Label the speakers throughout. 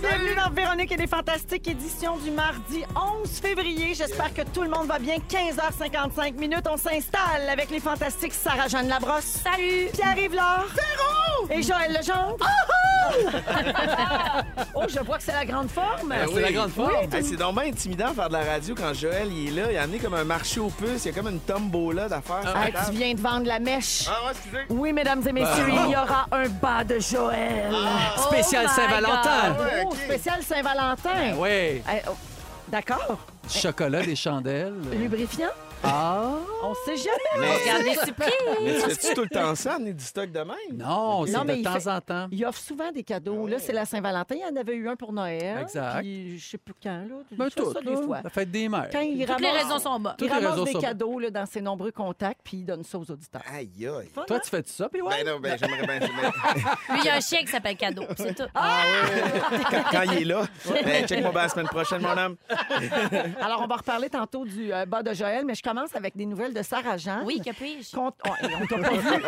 Speaker 1: vers Véronique et les Fantastiques, édition du mardi 11 février. J'espère que tout le monde va bien. 15h55 minutes, on s'installe avec les Fantastiques Sarah-Jeanne Labrosse,
Speaker 2: Salut!
Speaker 1: Pierre-Yves Laure et Joël Legendre. oh, je vois que Ah, c'est la grande forme.
Speaker 3: Ah Ben
Speaker 4: C'est
Speaker 3: oui.
Speaker 4: la grande forme.
Speaker 3: Hey, c'est donc bien intimidant de faire de la radio quand Joël il est là. Il a amené comme un marché aux puces. Il y a comme une tombola d'affaires. sur la
Speaker 1: Hey, Ah, tu
Speaker 3: table.
Speaker 1: viens de vendre la mèche.
Speaker 3: Ah ouais, excusez.
Speaker 1: Oui, mesdames et messieurs, il y aura un bas de Joël.
Speaker 4: Spécial
Speaker 2: Oh my
Speaker 4: Saint-Valentin.
Speaker 3: God. Ah. ouais,
Speaker 1: Oh,
Speaker 3: ok. Ben
Speaker 1: spécial Saint-Valentin.
Speaker 4: Oui.
Speaker 1: Eh, oh, D'accord.
Speaker 4: Du chocolat, des chandelles.
Speaker 1: Lubrifiant?
Speaker 4: Ah.
Speaker 1: On sait jamais.
Speaker 3: Mais-
Speaker 2: Regarde les surprises!
Speaker 3: Mais tu fais tout le temps ça, amener du stock de même?
Speaker 4: Non,
Speaker 3: Ok.
Speaker 4: c'est
Speaker 1: Non, mais
Speaker 4: de
Speaker 1: il
Speaker 4: temps
Speaker 1: fait-
Speaker 4: en temps.
Speaker 1: Il offre souvent des cadeaux. Là, c'est la Saint-Valentin. Il y en avait eu un pour Noël.
Speaker 4: Exact.
Speaker 1: Puis, je sais plus quand, là. Il
Speaker 4: Ben,
Speaker 1: fait
Speaker 4: tout,
Speaker 1: ça des
Speaker 4: là.
Speaker 1: fois.
Speaker 4: La fête des mères.
Speaker 1: Quand il
Speaker 2: Toutes les raisons sont bonnes.
Speaker 4: Toutes
Speaker 1: il
Speaker 4: les
Speaker 1: ramasse
Speaker 4: raisons
Speaker 1: des
Speaker 4: sont-
Speaker 1: cadeaux là, dans ses nombreux contacts, puis il donne ça aux auditeurs.
Speaker 3: Aïe, aïe.
Speaker 1: Fun,
Speaker 4: Toi,
Speaker 1: hein?
Speaker 4: tu fais de ça, puis ouais.
Speaker 3: Ben non, ben j'aimerais bien. j'aimerais-
Speaker 2: Lui, il y a un chien qui s'appelle Cadeau,
Speaker 1: Ah.
Speaker 2: puis c'est tout.
Speaker 3: quand, quand il est là, ben, check-moi bien la semaine prochaine, mon homme.
Speaker 1: Alors, on va reparler tantôt du euh, bas de Joël, mais je commence avec des nouvelles de Sarah-Jeanne.
Speaker 2: Oui, que puis-je?
Speaker 1: Qu'on- oh, hey, on t'a pas vu.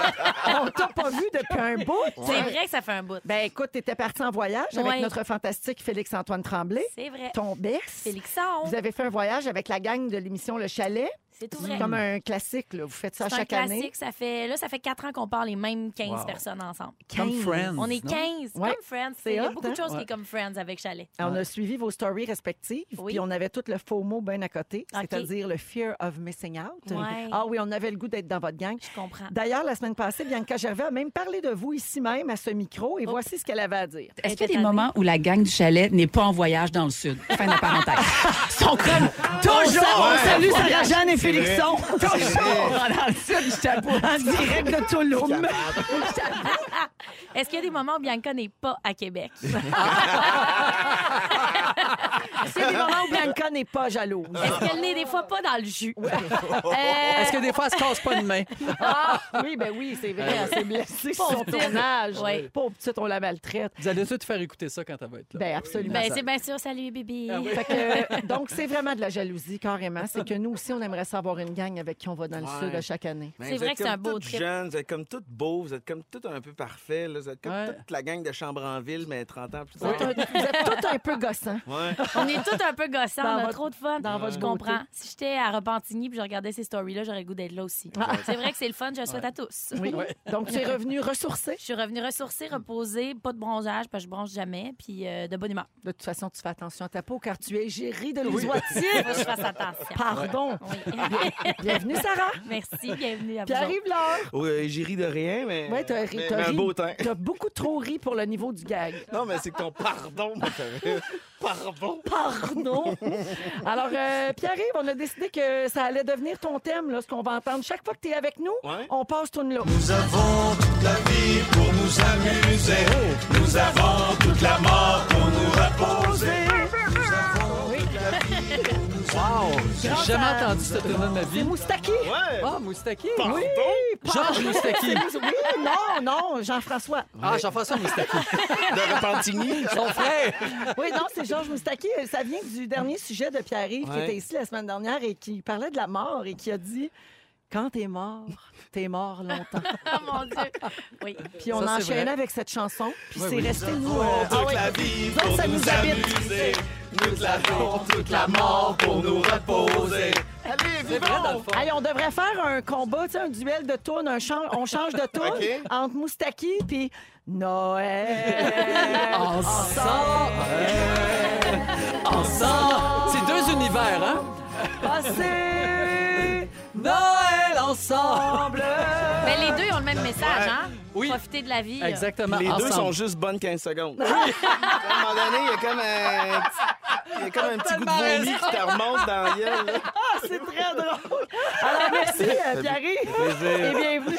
Speaker 1: On t'a pas vu depuis un bout.
Speaker 2: C'est vrai que ça fait un bout.
Speaker 1: Ben écoute, t'étais parti en voyage avec
Speaker 2: Ouais.
Speaker 1: notre fantastique Félix-Antoine Tremblay.
Speaker 2: C'est vrai.
Speaker 1: Ton berce.
Speaker 2: Félixon,
Speaker 1: Vous avez fait un voyage avec la gang de l'émission Le Chalet.
Speaker 2: c'est tout vrai.
Speaker 1: Comme un classique, là. Vous faites ça
Speaker 2: C'est un
Speaker 1: chaque année.
Speaker 2: classique. Ça fait, là, ça fait quatre ans qu'on part les mêmes 15
Speaker 4: Wow.
Speaker 2: personnes ensemble.
Speaker 4: Comme
Speaker 1: 15.
Speaker 4: Friends.
Speaker 2: On est
Speaker 4: non?
Speaker 2: 15,
Speaker 1: Ouais.
Speaker 2: comme Friends.
Speaker 1: C'est
Speaker 2: Il y a
Speaker 1: hot,
Speaker 2: beaucoup
Speaker 1: hein?
Speaker 2: de choses qui
Speaker 4: Ouais.
Speaker 2: est comme Friends avec Chalet.
Speaker 1: Alors, On a suivi vos stories respectives,
Speaker 2: Oui.
Speaker 1: puis on avait tout le FOMO bien à côté,
Speaker 2: Ok.
Speaker 1: c'est-à-dire le fear of missing out.
Speaker 2: Ouais.
Speaker 1: Ah oui, on avait le goût d'être dans votre gang.
Speaker 2: Je comprends.
Speaker 1: D'ailleurs, la semaine passée, Bianca Gervais a même parlé de vous ici même à ce micro, et voici ce qu'elle avait à dire.
Speaker 5: Est-ce qu'il y a
Speaker 2: Cette
Speaker 5: des moments où la gang du chalet n'est pas en voyage dans le sud? Fin de la parenthèse. Ils sont comme toujours
Speaker 1: On
Speaker 3: Ouais.
Speaker 1: salue
Speaker 3: ouais.
Speaker 1: Sarah-Jeanne et
Speaker 3: C'est
Speaker 1: Félixon.
Speaker 3: vrai.
Speaker 5: dans le sud, je t'avoue.
Speaker 1: En direct de Toulouse.
Speaker 2: Est-ce qu'il y a des moments où Bianca n'est pas à Québec?
Speaker 1: C'est des moments où Bianca n'est pas jalouse.
Speaker 2: Est-ce qu'elle n'est des fois pas dans le jus? Euh,
Speaker 4: Est-ce que des fois, elle se casse pas de main?
Speaker 1: Ah, oui, ben oui, c'est vrai. Elle s'est blessée sur son
Speaker 2: Pauvre petite.
Speaker 1: tournage.
Speaker 2: Oui.
Speaker 1: Pauvre petite, on la maltraite.
Speaker 4: Vous allez tout te faire écouter ça quand elle va être là.
Speaker 1: Ben absolument.
Speaker 2: Ben, c'est bien sûr, salut, bébé.
Speaker 4: Ah
Speaker 1: Fait que, euh, donc, c'est vraiment de la jalousie, carrément. C'est que nous aussi, on aimerait savoir une gang avec qui on va dans le
Speaker 3: Ouais.
Speaker 1: sud à chaque année.
Speaker 3: Ben,
Speaker 2: C'est
Speaker 3: vous
Speaker 2: vrai
Speaker 3: êtes
Speaker 2: que c'est
Speaker 3: comme
Speaker 2: un beau
Speaker 3: toutes
Speaker 2: trip.
Speaker 3: jeunes, vous êtes comme toutes beaux, vous êtes comme toutes un peu parfaits. là. Vous êtes comme
Speaker 4: Ouais.
Speaker 3: toute la gang de Chambranville, mais 30 ans plus
Speaker 1: Vous
Speaker 3: tard.
Speaker 1: êtes, un- vous êtes tous un peu gossants.
Speaker 3: Ouais.
Speaker 2: On est tous un peu gossants,
Speaker 1: Dans
Speaker 2: on a
Speaker 1: votre-
Speaker 2: trop de fun.
Speaker 1: dans votre
Speaker 2: je
Speaker 1: beauté.
Speaker 2: comprends. Si j'étais à Repentigny puis je regardais ces stories-là, j'aurais le goût d'être là aussi. C'est vrai que c'est le fun, je le souhaite à tous.
Speaker 1: Ah. Oui. Donc, tu es revenu ressourcé.
Speaker 2: Je suis revenue ressourcée, reposée, pas de bronzage parce que je bronze jamais, puis euh, de bonne humeur.
Speaker 1: De toute façon, tu fais attention à ta peau car tu es géré de
Speaker 2: Faut
Speaker 1: l'oiseau.
Speaker 2: que je fasse attention.
Speaker 1: Pardon.
Speaker 2: Oui.
Speaker 1: Bienvenue, Sarah.
Speaker 2: Merci, bienvenue à vous. autres.
Speaker 1: Pierre-Yves Laure.
Speaker 3: Ouais, J'ai ri euh, de rien, mais.
Speaker 1: Ouais, t'as ri.
Speaker 3: mais-
Speaker 1: t'as
Speaker 3: mais un
Speaker 1: ri.
Speaker 3: beau temps.
Speaker 1: T'as beaucoup trop ri pour le niveau du gag.
Speaker 3: Non, mais c'est que ton pardon, moi, ça fait- Pardon.
Speaker 1: Pardon. Alors, euh, Pierre-Yves, on a décidé que ça allait devenir ton thème, là, ce qu'on va entendre chaque fois que tu es avec nous.
Speaker 3: Ouais.
Speaker 1: On passe tourne là.
Speaker 6: Nous avons toute la vie pour nous amuser. Nous avons toute la mort pour nous reposer.
Speaker 1: Ah
Speaker 4: J'ai jamais entendu cette tune de ma vie.
Speaker 1: Moustaki.
Speaker 3: Ouais.
Speaker 4: Ah, Moustaki?
Speaker 3: Pardon.
Speaker 4: Georges Moustaki.
Speaker 1: Oui, non, non, Jean-François.
Speaker 4: Ah, Jean-François Moustaki.
Speaker 3: De Repentigny.
Speaker 4: Son frère.
Speaker 1: Oui, non, c'est Georges Moustaki. Ça vient du dernier sujet de Pierre-Yves qui
Speaker 3: Ouais.
Speaker 1: était ici la semaine dernière et qui parlait de la mort et qui a dit Quand t'es mort, t'es mort longtemps.
Speaker 2: Ah, mon Dieu. Oui.
Speaker 1: Puis on
Speaker 4: Ça, c'est
Speaker 1: enchaînait
Speaker 4: vrai.
Speaker 1: avec cette chanson. Puis
Speaker 4: Oui,
Speaker 1: c'est
Speaker 4: oui.
Speaker 1: resté nous.
Speaker 6: Nous
Speaker 1: euh,
Speaker 6: avons
Speaker 1: ah
Speaker 6: toute
Speaker 1: oui.
Speaker 6: la vie
Speaker 1: Ça,
Speaker 6: pour
Speaker 1: ça nous
Speaker 6: nous
Speaker 1: habite.
Speaker 6: amuser. Nous avons toute la mort pour nous reposer.
Speaker 3: Allez,
Speaker 4: C'est vrai, dans le
Speaker 3: vivons.
Speaker 4: fond.
Speaker 1: Hey, on devrait faire un combat, tu sais, un duel de tourne, un chan- on change de tourne
Speaker 3: OK.
Speaker 1: entre Moustaki puis Noël.
Speaker 4: Ensemble. Ensemble. C'est deux univers, hein?
Speaker 1: Passé
Speaker 4: Noël ensemble.
Speaker 1: ensemble.
Speaker 2: Mais Ben, les deux ont le même message, hein?
Speaker 4: Oui.
Speaker 2: Profiter de la vie. euh.
Speaker 4: Exactement.
Speaker 3: Les deux
Speaker 4: ensemble.
Speaker 3: sont juste bonnes 15 secondes. à un moment donné, il y a comme un, petit- il y a comme un petit goût de vomi qui te remonte dans la gueule. là.
Speaker 1: Ah, c'est très drôle. Alors, merci, euh, Pierre-Yves. Et bienvenue.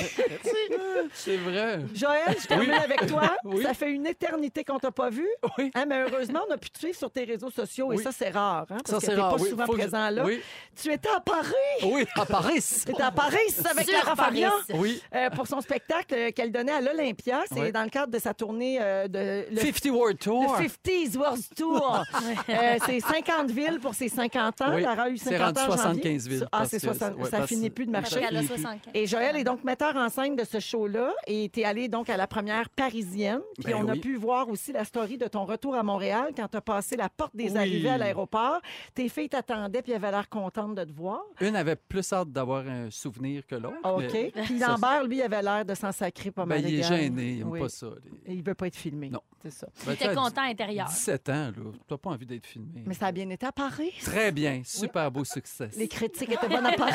Speaker 4: C'est vrai.
Speaker 1: Joël, je termine avec toi.
Speaker 4: Oui.
Speaker 1: Ça fait une éternité qu'on t'a pas vu.
Speaker 4: Oui.
Speaker 1: Hein, mais heureusement, on a pu te suivre sur tes réseaux sociaux et
Speaker 4: Oui.
Speaker 1: ça, c'est rare. Hein, parce
Speaker 4: Ça,
Speaker 1: que
Speaker 4: c'est
Speaker 1: t'es
Speaker 4: rare,
Speaker 1: pas
Speaker 4: oui.
Speaker 1: souvent
Speaker 4: Faut que je-
Speaker 1: présent là.
Speaker 4: Oui.
Speaker 1: Tu étais à Paris.
Speaker 4: Oui, Ah, à Paris.
Speaker 1: Tu étais à Paris avec
Speaker 2: Sur
Speaker 1: Lara
Speaker 2: Paris.
Speaker 1: Fabian.
Speaker 4: Oui.
Speaker 1: Euh, pour son spectacle euh, qu'elle donnait à l'Olympia. C'est
Speaker 4: Ouais.
Speaker 1: dans le cadre de sa tournée euh, de le,
Speaker 4: 50 World
Speaker 1: le
Speaker 4: Tour.
Speaker 1: 50s World Tour. Euh, c'est 50 villes pour ses 50 ans.
Speaker 4: Oui.
Speaker 1: Lara a eu
Speaker 4: C'est
Speaker 1: 50 ans
Speaker 4: rendu
Speaker 1: en
Speaker 4: 60 75 villes,
Speaker 1: Ah,
Speaker 4: parce
Speaker 1: c'est
Speaker 4: que-
Speaker 1: 60
Speaker 4: ouais,
Speaker 1: ça
Speaker 4: parce-
Speaker 1: finit plus de
Speaker 2: Parce
Speaker 1: marcher.
Speaker 2: qu'elle a
Speaker 4: Chez-
Speaker 2: 75.
Speaker 1: Et Joël est donc metteur en scène de ce show-là et tu es allé donc à la première parisienne. Puis
Speaker 4: Ben
Speaker 1: on a
Speaker 4: oui.
Speaker 1: pu voir aussi la story de ton retour à Montréal quand tu as passé la porte des
Speaker 4: Oui.
Speaker 1: arrivées à l'aéroport. Tes filles t'attendaient puis elles avaient l'air contentes de te voir.
Speaker 4: Une avait plus hâte d'avoir un souvenir que l'autre.
Speaker 1: Ah, OK.
Speaker 4: mais
Speaker 1: Puis
Speaker 4: ça,
Speaker 1: Lambert, lui, avait l'air de s'en sacrer pas
Speaker 4: ben,
Speaker 1: mal.
Speaker 4: il est
Speaker 1: également.
Speaker 4: gêné, il aime
Speaker 1: Oui.
Speaker 4: pas ça. les-
Speaker 1: Et il veut pas être filmé.
Speaker 4: Non.
Speaker 1: C'est ça.
Speaker 4: Ben,
Speaker 2: T'es
Speaker 4: t'as
Speaker 2: content à l'intérieur.
Speaker 4: 17 ans, là. T'as pas envie d'être filmé.
Speaker 1: Mais ça a bien été à Paris.
Speaker 4: Très bien. Super beau succès.
Speaker 1: Les critiques étaient bonnes à Paris.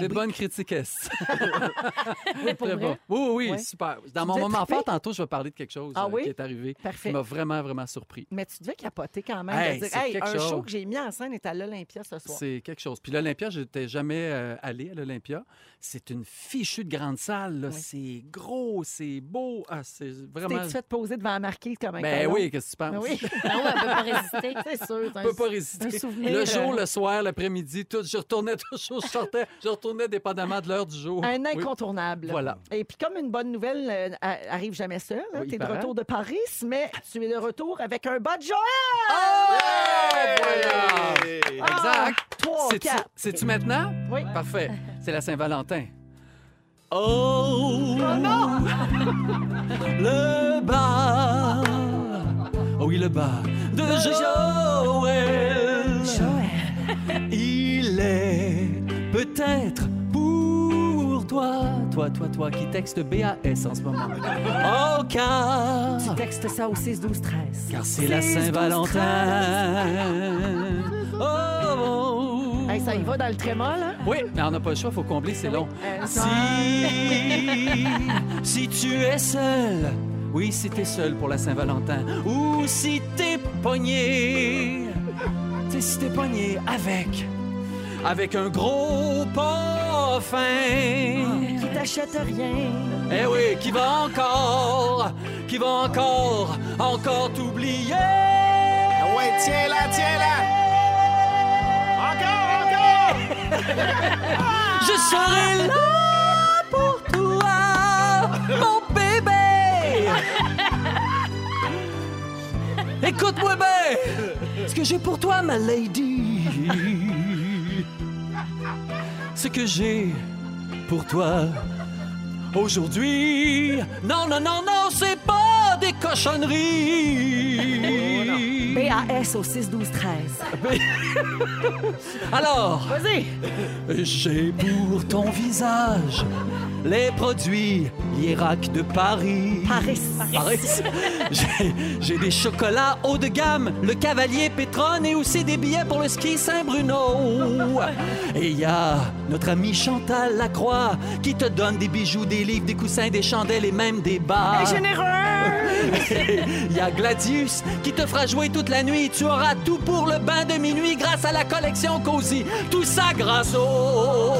Speaker 4: Des bonnes critiques. oui,
Speaker 2: pour
Speaker 4: très
Speaker 2: vrai?
Speaker 4: bon. Oui, oui,
Speaker 1: Ouais.
Speaker 4: super. Dans
Speaker 1: Tu
Speaker 4: mon
Speaker 1: devais
Speaker 4: moment
Speaker 1: triper?
Speaker 4: fort, tantôt, je vais parler de quelque chose
Speaker 1: Ah
Speaker 4: euh,
Speaker 1: oui?
Speaker 4: qui est arrivé.
Speaker 1: Parfait.
Speaker 4: Qui m'a vraiment, vraiment surpris.
Speaker 1: Mais tu devais capoter quand même
Speaker 4: Hey,
Speaker 1: de dire
Speaker 4: c'est
Speaker 1: Hey,
Speaker 4: quelque
Speaker 1: un
Speaker 4: chose.
Speaker 1: show que j'ai mis en scène est à l'Olympia ce soir.
Speaker 4: C'est quelque chose. Puis l'Olympia, j'étais jamais euh, allé à l'Olympia. C'est une fichue de grande salle. là.
Speaker 1: Oui.
Speaker 4: C'est gros, c'est beau. Ah, c'est
Speaker 1: Tu
Speaker 4: vraiment.
Speaker 1: T'es-tu fait poser devant la marquise comme un
Speaker 4: Ben
Speaker 1: colon?
Speaker 4: oui, qu'est-ce que tu
Speaker 1: Ben
Speaker 4: penses?
Speaker 1: oui.
Speaker 2: Ah ouais, elle peut pas résister.
Speaker 1: C'est sûr.
Speaker 4: Je peux pas résister.
Speaker 1: un souvenir,
Speaker 4: le jour,
Speaker 1: euh,
Speaker 4: le soir, l'après-midi, tout. Je retournais toujours, je sortais, je retournais dépendamment de l'heure du jour.
Speaker 1: Un
Speaker 4: Oui.
Speaker 1: incontournable.
Speaker 4: Voilà.
Speaker 1: Et puis, comme une bonne nouvelle euh, a- arrive jamais seule, hein,
Speaker 4: Oui,
Speaker 1: t'es de
Speaker 4: parent.
Speaker 1: retour de Paris, mais tu es de retour avec un bas de Joël!
Speaker 4: Ah! Voilà. Exact.
Speaker 1: Trois,
Speaker 4: C'est-tu-
Speaker 1: quatre.
Speaker 4: C'est-tu maintenant?
Speaker 1: Oui.
Speaker 4: Parfait. C'est la Saint-Valentin. Oh! non! le bar. Oh oui, le bar de Joël. Il est peut-être pour toi, toi, toi, toi qui texte BAS en ce moment. Oh, car.
Speaker 1: Texte ça au 6, 12, 13.
Speaker 4: Car c'est la Saint-Valentin. Oh!
Speaker 1: Hey, ça y va dans le trémol, hein?
Speaker 4: Oui, mais on n'a pas le choix, faut combler, c'est long.
Speaker 1: Euh,
Speaker 4: Si, si tu es seul, oui, si t'es seul pour la Saint-Valentin, ou si t'es pogné, tu sais, si t'es pogné avec, avec un gros pas fin.
Speaker 1: Qui t'achète rien.
Speaker 4: Eh oui, qui va encore, qui va encore, encore t'oublier.
Speaker 3: Ah ouais, tiens là, tiens là. Encore, encore.
Speaker 4: Je serai là pour toi, mon bébé. Écoute-moi bien, ce que j'ai pour toi, ma lady. Ce que j'ai pour toi aujourd'hui. Non, non, non, non, c'est pas des cochonneries.
Speaker 1: BAS au 6, 12, 13.
Speaker 4: Alors.
Speaker 1: Vas-y!
Speaker 4: J'ai pour ton visage les produits Hiérac de Paris.
Speaker 1: Paris.
Speaker 4: Paris. J'ai- J'ai des chocolats haut de gamme, le cavalier Pétrone et aussi des billets pour le ski Saint-Bruno. Et il y a notre amie Chantal Lacroix qui te donne des bijoux, des livres, des coussins, des chandelles et même des bas.
Speaker 1: Hey, généreux!
Speaker 4: Il y a Gladius qui te fera jouer toute la nuit. Tu auras tout pour le bain de minuit grâce à la collection Cozy. Tout ça grâce au.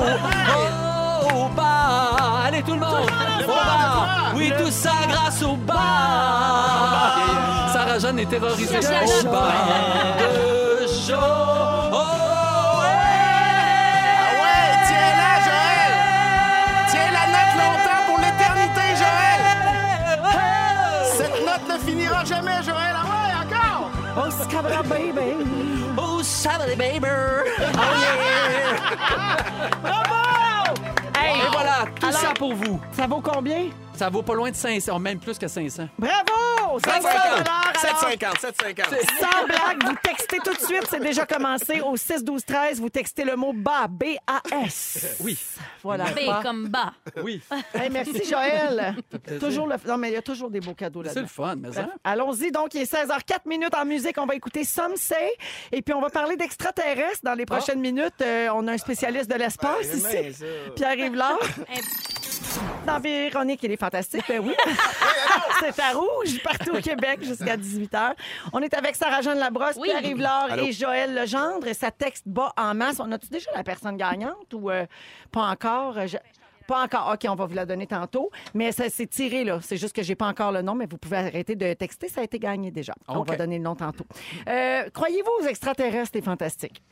Speaker 4: au bar. Allez, tout le monde! Au bar. Oui, tout ça grâce au bar! Sarah Jeanne est terrorisée
Speaker 2: Cherche la
Speaker 4: au
Speaker 2: joie.
Speaker 4: bar Oh, de Joël.
Speaker 3: Ah Ouais, tiens là, Joël. Tiens la note longtemps pour l'éternité, Joël. Cette note ne finira jamais, Joël. Ah ouais, encore.
Speaker 1: On se cabra baby!
Speaker 4: Oh, Saturday, baby! Oh, yeah!
Speaker 1: Hey,
Speaker 4: Et voilà, tout
Speaker 1: Alors-
Speaker 4: ça pour vous.
Speaker 1: Ça vaut combien?
Speaker 4: Ça vaut pas loin de 500, même plus que 500.
Speaker 1: Bravo! 500 alors,
Speaker 3: 750, 750.
Speaker 1: Sans blague, vous textez tout de suite, c'est déjà commencé. Au 6 12 13, vous textez le mot BAS, B-A-S.
Speaker 4: Oui.
Speaker 1: Voilà.
Speaker 2: B
Speaker 1: Bas.
Speaker 2: comme bas.
Speaker 4: Oui.
Speaker 1: Hey, merci Joël.
Speaker 4: plaisir.
Speaker 1: toujours le... Non, mais il y a toujours des beaux cadeaux
Speaker 4: C'est
Speaker 1: là-dedans.
Speaker 4: le fun, mais hein? ça.
Speaker 1: Allons-y, donc, il est 16h04 minutes en musique. On va écouter Some Say et puis on va parler d'extraterrestres dans les prochaines minutes. Euh, on a un spécialiste de l'espace ici, Pierre-Yves Lard. Dans Véronique, il est fantastique, ben oui. C'est à rouge partout au Québec jusqu'à 18h. On est avec Sarah-Jeanne Labrosse,
Speaker 2: Oui.
Speaker 1: Pierre-Yves Lard
Speaker 3: Allô.
Speaker 1: et Joël Legendre. Ça texte bas en masse. On a-tu déjà la personne gagnante ou euh, pas encore? Euh, je- Pas encore. OK, on va vous la donner tantôt. Mais ça s'est tiré, là. C'est juste que j'ai pas encore le nom, mais vous pouvez arrêter de texter. Ça a été gagné déjà. On
Speaker 4: OK.
Speaker 1: va donner le nom tantôt. Euh, Croyez-vous aux extraterrestres et fantastiques?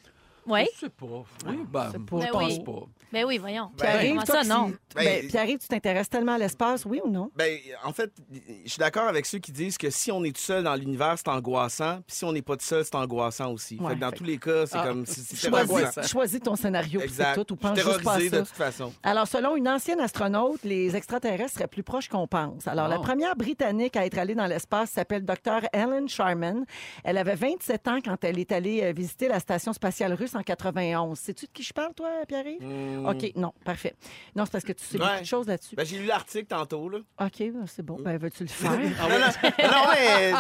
Speaker 2: Oui.
Speaker 4: Je sais pas. Oui, ben,
Speaker 1: sais pas.
Speaker 4: je
Speaker 2: Ben
Speaker 4: pense
Speaker 2: oui.
Speaker 4: pas.
Speaker 2: Ben oui, voyons.
Speaker 1: Puis arrive,
Speaker 2: Comment
Speaker 1: toi,
Speaker 2: ça,
Speaker 1: qui-
Speaker 2: non?
Speaker 1: ben,
Speaker 3: Ben,
Speaker 1: puis arrive, tu t'intéresses tellement à l'espace, oui ou non?
Speaker 3: Ben, en fait, je suis d'accord avec ceux qui disent que si on est tout seul dans l'univers, c'est angoissant. Puis si on n'est pas tout seul, c'est angoissant aussi.
Speaker 1: Ouais,
Speaker 3: fait que dans
Speaker 1: fait
Speaker 3: tous les cas, c'est
Speaker 1: Ah.
Speaker 3: comme si c'était angoissant.
Speaker 1: Choisis, choisis ton scénario, puis c'est
Speaker 3: Exact.
Speaker 1: tout, ou
Speaker 3: Je suis
Speaker 1: pense juste pas à
Speaker 3: terrorisé de
Speaker 1: ça.
Speaker 3: toute façon.
Speaker 1: Alors, selon une ancienne astronaute, les extraterrestres seraient plus proches qu'on pense. Alors, la première Britannique à être allée dans l'espace s'appelle Dr. Ellen Sharman. Elle avait 27 ans quand elle est allée euh, visiter la station spatiale russe en 91. Sais-tu de qui je parle, toi, Pierre-Yves? OK, non, parfait. Non, c'est parce que tu sais
Speaker 3: Hmm. Ouais. Hmm.
Speaker 1: beaucoup de choses là-dessus.
Speaker 3: Ben, j'ai lu l'article tantôt, là.
Speaker 1: OK, ben, c'est bon. Ben, veux-tu le faire?
Speaker 3: non, non, non, mais...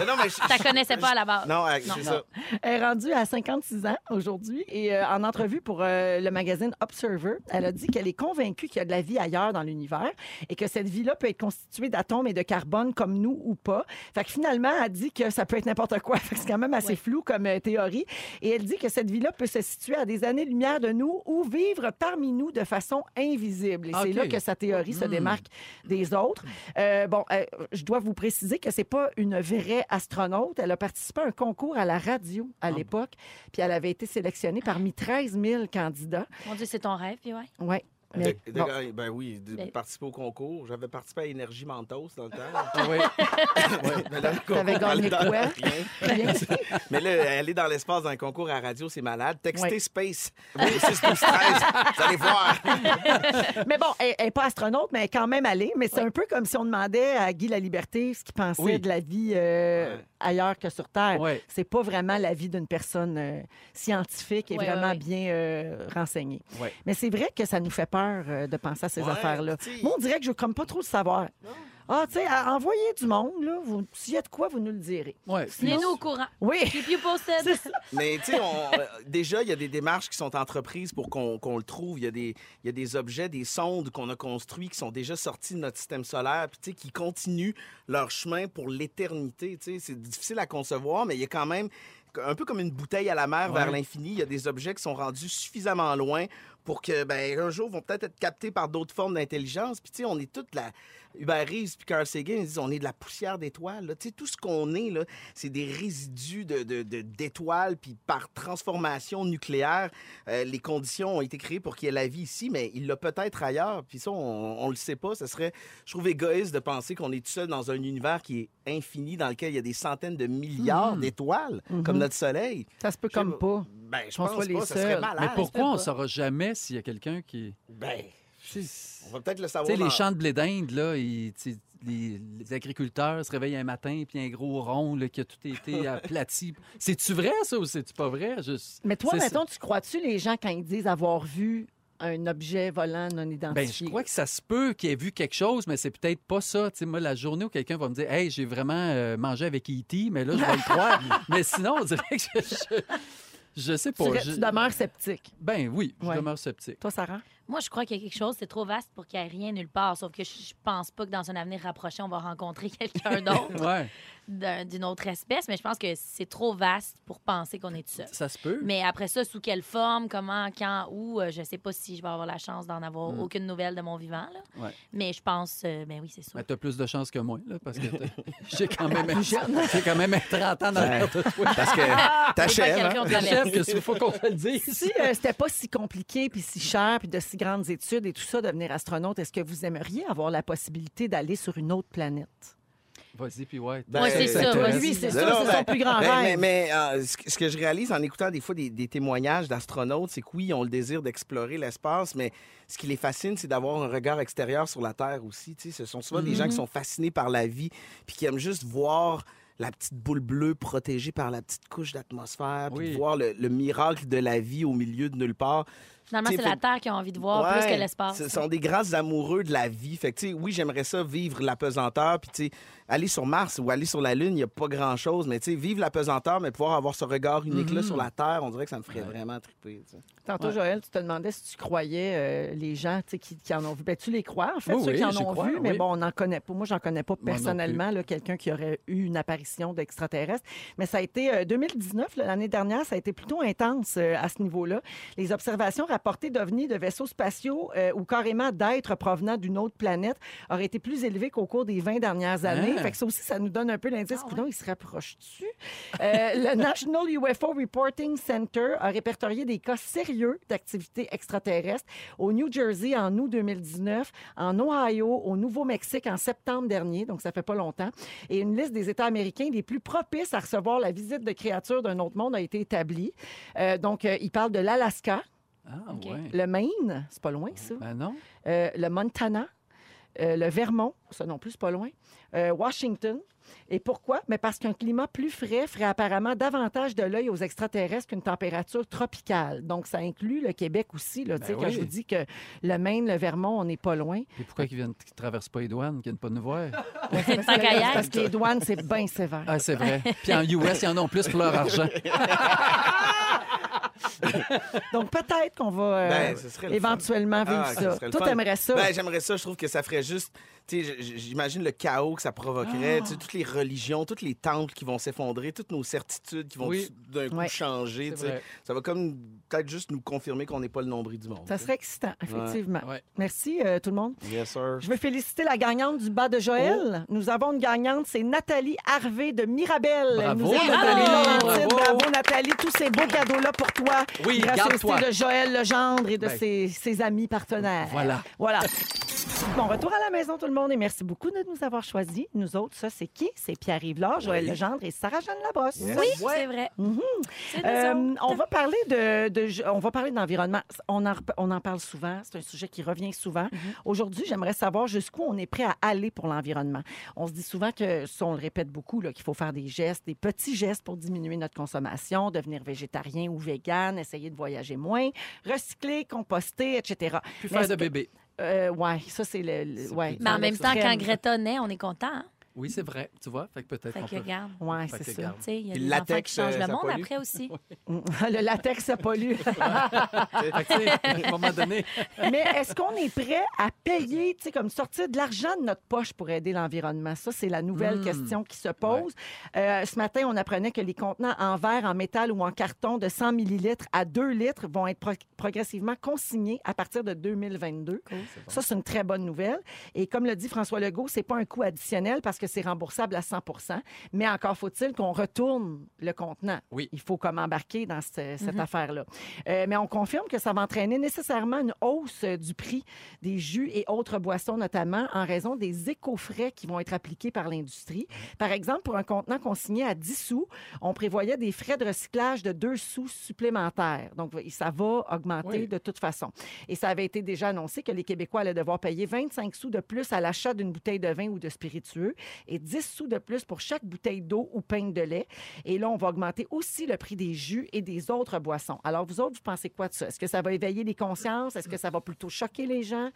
Speaker 3: mais- non, mais je-
Speaker 2: Tu la connaissais pas à la base.
Speaker 3: Non, euh, c'est ça.
Speaker 1: Elle est rendue à 56 ans aujourd'hui et euh, en entrevue pour euh, le magazine Observer, elle a dit qu'elle est convaincue qu'il y a de la vie ailleurs dans l'univers et que cette vie-là peut être constituée d'atomes et de carbone comme nous ou pas. Fait que finalement, elle dit que ça peut être n'importe quoi. Fait que c'est quand même assez
Speaker 2: Ouais.
Speaker 1: flou comme euh, théorie. Et elle dit que cette vie-là peut se situer à des années-lumière de nous ou vivre parmi nous de façon invisible. Et c'est
Speaker 4: Ok.
Speaker 1: là que sa théorie
Speaker 4: Mm.
Speaker 1: se démarque des autres. Euh, bon, euh, je dois vous préciser que c'est pas une vraie astronaute. Elle a participé à un concours à la radio
Speaker 4: Ah
Speaker 1: à l'époque, puis elle avait été sélectionnée parmi 13 000 candidats.
Speaker 2: Mon Dieu, c'est ton rêve, puis ouais.
Speaker 1: Ouais. Mais,
Speaker 3: De- de-
Speaker 1: bon,
Speaker 3: Ben oui, de
Speaker 2: Ben-
Speaker 3: participer au concours. J'avais participé à Énergie Mentos dans le temps.
Speaker 4: Oui.
Speaker 3: Ouais, mais dans le concours,
Speaker 1: T'avais gagné
Speaker 3: elle est dans-
Speaker 1: quoi?
Speaker 3: Rien.
Speaker 1: rien.
Speaker 3: Mais là, aller dans l'espace dans un concours à radio, c'est malade. Textez
Speaker 1: Ouais.
Speaker 3: Space. Oui, 6 12 13. Vous allez voir.
Speaker 1: mais bon, elle n'est pas astronaute, mais elle est quand même allée. Mais c'est un peu comme si on demandait à Guy la Liberté ce qu'il pensait
Speaker 4: Oui.
Speaker 1: de la vie euh,
Speaker 3: Ouais.
Speaker 1: ailleurs que sur Terre.
Speaker 4: Ouais.
Speaker 1: C'est pas vraiment la vie d'une personne euh, scientifique et
Speaker 2: Ouais, ouais,
Speaker 1: vraiment
Speaker 2: ouais.
Speaker 1: bien euh, renseignée.
Speaker 4: Ouais.
Speaker 1: Mais c'est vrai que ça nous fait peur euh, de penser à ces
Speaker 3: Ouais,
Speaker 1: affaires-là.
Speaker 3: tu sais.
Speaker 1: Moi, on dirait que je comme pas trop le savoir. Ah, tu sais, à- envoyez du monde, là. Vous, s'il y a de quoi, vous nous le direz.
Speaker 4: Ouais.
Speaker 2: Tenez-nous au courant.
Speaker 1: Oui.
Speaker 2: Keep you posted.
Speaker 3: Mais tu sais, on- euh, déjà, il y a des démarches qui sont entreprises pour qu'on qu'on le trouve. Il y, a des- il y a des objets, des sondes qu'on a construits qui sont déjà sortis de notre système solaire, puis tu sais, qui continuent leur chemin pour l'éternité. Tu sais, c'est difficile à concevoir, mais il y a quand même un peu comme une bouteille à la mer vers l'infini. Il y a des objets qui sont rendus suffisamment loin pour que, ben, un jour, vont peut-être être captés par d'autres formes d'intelligence. Puis, tu sais, on est toute la. Hubert Reeves puis Carl Sagan, ils disent on est de la poussière d'étoiles. là. Tu sais, tout ce qu'on est, là, c'est des résidus de- de- de- d'étoiles. puis, par transformation nucléaire, euh, les conditions ont été créées pour qu'il y ait la vie ici, mais il l'a peut-être ailleurs. Puis, ça, on, on le sait pas. Ce serait, je trouve, égoïste de penser qu'on est tout seul dans un univers qui est infini, dans lequel il y a des centaines de milliards d'étoiles, comme notre Soleil.
Speaker 1: Ça se peut comme pas.
Speaker 3: Ben, je
Speaker 1: Qu'on
Speaker 3: pense
Speaker 1: soit les
Speaker 3: pas, ça
Speaker 1: seuls.
Speaker 3: serait malade.
Speaker 4: Mais pourquoi on
Speaker 2: pas.
Speaker 4: ne saura jamais s'il y a quelqu'un qui.
Speaker 3: Ben,
Speaker 4: Tu sais,
Speaker 3: on va peut-être le
Speaker 4: tu
Speaker 3: savoir.
Speaker 4: sais,
Speaker 3: dans-
Speaker 4: les champs de blé d'Inde, là, ils- tu sais, les, les agriculteurs se réveillent un matin, puis un gros rond là, qui a tout été aplati. C'est-tu vrai, ça, ou c'est-tu pas vrai? Je-
Speaker 1: Mais toi,
Speaker 4: c'est-
Speaker 1: mettons, tu crois-tu les gens quand ils disent avoir vu un objet volant non
Speaker 4: Ben, je
Speaker 1: identifié?
Speaker 4: crois que ça se peut qu'il ait vu quelque chose, mais c'est peut-être pas ça. Tu sais, moi, la journée où quelqu'un va me dire Hey, j'ai vraiment euh, mangé avec E.T., mais là, je vais le croire. mais sinon, on dirait que je. je... je sais pas.
Speaker 1: tu, re-
Speaker 4: je-
Speaker 1: tu demeures sceptique.
Speaker 4: Ben oui, je
Speaker 1: Ouais.
Speaker 4: demeure sceptique.
Speaker 1: Toi, Sarah?
Speaker 2: Moi, je crois qu'il y a quelque chose, c'est trop vaste pour qu'il n'y ait rien nulle part. Sauf que je je pense pas que dans un avenir rapproché, on va rencontrer quelqu'un d'autre
Speaker 4: Ouais,
Speaker 2: d'un- d'une autre espèce, mais je pense que c'est trop vaste pour penser qu'on est tout seul.
Speaker 4: ça se peut.
Speaker 2: Mais après ça, sous quelle forme, comment, quand, où, euh, je sais pas si je vais avoir la chance d'en avoir
Speaker 3: Mm.
Speaker 2: aucune nouvelle de mon vivant. là.
Speaker 4: Ouais.
Speaker 2: Mais je pense, euh, ben oui, c'est sûr.
Speaker 4: Mais t'as plus de chance que moi, là, parce que t'as- j'ai quand même j'ai quand même 30 ans dans l'air de toi.
Speaker 3: Parce que
Speaker 2: Pas
Speaker 3: t'achèves.
Speaker 2: quelqu'un
Speaker 3: hein?
Speaker 2: au
Speaker 4: Le
Speaker 2: travers.
Speaker 4: chef, qu'est-ce qu'il faut qu'on te le dise?
Speaker 1: Si euh, c'était pas si compliqué, puis si cher, puis de si grandes études et tout ça, devenir astronaute, est-ce que vous aimeriez avoir la possibilité d'aller sur une autre planète?
Speaker 4: Vas-y, puis ouais.
Speaker 3: Ben,
Speaker 2: Moi, c'est ça,
Speaker 4: t'intéresse.
Speaker 1: Lui, c'est
Speaker 3: Non,
Speaker 1: ça,
Speaker 3: non,
Speaker 1: c'est
Speaker 3: ben,
Speaker 1: son plus grand
Speaker 3: ben,
Speaker 1: rêve.
Speaker 3: Mais, mais, euh, ce que- ce que je réalise en écoutant des fois des, des témoignages d'astronautes, c'est que oui, ils ont le désir d'explorer l'espace, mais ce qui les fascine, c'est d'avoir un regard extérieur sur la Terre aussi. tu sais. Ce sont souvent des gens qui
Speaker 1: Mm-hmm.
Speaker 3: sont fascinés par la vie puis qui aiment juste voir la petite boule bleue protégée par la petite couche d'atmosphère, puis
Speaker 4: Oui.
Speaker 3: de voir le, le miracle de la vie au milieu de nulle part.
Speaker 2: Finalement,
Speaker 3: Tu
Speaker 2: c'est
Speaker 3: sais,
Speaker 2: la
Speaker 3: faut-
Speaker 2: Terre qui a envie de voir plus
Speaker 3: Ouais,
Speaker 2: que l'espace.
Speaker 3: Ce sont des grands amoureux de la vie. Fait que, tu sais, oui, j'aimerais ça vivre la pesanteur. Puis, tu sais, aller sur Mars ou aller sur la Lune, il n'y a pas grand-chose. Mais, tu sais, vivre la pesanteur, mais pouvoir avoir ce regard unique-là sur la Terre, on dirait que ça me ferait vraiment triper. tu sais.
Speaker 1: Tantôt, Joël, tu te demandais si tu croyais euh, les gens tu sais, qui, qui en ont vu. Ben, tu les crois, en fait,
Speaker 4: Oui,
Speaker 1: ceux
Speaker 4: oui,
Speaker 1: qui en
Speaker 4: j'y
Speaker 1: ont
Speaker 4: crois,
Speaker 1: vu, mais
Speaker 4: oui.
Speaker 1: bon, on n'en connaît pas. Moi, j'en connais pas
Speaker 4: non plus.
Speaker 1: personnellement, là, quelqu'un qui aurait eu une apparition d'extraterrestre. Mais ça a été euh, 2019, là, l'année dernière, ça a été plutôt intense euh, à ce niveau-là. Les observations la portée d'ovnis de vaisseaux spatiaux euh, ou carrément d'êtres provenant d'une autre planète aurait été plus élevée qu'au cours des 20 dernières années. Fait que ça aussi, ça nous donne un peu l'indice. Coudon, il se rapproche-tu? Euh, le National UFO Reporting Center a répertorié des cas sérieux d'activités extraterrestres au New Jersey en août 2019, en Ohio, au Nouveau-Mexique en septembre dernier, donc ça fait pas longtemps. Et une liste des États américains les plus propices à recevoir la visite de créatures d'un autre monde a été établie. Euh, donc, euh, il parle de l'Alaska,
Speaker 4: Ah,
Speaker 2: OK.
Speaker 4: ouais.
Speaker 1: le Maine, c'est pas loin ça,
Speaker 4: Ben non.
Speaker 1: euh, le Montana, euh, le Vermont, ça non plus, c'est pas loin, euh, Washington. Et pourquoi? Mais parce qu'un climat plus frais ferait apparemment davantage de l'œil aux extraterrestres qu'une température tropicale. Donc, ça inclut le Québec aussi. Là, Tu sais,
Speaker 4: Ben
Speaker 1: Quand
Speaker 4: oui.
Speaker 1: je vous dis que le Maine, le Vermont, on n'est pas loin.
Speaker 4: Et pourquoi qu'ils viennent, qu'ils traversent pas les douanes, qu'ils viennent pas nous voir?
Speaker 1: C'est
Speaker 2: Tant qu'à y être.
Speaker 1: parce que les douanes, c'est bien sévère.
Speaker 4: Ah, c'est vrai. Puis en US, ils en ont plus pour leur argent.
Speaker 1: Donc, peut-être qu'on va euh,
Speaker 3: Ben, ce serait le fun.
Speaker 1: éventuellement vivre
Speaker 3: Ah,
Speaker 1: ça.
Speaker 3: ce serait le
Speaker 1: Toi,
Speaker 3: fun.
Speaker 1: t'aimerais ça.
Speaker 3: Ben, j'aimerais ça. Je trouve que ça ferait juste. tu sais, j- J'imagine le chaos que ça provoquerait. tu sais, Toutes les religions, tous les temples qui vont s'effondrer, toutes nos certitudes qui vont
Speaker 4: Oui.
Speaker 3: tout d'un coup
Speaker 1: Ouais.
Speaker 3: changer.
Speaker 4: C'est
Speaker 3: tu sais.
Speaker 4: vrai.
Speaker 3: Ça va comme peut-être juste nous confirmer qu'on n'est pas le nombril du monde.
Speaker 1: ça serait excitant, effectivement.
Speaker 4: Ouais.
Speaker 1: Merci, euh, tout le monde.
Speaker 3: Yes, sir.
Speaker 1: Je veux féliciter la gagnante du bas de
Speaker 4: Oh.
Speaker 1: Joël. Nous avons une gagnante, c'est Nathalie Harvey de Mirabel. Elle
Speaker 4: Bravo,
Speaker 1: nous a
Speaker 4: Nathalie.
Speaker 1: donné
Speaker 4: Bravo.
Speaker 1: Laurentine. Bravo. Nathalie. Tous ces beaux cadeaux-là pour toi.
Speaker 4: Oui,
Speaker 1: grâce au
Speaker 4: garde-toi.
Speaker 1: style de Joël Legendre et de
Speaker 4: Ben.
Speaker 1: ses, ses amis partenaires.
Speaker 4: Voilà.
Speaker 1: Voilà. Bon retour à la maison, tout le monde, et merci beaucoup de nous avoir choisis. Nous autres, ça, c'est qui? C'est Pierre-Yves Lard, Joël Legendre et Sarah-Jeanne Labrosse.
Speaker 2: Oui, c'est vrai. C'est de
Speaker 1: Euh,
Speaker 2: ça.
Speaker 1: on va parler de, de- on va parler d'environnement. On en, rep- on en parle souvent. C'est un sujet qui revient souvent.
Speaker 2: Mm-hmm.
Speaker 1: Aujourd'hui, j'aimerais savoir jusqu'où on est prêt à aller pour l'environnement. On se dit souvent que, ça, on le répète beaucoup, là, qu'il faut faire des gestes, des petits gestes pour diminuer notre consommation, devenir végétarien ou vegan, essayer de voyager moins, recycler, composter, etc.
Speaker 4: Plus
Speaker 1: Mais
Speaker 4: faire
Speaker 1: est-ce
Speaker 4: de
Speaker 1: que-
Speaker 4: bébé.
Speaker 1: Euh, ouais, ça c'est le, le-
Speaker 4: C'est
Speaker 1: ouais.
Speaker 4: plus-
Speaker 2: Mais en même temps,
Speaker 1: l'extrême.
Speaker 2: quand Greta naît, on est content. hein?
Speaker 4: Oui, c'est vrai. Tu vois? Fait que peut-être
Speaker 2: Fait
Speaker 4: qu'on
Speaker 2: que
Speaker 4: peut...
Speaker 2: regarde.
Speaker 1: Ouais,
Speaker 4: Fait
Speaker 1: c'est
Speaker 4: que
Speaker 1: ça. Mm.
Speaker 4: garde.
Speaker 2: Tu sais, Il y a
Speaker 3: Puis
Speaker 2: des
Speaker 3: le
Speaker 2: enfants
Speaker 3: latex,
Speaker 2: qui changent
Speaker 3: euh,
Speaker 2: le
Speaker 3: ça
Speaker 2: monde
Speaker 3: pollue.
Speaker 2: après aussi.
Speaker 1: le latex, ça pollue.
Speaker 4: Fait que, tu sais, à un moment donné...
Speaker 1: Mais est-ce qu'on est prêt à payer, tu sais, comme sortir de l'argent de notre poche pour aider l'environnement? Ça, c'est la nouvelle
Speaker 4: Hmm.
Speaker 1: question qui se pose. Euh, ce matin, on apprenait que les contenants en verre, en métal ou en carton de 100 millilitres à 2 litres vont être pro- progressivement consignés à partir de 2022. Ça, c'est une très bonne nouvelle. Et comme le dit François Legault, c'est pas un coût additionnel parce que c'est remboursable à 100 Mais encore faut-il qu'on retourne le contenant.
Speaker 4: Oui. Mm-hmm.
Speaker 1: Il faut comme embarquer dans ce- cette affaire-là. Euh, mais on confirme que ça va entraîner nécessairement une hausse euh, du prix des jus et autres boissons, notamment en raison des éco-frais qui vont être appliqués par l'industrie. Par exemple, pour un contenant consigné à 10 sous, on prévoyait des frais de recyclage de 2 sous supplémentaires. Donc, ça va augmenter
Speaker 4: Oui.
Speaker 1: de toute façon. Et ça avait été déjà annoncé que les Québécois allaient devoir payer 25 sous de plus à l'achat d'une bouteille de vin ou de spiritueux et 10 sous de plus pour chaque bouteille d'eau ou peigne de lait. Et là, on va augmenter aussi le prix des jus et des autres boissons. Alors, vous autres, vous pensez quoi de ça? Est-ce que ça va éveiller les consciences? Est-ce que ça va plutôt choquer les gens?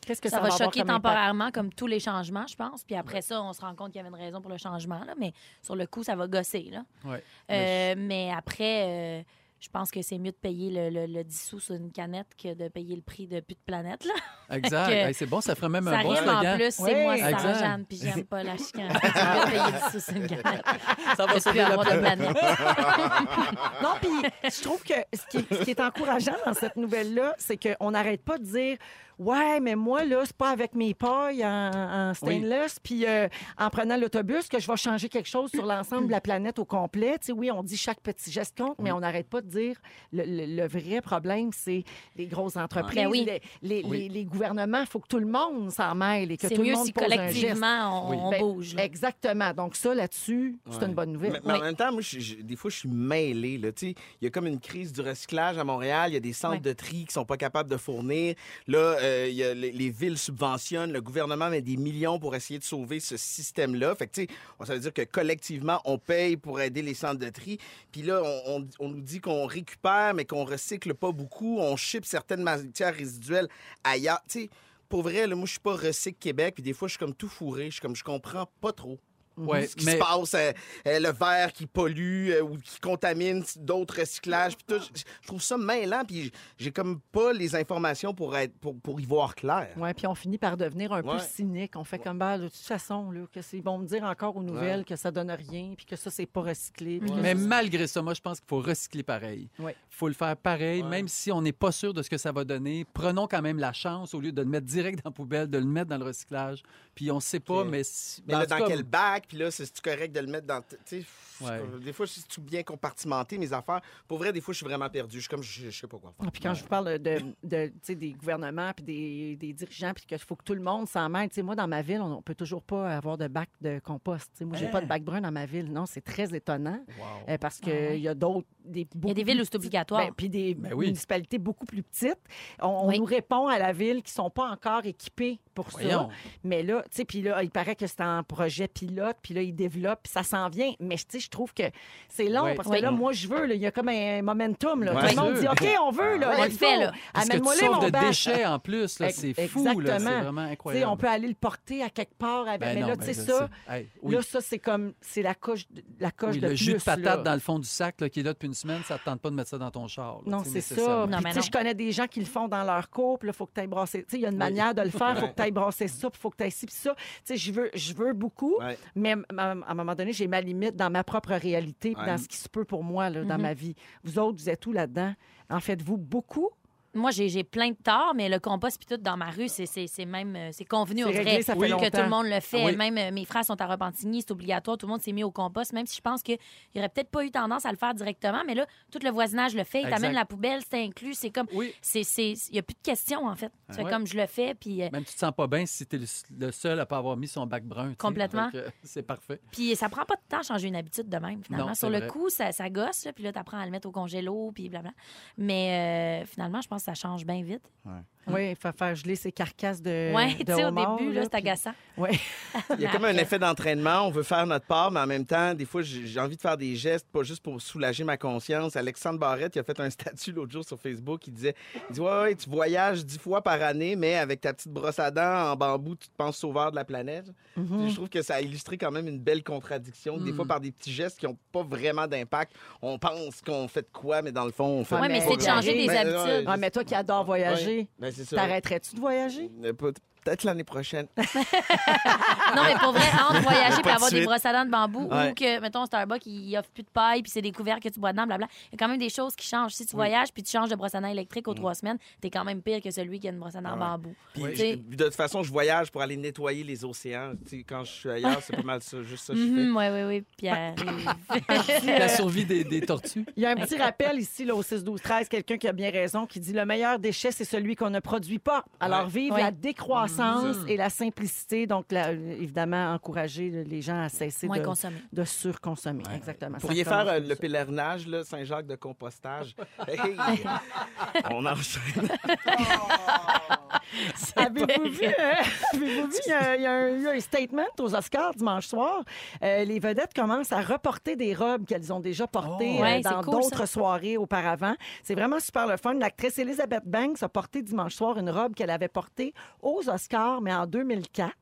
Speaker 1: Qu'est-ce que ça,
Speaker 2: Ça, va
Speaker 1: avoir
Speaker 2: choquer
Speaker 1: comme impact?
Speaker 2: temporairement, comme tous les changements, je pense. Puis après ça, on se rend compte qu'il y avait une raison pour le changement, là, mais sur le coup, ça va gosser. Là.
Speaker 4: Ouais.
Speaker 2: Euh, mais après, euh, je pense que c'est mieux de payer le, le, le 10 sous sur une canette que de payer le prix de plus de planète. Là.
Speaker 4: Exact.
Speaker 2: que-
Speaker 4: Hey, c'est bon, ça ferait même
Speaker 2: ça
Speaker 4: un bon
Speaker 2: rime en
Speaker 4: slogan.
Speaker 2: plus, c'est
Speaker 1: Oui.
Speaker 2: moi,
Speaker 4: Exact.
Speaker 2: Sarah Jeanne, puis j'aime pas la chicane. C'est mieux de payer 10 sous sur une canette
Speaker 4: Ça
Speaker 2: que
Speaker 4: va
Speaker 2: de plus
Speaker 4: sauver la
Speaker 2: avoir de
Speaker 4: planète.
Speaker 2: planète.
Speaker 1: Non, puis je trouve que ce qui, ce qui est encourageant dans cette nouvelle-là, c'est qu'on n'arrête pas de dire Ouais, mais moi, là, c'est pas avec mes pailles en, en stainless, puis euh, en prenant l'autobus que je vais changer quelque chose sur l'ensemble de la planète au complet. Tu sais, oui, on dit chaque petit geste compte, mais on n'arrête pas de dire le, le- le vrai problème, c'est les grosses entreprises,
Speaker 2: Ben oui.
Speaker 1: les, les-
Speaker 4: Oui.
Speaker 1: les- les gouvernements. Il faut que tout le monde s'en mêle et que
Speaker 2: C'est
Speaker 1: tout le
Speaker 2: mieux
Speaker 1: monde
Speaker 2: si
Speaker 1: pose un geste.
Speaker 2: collectivement, on, on
Speaker 1: Ben,
Speaker 2: bouge. là.
Speaker 1: Exactement. Donc, ça, là-dessus, c'est
Speaker 4: Ouais.
Speaker 1: une bonne nouvelle.
Speaker 3: Mais, mais en même temps, moi, je- je- des fois, je suis mêlé. là, tu sais. Il y a comme une crise du recyclage à Montréal. Il y a des centres
Speaker 2: Ouais.
Speaker 3: de tri qui sont pas capables de fournir. Là, euh, il y a les, les villes subventionnent. Le gouvernement met des millions pour essayer de sauver ce système-là. Fait que, tu sais, on- ça veut dire que collectivement, on paye pour aider les centres de tri. Puis là, on, on- on nous dit qu'on récupère, mais qu'on recycle pas beaucoup. On ship certaines matières résiduelles ailleurs. Tu sais, pour vrai, là, moi, je suis pas recycle Québec. Puis des fois, je suis comme tout fourré. Je suis comme, je comprends pas trop.
Speaker 4: Ouais,
Speaker 3: ce qui
Speaker 4: mais-
Speaker 3: se passe, euh, euh, le verre qui pollue euh, ou qui contamine d'autres recyclages. puis tout. Je je trouve ça mêlant, puis j- j'ai comme pas les informations pour, être, pour, pour y voir clair.
Speaker 1: Oui, puis on finit par devenir un peu
Speaker 3: Ouais.
Speaker 1: cynique. On fait comme, bah, de toute façon, là, que c'est- ils vont me dire encore aux nouvelles que ça donne rien, puis que ça, c'est pas recyclé. puis que
Speaker 4: Mais
Speaker 1: ça, c'est-
Speaker 4: malgré ça, moi, je pense qu'il faut recycler pareil. Il
Speaker 1: Ouais.
Speaker 4: faut le faire pareil, même si on n'est pas sûr de ce que ça va donner. Prenons quand même la chance, au lieu de le mettre direct dans la poubelle, de le mettre dans le recyclage. Puis on ne sait pas,
Speaker 3: Ok.
Speaker 4: mais... si-
Speaker 3: Mais
Speaker 4: Ben, en
Speaker 3: là,
Speaker 4: tout
Speaker 3: dans
Speaker 4: cas,
Speaker 3: quel bac? Puis là, c'est-tu correct de le mettre dans. t- Tu sais, je-
Speaker 4: Ouais.
Speaker 3: je- des fois, je suis bien compartimenté, mes affaires. Pour vrai, des fois, je suis vraiment perdu. Je suis comme, je, je sais pas quoi faire.
Speaker 1: Ah, Puis quand je vous parle de, de, tu sais, des gouvernements, puis des, des dirigeants, puis qu'il faut que tout le monde s'en mêle. Tu sais, moi, dans ma ville, on ne peut toujours pas avoir de bac de compost. Tu sais, moi, j'ai pas de bac brun dans ma ville. Non, c'est très étonnant euh, parce qu'il
Speaker 2: Ah ouais.
Speaker 1: y a d'autres... des
Speaker 2: Il y a des villes où c'est obligatoire.
Speaker 1: Ben, puis des
Speaker 4: Ben oui.
Speaker 1: municipalités beaucoup plus petites. On, on
Speaker 2: Oui.
Speaker 1: nous répond à la ville qui sont pas encore équipées pour
Speaker 4: Voyons.
Speaker 1: ça. Mais là, tu sais, puis là, il paraît que c'est en projet pilote, puis là, ils développent, puis ça s'en vient. Mais tu sais, je trouve que c'est long
Speaker 4: Oui.
Speaker 1: parce
Speaker 2: Oui.
Speaker 1: que là, moi, je veux. là, Il y a comme un momentum. Là.
Speaker 3: Ouais.
Speaker 1: Tout le monde dit,
Speaker 4: Sûr.
Speaker 1: OK, on veut. Là,
Speaker 2: On
Speaker 1: let's
Speaker 2: le fait,
Speaker 1: go.
Speaker 2: là.
Speaker 4: Parce que tu
Speaker 1: Amène-moi là
Speaker 4: sauves
Speaker 1: mon
Speaker 4: de
Speaker 1: bac.
Speaker 4: déchets en plus, là,
Speaker 1: Ex-
Speaker 4: c'est fou, là, c'est
Speaker 1: exactement.
Speaker 4: vraiment
Speaker 1: Tu sais,
Speaker 4: incroyable.
Speaker 1: on peut aller le porter à quelque part. Avec...
Speaker 4: Ben
Speaker 1: mais
Speaker 4: non,
Speaker 1: là,
Speaker 4: ben
Speaker 1: tu sais,
Speaker 4: je
Speaker 1: ça,
Speaker 4: sais. Hey, oui.
Speaker 1: là, ça, c'est comme, c'est la coche, de- la coche
Speaker 4: Oui, le
Speaker 1: de plus,
Speaker 4: jus de patate
Speaker 1: là.
Speaker 4: dans le fond du sac là, qui est là depuis une semaine, ça ne te tente pas de mettre ça dans ton char. là,
Speaker 1: Non,
Speaker 4: tu sais,
Speaker 1: c'est ça.
Speaker 4: nécessairement.
Speaker 1: Puis,
Speaker 2: Non, mais
Speaker 1: tu sais,
Speaker 2: non.
Speaker 1: je connais des gens qui le font dans leur couple. Il faut que tu ailles brasser. Tu sais, il y a une manière de le faire. Il faut que tu ailles brasser ça, puis faut que tu ailles ci, puis ça. Tu sais, je veux, je veux beaucoup,
Speaker 3: Ouais.
Speaker 1: mais m- à un moment donné, j'ai ma limite dans ma propre réalité, puis
Speaker 3: Ouais.
Speaker 1: dans ce qui se peut pour moi, là,
Speaker 2: Mhm.
Speaker 1: dans ma vie. Vous autres, vous êtes où là-dedans? En faites-vous beaucoup?
Speaker 2: Moi, j'ai j'ai plein de torts, mais le compost puis tout dans ma rue, c'est- c'est c'est même euh, c'est convenu
Speaker 1: C'est
Speaker 2: au
Speaker 1: réglé,
Speaker 2: vrai
Speaker 1: ça fait
Speaker 2: que
Speaker 1: longtemps.
Speaker 2: tout le monde le fait.
Speaker 4: Oui.
Speaker 2: Même euh, mes frères sont à Repentigny, c'est obligatoire. Tout le monde s'est mis au compost, même si je pense qu'il aurait peut-être pas eu tendance à le faire directement, mais là, tout le voisinage le fait. Il
Speaker 4: Exact.
Speaker 2: t'amène la poubelle, c'est inclus. C'est comme
Speaker 4: Oui.
Speaker 2: c'est c'est il y a plus de question en fait. Tu fais
Speaker 4: Ouais.
Speaker 2: comme je le fais, puis euh,
Speaker 4: Même tu te sens pas bien si tu es le seul à pas avoir mis son bac brun. tu sais.
Speaker 2: Complètement.
Speaker 4: Fait que, euh, C'est parfait.
Speaker 2: Puis ça prend pas de temps à changer une habitude de même, finalement.
Speaker 4: Non, c'est
Speaker 2: Sur le
Speaker 4: vrai.
Speaker 2: coup, ça, ça gosse, là, puis là, t'apprends à le mettre au congélo, puis blabla. Mais euh, finalement, je pense que ça change bien vite.
Speaker 1: Oui, il faut faire geler ces carcasses de.
Speaker 2: Mm. ouais,
Speaker 1: Euh, de
Speaker 2: tu sais, au
Speaker 1: homards,
Speaker 2: début, là, c'est
Speaker 1: puis-
Speaker 2: agaçant.
Speaker 1: Ouais.
Speaker 3: Il y a comme un effet d'entraînement. On veut faire notre part, mais en même temps, des fois, j'ai j'ai envie de faire des gestes, pas juste pour soulager ma conscience. Alexandre Barrette, il a fait un statut l'autre jour sur Facebook. Il disait il dit, ouais, ouais, tu voyages dix fois par année, mais avec ta petite brosse à dents en bambou, tu te penses sauveur de la planète.
Speaker 1: Mm-hmm.
Speaker 3: Puis Je trouve que ça a illustré quand même une belle contradiction. Des
Speaker 1: Mm.
Speaker 3: fois, par des petits gestes qui n'ont pas vraiment d'impact, on pense qu'on fait de quoi, mais dans le fond, on fait.
Speaker 1: Ouais, mais
Speaker 3: pas
Speaker 1: c'est de
Speaker 3: grand-
Speaker 1: changer des
Speaker 3: Ben,
Speaker 2: habitudes.
Speaker 3: ouais,
Speaker 1: Ah, mais toi qui adore voyager,
Speaker 3: Ouais, ben, c'est ça.
Speaker 1: t'arrêterais-tu de voyager?
Speaker 3: Euh, peut- Peut-être l'année prochaine.
Speaker 2: Non, mais pour vrai, entre voyager
Speaker 3: Pas
Speaker 2: puis
Speaker 3: de
Speaker 2: avoir des
Speaker 3: suite.
Speaker 2: brosses à dents de bambou
Speaker 3: Ouais.
Speaker 2: ou que, mettons, Starbucks, il offre plus de paille puis c'est des couverts que tu bois dedans, blabla. Il y a quand même des choses qui changent. Si tu voyages puis tu changes de brosse à dents électrique aux trois semaines, t'es quand même pire que celui qui a une brosse à dents en bambou.
Speaker 3: Puis,
Speaker 2: Tu sais,
Speaker 3: je- de toute façon, je voyage pour aller nettoyer les océans. Tu sais, quand je suis ailleurs, c'est pas mal ça, juste ça que je
Speaker 1: Mm-hmm.
Speaker 3: fais.
Speaker 2: mhm, ouais, ouais, ouais. Puis arrive.
Speaker 4: La survie des, des tortues.
Speaker 1: Il y a un petit rappel ici, là, au 6-12-13, quelqu'un qui a bien raison, qui dit le meilleur déchet, c'est celui qu'on ne produit pas. Alors, vive
Speaker 2: Ouais.
Speaker 1: la décroissance
Speaker 3: Mm.
Speaker 1: et la simplicité. Donc, la- euh, évidemment, encourager les gens à cesser
Speaker 2: Moins
Speaker 1: de,
Speaker 2: consommer.
Speaker 1: de surconsommer. Exactement.
Speaker 3: Vous
Speaker 1: Ça
Speaker 3: pourriez
Speaker 1: recommence
Speaker 3: faire euh,
Speaker 1: comme
Speaker 3: le
Speaker 1: ça.
Speaker 3: pèlerinage, là, Saint-Jacques de compostage. Hey! On enchaîne.
Speaker 1: Avez-vous vu, euh, avez-vous vu, il y a- il y, a un- il y a un statement aux Oscars dimanche soir. Euh, les vedettes commencent à reporter des robes qu'elles ont déjà portées
Speaker 4: Oh.
Speaker 1: euh,
Speaker 2: Ouais,
Speaker 1: dans
Speaker 2: c'est cool, ça.
Speaker 1: d'autres soirées auparavant. C'est vraiment super le fun. L'actrice Elizabeth Banks a porté dimanche soir une robe qu'elle avait portée aux Oscars, mais en 2004.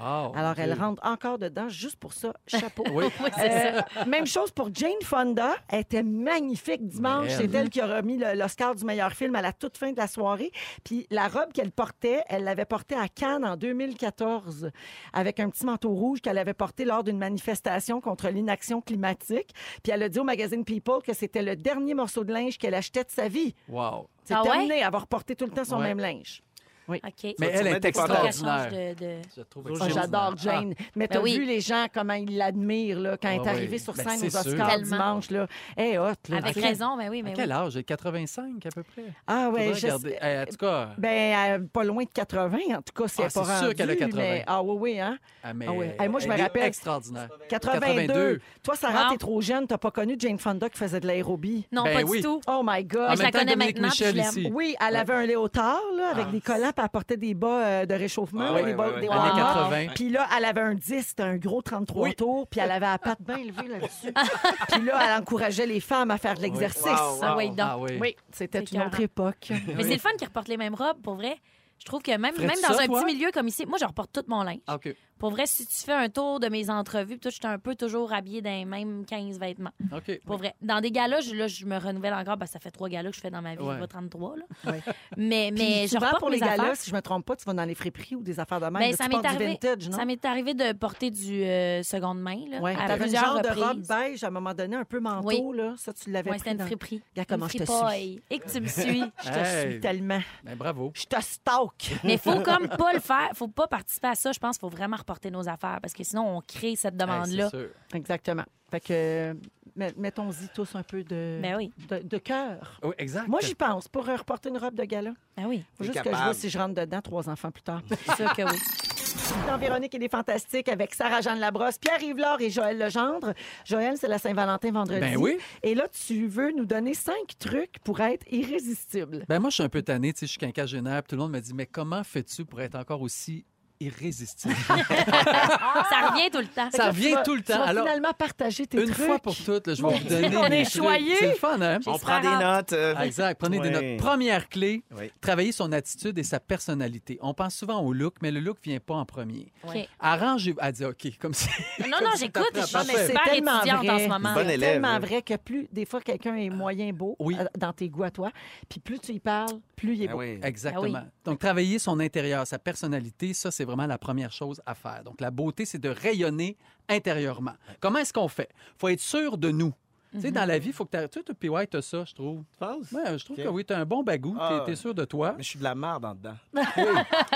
Speaker 4: Wow.
Speaker 1: Alors,
Speaker 4: OK.
Speaker 1: elle rentre encore dedans juste pour ça. Chapeau.
Speaker 4: Oui.
Speaker 1: Euh, même chose pour Jane Fonda. Elle était magnifique dimanche.
Speaker 4: Mais
Speaker 1: C'est
Speaker 4: elle-
Speaker 1: elle qui a remis le- l'Oscar du meilleur film à la toute fin de la soirée. Puis la robe qu'elle portait, elle l'avait portée à Cannes en 2014 avec un petit manteau rouge qu'elle avait porté lors d'une manifestation contre l'inaction climatique. Puis elle a dit au magazine People que c'était le dernier morceau de linge qu'elle achetait de sa vie.
Speaker 4: Wow.
Speaker 1: C'est
Speaker 2: Ah ouais?
Speaker 1: terminé, avoir porté tout le temps son
Speaker 4: Ouais.
Speaker 1: même linge.
Speaker 2: OK.
Speaker 4: Mais
Speaker 3: tu
Speaker 4: elle
Speaker 3: mets
Speaker 4: est
Speaker 3: des pantalons.
Speaker 4: extraordinaire.
Speaker 2: Elle change de- de-
Speaker 4: Je la trouve
Speaker 3: Oh,
Speaker 1: Ah,
Speaker 4: extraordinaire.
Speaker 1: J'adore Jane. Mais t'as
Speaker 2: Ben oui.
Speaker 1: vu les gens, comment ils l'admirent là, quand elle est
Speaker 4: Ah,
Speaker 1: arrivée
Speaker 4: oui.
Speaker 1: sur
Speaker 4: Ben,
Speaker 1: scène
Speaker 4: c'est
Speaker 1: aux
Speaker 4: sûr.
Speaker 1: Oscars
Speaker 2: Tellement.
Speaker 1: dimanche. Là. Hey, hot, là.
Speaker 2: Avec
Speaker 1: Tu sais.
Speaker 2: raison, mais oui,
Speaker 4: À
Speaker 2: mais oui.
Speaker 4: quel âge? 85 à peu près.
Speaker 1: Ah ouais,
Speaker 4: Faudrait
Speaker 1: je
Speaker 4: regarder.
Speaker 1: sais-
Speaker 4: Eh, en tout cas,
Speaker 1: Ben, euh, pas loin de 80, en tout cas, c'est
Speaker 4: Ah, c'est
Speaker 1: pas
Speaker 4: sûr
Speaker 1: rendu,
Speaker 4: qu'elle a 80.
Speaker 1: mais- Ah oui, oui, hein?
Speaker 4: ah, mais
Speaker 1: Ah ouais. Eh, moi, je me
Speaker 4: elle est
Speaker 1: rappelle.
Speaker 4: Extraordinaire.
Speaker 1: 82.
Speaker 4: 82.
Speaker 1: Toi, Sarah,
Speaker 2: Non.
Speaker 1: t'es trop jeune, t'as pas connu Jane Fonda qui faisait de l'aérobie.
Speaker 2: Non,
Speaker 4: Ben
Speaker 2: pas
Speaker 4: oui.
Speaker 2: du tout.
Speaker 1: Oh
Speaker 4: En
Speaker 1: my God!
Speaker 4: même
Speaker 2: je la
Speaker 4: temps,
Speaker 2: connais
Speaker 4: Ah, Dominique
Speaker 2: maintenant, puis je
Speaker 4: Michel
Speaker 2: l'aime.
Speaker 4: ici.
Speaker 1: Oui, elle avait un léotard là, avec
Speaker 4: Ah.
Speaker 1: des collants, puis elle portait des bas euh, de réchauffement,
Speaker 3: Ah ouais,
Speaker 1: des
Speaker 3: ouais,
Speaker 1: bas
Speaker 3: ouais.
Speaker 1: des
Speaker 4: Années
Speaker 1: warm-up.
Speaker 4: 80.
Speaker 1: Puis là, elle avait un 10, c'était un gros 33
Speaker 4: Oui.
Speaker 1: tours, puis elle avait la patte bien levée là-dessus. puis là, elle encourageait les femmes à faire de l'exercice.
Speaker 3: Wow, wow.
Speaker 2: Ah oui, donc.
Speaker 4: Ah oui.
Speaker 1: Oui, c'était
Speaker 2: C'est
Speaker 1: une autre
Speaker 2: carré.
Speaker 1: époque.
Speaker 2: Mais c'est le fun qu'ils reportent les mêmes robes, pour vrai. Je trouve que même,
Speaker 4: Ferais-tu
Speaker 2: même dans
Speaker 4: ça,
Speaker 2: un
Speaker 4: toi?
Speaker 2: petit milieu comme ici, moi, je reporte tout mon linge.
Speaker 4: Ah, OK.
Speaker 2: Pour vrai, si tu fais un tour de mes entrevues, pis tout, je suis un peu toujours habillée dans les mêmes 15 vêtements.
Speaker 4: OK.
Speaker 2: Pour vrai. Dans des galas, je, là, je me renouvelle encore. parce que ça fait trois galas que je fais dans ma vie.
Speaker 4: Ouais.
Speaker 2: Je vais 33, là.
Speaker 1: Ouais.
Speaker 2: Mais,
Speaker 1: Puis
Speaker 2: mais je
Speaker 1: souvent,
Speaker 2: reporte
Speaker 1: pour les
Speaker 2: mes
Speaker 1: galas,
Speaker 2: affaires.
Speaker 1: si je me trompe pas, tu vas dans les friperies ou des affaires de même.
Speaker 2: Ben,
Speaker 1: là,
Speaker 2: ça
Speaker 1: tu
Speaker 2: m'est
Speaker 1: portes
Speaker 2: arrivé-
Speaker 1: du vintage, non?
Speaker 2: ça m'est arrivé de porter du euh, seconde main là,
Speaker 1: Ouais,
Speaker 2: à
Speaker 1: t'avais un
Speaker 2: plusieurs
Speaker 1: genre de robe
Speaker 2: reprises.
Speaker 1: beige à un moment donné, un peu manteau,
Speaker 2: Oui.
Speaker 1: là. Ça, tu l'avais
Speaker 2: Ouais,
Speaker 1: pris
Speaker 2: c'était une
Speaker 1: dans-
Speaker 2: friperie.
Speaker 1: Regarde
Speaker 2: Une
Speaker 1: comment je te suis.
Speaker 2: fripaille. Et que tu me suis.
Speaker 1: Je te suis tellement.
Speaker 4: Ben, bravo.
Speaker 1: Je te stalk.
Speaker 2: Mais faut comme pas le faire, faut pas participer à ça. Je pense qu'il faut vraiment reporter nos affaires parce que sinon on crée cette demande-là.
Speaker 4: Hey, Eh, c'est sûr.
Speaker 1: Exactement. Fait que, euh, met- mettons-y tous un peu de,
Speaker 2: Ben oui.
Speaker 1: de, de cœur.
Speaker 4: Oui, exact.
Speaker 1: Moi, j'y pense pour euh, reporter une robe de gala.
Speaker 2: Ben oui,
Speaker 1: Faut
Speaker 3: T'es
Speaker 1: juste que je
Speaker 3: capable.
Speaker 1: vois si je rentre dedans trois enfants plus tard.
Speaker 2: c'est sûr que oui.
Speaker 1: Dans Véronique et les Fantastiques avec Sarah-Jeanne Labrosse, Pierre Yvelore et Joël Legendre. Joël, c'est la Saint-Valentin vendredi.
Speaker 4: Ben oui.
Speaker 1: Et là, tu veux nous donner cinq trucs pour être irrésistible.
Speaker 4: Ben moi, je suis un peu tanné, tu sais, je suis quinquagénaire, puis tout le monde me dit, mais comment fais-tu pour être encore aussi irrésistible?
Speaker 1: Ah,
Speaker 2: Ça revient tout le temps.
Speaker 4: Ça revient tout le
Speaker 1: Tu
Speaker 4: temps.
Speaker 1: vas
Speaker 4: Alors,
Speaker 1: finalement partager tes
Speaker 4: une
Speaker 1: trucs.
Speaker 4: fois pour toutes, là, je vais vous donner
Speaker 1: on
Speaker 4: des
Speaker 1: est
Speaker 4: trucs.
Speaker 1: choyés.
Speaker 4: C'est le fun, hein?
Speaker 2: J'ai
Speaker 3: On prend des
Speaker 2: super hâte.
Speaker 3: notes. euh,
Speaker 4: Exact. Prenez des
Speaker 3: Ouais.
Speaker 4: notes. Première clé,
Speaker 3: Oui.
Speaker 4: travailler son attitude et sa personnalité. On pense souvent au look, mais le look vient pas en premier.
Speaker 2: Ok.
Speaker 4: Arrangez, elle dit OK, comme si.
Speaker 2: Non, non, j'écoute. Je
Speaker 1: Non,
Speaker 2: suis
Speaker 1: Ah, mais c'est
Speaker 2: super
Speaker 1: tellement
Speaker 2: étudiante
Speaker 1: vrai.
Speaker 2: en ce moment.
Speaker 3: Bonne
Speaker 1: C'est
Speaker 3: élève, hein.
Speaker 1: tellement
Speaker 3: là.
Speaker 1: vrai que plus, des fois, quelqu'un est moyen beau
Speaker 4: Oui.
Speaker 1: euh, dans tes goûts à toi, puis plus tu y parles, plus il est
Speaker 3: Ah
Speaker 1: beau.
Speaker 3: oui.
Speaker 4: Exactement.
Speaker 2: Ah
Speaker 4: Donc, travailler son intérieur, sa personnalité, ça, c'est vraiment la première chose à faire. Donc, la beauté, c'est de rayonner intérieurement. Comment est-ce qu'on fait? faut être sûr de nous. Tu sais, dans la vie, il faut que tu... Tu sais, PY, t'as ça, je trouve.
Speaker 3: Tu penses?
Speaker 4: Ouais, je trouve
Speaker 3: Ok.
Speaker 4: que oui, t'as un bon bagou,
Speaker 3: Ah.
Speaker 4: t'es, t'es sûr de toi.
Speaker 3: Mais je suis de la merde en dedans.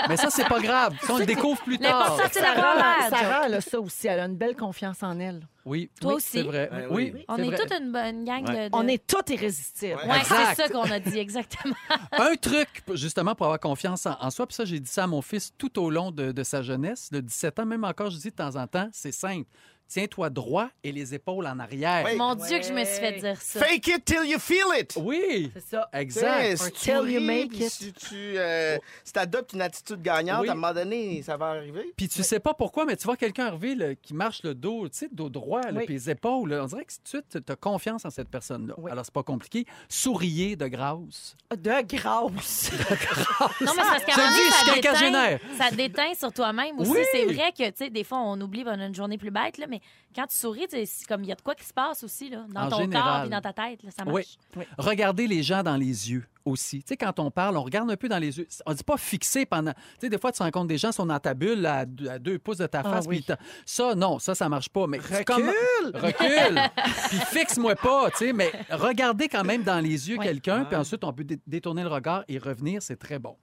Speaker 4: Mais ça, c'est pas grave. Ça, on le découvre plus tard.
Speaker 2: L'important, c'est d'avoir
Speaker 1: Sarah,
Speaker 2: l'air. Joe.
Speaker 1: Sarah, elle a ça aussi. Elle a une belle confiance en elle.
Speaker 4: Oui,
Speaker 2: Toi
Speaker 4: oui,
Speaker 2: aussi.
Speaker 4: c'est vrai.
Speaker 3: Ouais,
Speaker 4: oui,
Speaker 3: oui.
Speaker 2: On
Speaker 4: c'est
Speaker 2: est
Speaker 4: vrai.
Speaker 2: toute une bonne gang de. de-
Speaker 1: On est toutes irrésistibles.
Speaker 3: Ouais.
Speaker 2: Ouais, c'est
Speaker 4: Exact.
Speaker 2: ça qu'on a dit, exactement.
Speaker 4: Un truc, p- justement, pour avoir confiance en, en soi, puis ça, j'ai dit ça à mon fils tout au long de, de sa jeunesse, de 17 ans, même encore, je dis de temps en temps, c'est simple. Tiens-toi droit et les épaules en arrière.
Speaker 3: Oui.
Speaker 2: Mon Dieu, que je me suis fait dire ça.
Speaker 3: Fake it till you feel it!
Speaker 4: Oui,
Speaker 1: C'est ça.
Speaker 4: exact.
Speaker 3: Tu sais,
Speaker 1: Un
Speaker 3: si
Speaker 1: till
Speaker 3: tu
Speaker 1: you
Speaker 3: ris,
Speaker 1: make
Speaker 3: puis
Speaker 1: it.
Speaker 3: Si tu euh, si adoptes une attitude gagnante,
Speaker 4: Oui.
Speaker 3: à un moment donné, ça va arriver.
Speaker 4: Puis tu sais pas pourquoi, mais tu vois quelqu'un arriver là, qui marche le dos, tu sais, dos droit, là,
Speaker 1: Oui.
Speaker 4: puis les épaules. là, on dirait que tu as confiance en cette personne-là.
Speaker 1: Oui.
Speaker 4: Alors, c'est pas compliqué. Souriez de grâce.
Speaker 1: De grâce.
Speaker 4: Je
Speaker 2: Non, mais c'est parce qu'à un moment
Speaker 4: dis,
Speaker 2: donné,
Speaker 4: je suis
Speaker 2: ça
Speaker 4: quinquagénaire.
Speaker 2: déteint, ça déteint sur toi-même aussi.
Speaker 4: Oui.
Speaker 2: C'est vrai que, tu sais, des fois, on oublie, ben, on a une journée plus bête, là, mais quand tu souris, tu sais, c'est comme il y a de quoi qui se passe aussi, là, dans
Speaker 4: En
Speaker 2: ton
Speaker 4: général.
Speaker 2: corps et dans ta tête, là, ça marche.
Speaker 4: Oui. Regardez les gens dans les yeux aussi. Tu sais, quand on parle, on regarde un peu dans les yeux. On dit pas fixer pendant. Tu sais, des fois, tu rencontres des gens, ils sont dans ta bulle là, à deux, à deux pouces de ta face.
Speaker 1: oui.
Speaker 4: puis ils t'en- Ça, non, ça, ça marche pas. Mais tu
Speaker 3: Recule!
Speaker 4: comm- Recule! puis fixe-moi pas, tu sais. Mais regardez quand même dans les yeux
Speaker 2: Ouais.
Speaker 4: quelqu'un, puis ensuite, on peut dé- détourner le regard et revenir. C'est très bon.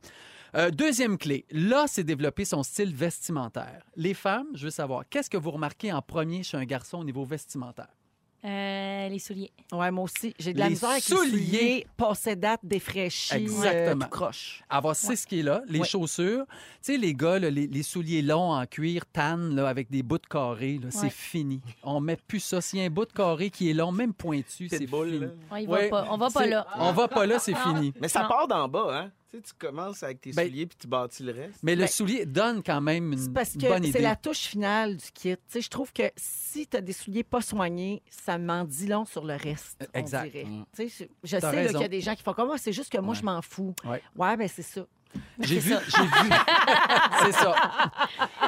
Speaker 4: Euh, deuxième clé, là, c'est développer son style vestimentaire. Les femmes, je veux savoir, qu'est-ce que vous remarquez en premier chez un garçon au niveau vestimentaire?
Speaker 2: Euh, les souliers.
Speaker 1: Ouais, moi aussi. J'ai de la
Speaker 4: Les
Speaker 1: misère avec
Speaker 4: souliers.
Speaker 1: les souliers passés date, défraîchis,
Speaker 4: Exactement.
Speaker 1: euh, tout croche.
Speaker 4: Avoir c'est ce qui est là, les
Speaker 1: Ouais.
Speaker 4: chaussures. Tu sais, les gars, là, les, les souliers longs en cuir, tan, là, avec des bouts de carré, là, c'est
Speaker 2: Ouais.
Speaker 4: fini. On met plus ça. S'il y a un bout de carré qui est long, même pointu, c'est
Speaker 3: Pitbull,
Speaker 4: fini.
Speaker 3: là.
Speaker 2: On y
Speaker 4: Ouais,
Speaker 2: va pas. On va pas
Speaker 4: c'est-
Speaker 2: là.
Speaker 4: On va pas là, c'est
Speaker 2: Non.
Speaker 4: fini.
Speaker 3: Mais ça
Speaker 2: Non.
Speaker 3: part d'en bas, hein? Tu sais, tu commences avec tes
Speaker 4: Ben-
Speaker 3: souliers puis tu bâtis le reste.
Speaker 4: Mais le
Speaker 1: Ben,
Speaker 4: soulier donne quand même une
Speaker 1: C'est parce
Speaker 4: Mm, bonne
Speaker 1: que
Speaker 4: idée.
Speaker 1: c'est la touche finale du kit. Tu sais, je trouve que si tu as des souliers pas soignés, ça m'en dit long sur le reste. on
Speaker 4: Euh, Exact.
Speaker 1: dirait.
Speaker 3: Mm.
Speaker 1: Tu sais, je je sais
Speaker 4: T'as
Speaker 1: là,
Speaker 4: raison.
Speaker 1: qu'il y a des gens qui font comme moi, c'est juste que moi,
Speaker 4: Ouais.
Speaker 1: je m'en fous.
Speaker 4: Ouais.
Speaker 1: Ouais, ben c'est ça.
Speaker 4: J'ai vu, j'ai vu, c'est ça.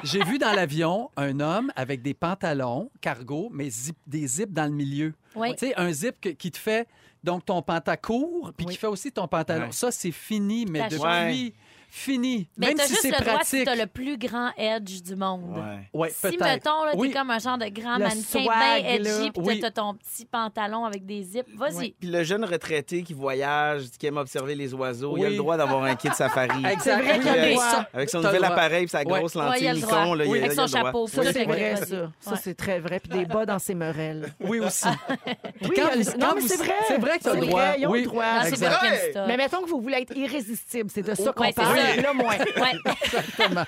Speaker 4: J'ai vu dans l'avion un homme avec des pantalons cargo, mais zip- des zips dans le milieu.
Speaker 2: Oui.
Speaker 4: Tu sais, un zip que- qui te fait donc ton pantacourt, puis
Speaker 1: Oui.
Speaker 4: qui fait aussi ton pantalon.
Speaker 3: Ouais.
Speaker 4: Ça, c'est fini, mais
Speaker 2: Ta
Speaker 4: depuis,
Speaker 3: Ouais.
Speaker 4: fini.
Speaker 2: Mais
Speaker 4: Même
Speaker 2: t'as
Speaker 4: si
Speaker 2: juste
Speaker 4: c'est
Speaker 2: le droit si
Speaker 4: pratique.
Speaker 2: t'as le plus grand edge du monde.
Speaker 3: Ouais.
Speaker 4: Ouais,
Speaker 2: Si,
Speaker 4: peut-être.
Speaker 2: mettons, là, t'es
Speaker 4: Oui.
Speaker 2: comme un genre de grand
Speaker 1: Le swag,
Speaker 2: mannequin bien
Speaker 1: là.
Speaker 2: edgy, puis t'as-
Speaker 4: Oui.
Speaker 2: t'as ton petit pantalon avec des zips. Vas-y.
Speaker 3: Puis le jeune retraité qui voyage, qui aime observer les oiseaux, il a
Speaker 4: Oui.
Speaker 3: le droit d'avoir un kit safari.
Speaker 1: C'est vrai
Speaker 4: Oui,
Speaker 1: qu'il y a
Speaker 4: avec
Speaker 1: des-
Speaker 4: ça,
Speaker 3: Avec son
Speaker 4: t'as
Speaker 3: nouvel
Speaker 4: le droit.
Speaker 3: appareil, puis sa
Speaker 4: Ouais.
Speaker 3: grosse
Speaker 2: Ouais, il
Speaker 3: lentille
Speaker 2: y a le droit.
Speaker 3: Nikon, là, il a-
Speaker 2: Avec
Speaker 3: il a
Speaker 2: son
Speaker 3: le droit.
Speaker 2: chapeau.
Speaker 1: Ça,
Speaker 2: Oui.
Speaker 1: c'est vrai, ça.
Speaker 2: Ouais.
Speaker 1: Ça, c'est très vrai. Puis des bas dans ses merelles.
Speaker 4: Oui, aussi.
Speaker 1: Oui,
Speaker 4: quand
Speaker 1: il y a
Speaker 4: vous-
Speaker 1: le-
Speaker 4: quand
Speaker 1: non, mais
Speaker 4: vous-
Speaker 1: c'est vrai.
Speaker 4: c'est vrai que t'as le
Speaker 1: C'est
Speaker 4: droit.
Speaker 1: vrai, ils ont
Speaker 4: Oui.
Speaker 1: le droit.
Speaker 2: Ah, c'est
Speaker 4: Exact.
Speaker 2: Birkenstock.
Speaker 1: Mais mettons que vous voulez être irrésistible, c'est
Speaker 4: Oh,
Speaker 1: de ça qu'on
Speaker 2: Ouais, c'est
Speaker 1: parle.
Speaker 2: ça.
Speaker 1: Là, moins.
Speaker 2: Ouais.
Speaker 4: Exactement.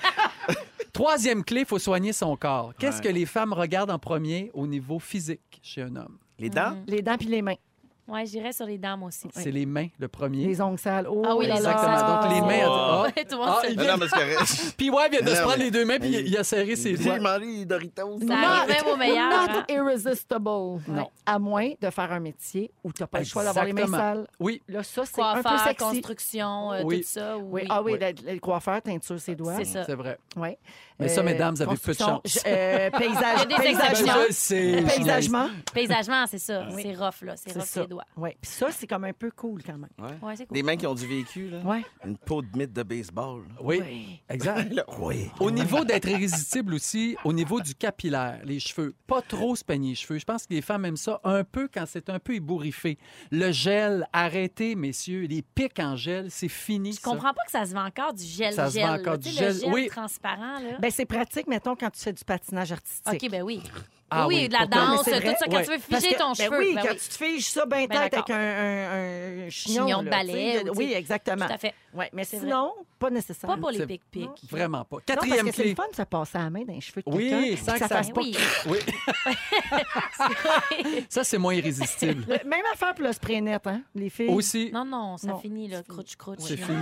Speaker 4: Troisième clé, il faut soigner son corps. Qu'est-ce
Speaker 3: Ouais.
Speaker 4: que les femmes regardent en premier au niveau physique chez un homme?
Speaker 2: Mm-hmm.
Speaker 3: Les dents?
Speaker 1: Les dents puis les mains.
Speaker 2: Ouais, j'irais sur les dames aussi.
Speaker 4: C'est les mains, le premier.
Speaker 1: Les ongles sales. Oh,
Speaker 2: Ah oui,
Speaker 1: là là.
Speaker 2: les
Speaker 4: Exactement.
Speaker 2: Ah.
Speaker 4: Donc, les mains.
Speaker 3: Oh.
Speaker 4: ah,
Speaker 2: Tout le monde
Speaker 4: ah,
Speaker 2: se-
Speaker 4: il
Speaker 3: Non,
Speaker 4: vient-
Speaker 3: non, mais c'est correct.
Speaker 4: Puis ouais, il vient de
Speaker 3: Non,
Speaker 4: se prendre
Speaker 3: mais-
Speaker 4: les deux mains, puis il, il a serré ses
Speaker 3: J'ai
Speaker 4: doigts.
Speaker 3: mangé les Doritos.
Speaker 2: Ça arrive même au meilleur. hein.
Speaker 1: Not irresistible.
Speaker 4: Non.
Speaker 1: À moins de faire un métier où tu n'as pas le choix d'avoir les mains
Speaker 4: Exactement.
Speaker 1: sales.
Speaker 4: Oui,
Speaker 1: Là, ça, c'est un peu
Speaker 2: Coiffeur,
Speaker 1: sexy.
Speaker 2: construction, euh,
Speaker 4: Oui.
Speaker 2: tout ça.
Speaker 1: Oui.
Speaker 2: Oui.
Speaker 1: Ah oui,
Speaker 4: Oui.
Speaker 1: la- la- le coiffeur, teinture ses doigts.
Speaker 2: C'est ça.
Speaker 4: c'est vrai.
Speaker 1: Ouais. Euh,
Speaker 4: Mais ça, mesdames, vous avez peu de
Speaker 1: construction,
Speaker 4: chance.
Speaker 1: je- euh, paysage-
Speaker 2: Il y a des
Speaker 4: Ben,
Speaker 1: paysagement.
Speaker 2: exceptions.
Speaker 4: je le sais, je
Speaker 1: Paysagement.
Speaker 2: Paysagement, c'est ça.
Speaker 1: Oui.
Speaker 2: C'est rough, là. C'est
Speaker 1: C'est
Speaker 2: rough,
Speaker 1: ça.
Speaker 2: les doigts.
Speaker 1: Ouais. Puis ça, c'est comme un peu cool quand même.
Speaker 2: Ouais, c'est cool.
Speaker 3: Des mains qui ont du vécu, là.
Speaker 1: Ouais.
Speaker 3: Une peau de mythe de baseball. là.
Speaker 4: Oui, exact.
Speaker 3: Là, Oui.
Speaker 4: Au niveau d'être irrésistible aussi, au niveau du capillaire, les cheveux, pas trop se peigner les cheveux. Je pense que les femmes aiment ça un peu quand c'est un peu ébouriffé. Le gel, arrêtez, messieurs. Les pics en gel, c'est fini.
Speaker 2: Je
Speaker 4: ça.
Speaker 2: comprends pas que ça se vend encore du gel
Speaker 4: Ça se
Speaker 2: gel.
Speaker 4: vend
Speaker 2: là.
Speaker 4: encore
Speaker 2: Tu
Speaker 4: du
Speaker 2: sais, le
Speaker 4: gel,
Speaker 2: gel
Speaker 4: oui.
Speaker 2: transparent là.
Speaker 1: Ben, c'est pratique, mettons, quand tu fais du patinage artistique.
Speaker 2: OK, ben oui.
Speaker 4: Ah
Speaker 2: oui,
Speaker 4: oui,
Speaker 2: de la
Speaker 4: pourquoi?
Speaker 2: danse, tout
Speaker 1: Mais c'est vrai.
Speaker 2: ça. Quand
Speaker 4: Ouais.
Speaker 2: tu veux
Speaker 1: Parce
Speaker 2: figer
Speaker 1: que-
Speaker 2: ton
Speaker 1: ben
Speaker 2: cheveu,
Speaker 1: oui,
Speaker 2: ben
Speaker 1: quand
Speaker 2: oui.
Speaker 1: tu te figes ça bien
Speaker 2: Ben
Speaker 1: tête avec
Speaker 2: d'accord.
Speaker 1: un, un- un chignon.
Speaker 2: Chignon de
Speaker 1: là, tu sais,
Speaker 2: ballet,
Speaker 1: de-
Speaker 2: ou tu
Speaker 1: oui,
Speaker 2: sais,
Speaker 1: exactement.
Speaker 2: Tout à fait.
Speaker 1: Ouais, mais
Speaker 2: C'est
Speaker 1: sinon, pas nécessaire.
Speaker 2: Pas pour les
Speaker 4: C'est-
Speaker 2: pic-pic.
Speaker 4: Vraiment pas.
Speaker 1: Non,
Speaker 4: Quatrième
Speaker 1: parce que c'est
Speaker 4: clé.
Speaker 1: le fun de se passer la main dans les cheveux de
Speaker 4: Oui,
Speaker 1: quelqu'un. puis
Speaker 4: sans que ça
Speaker 1: fasse
Speaker 4: se
Speaker 1: pas-
Speaker 2: Ben Oui.
Speaker 4: Oui. ça, c'est moins irrésistible.
Speaker 1: Le- Même affaire pour le spray net, hein, les filles.
Speaker 4: Aussi,
Speaker 2: Non, non, ça
Speaker 1: Non.
Speaker 2: finit, là. Crouch-crouch.
Speaker 4: c'est fini.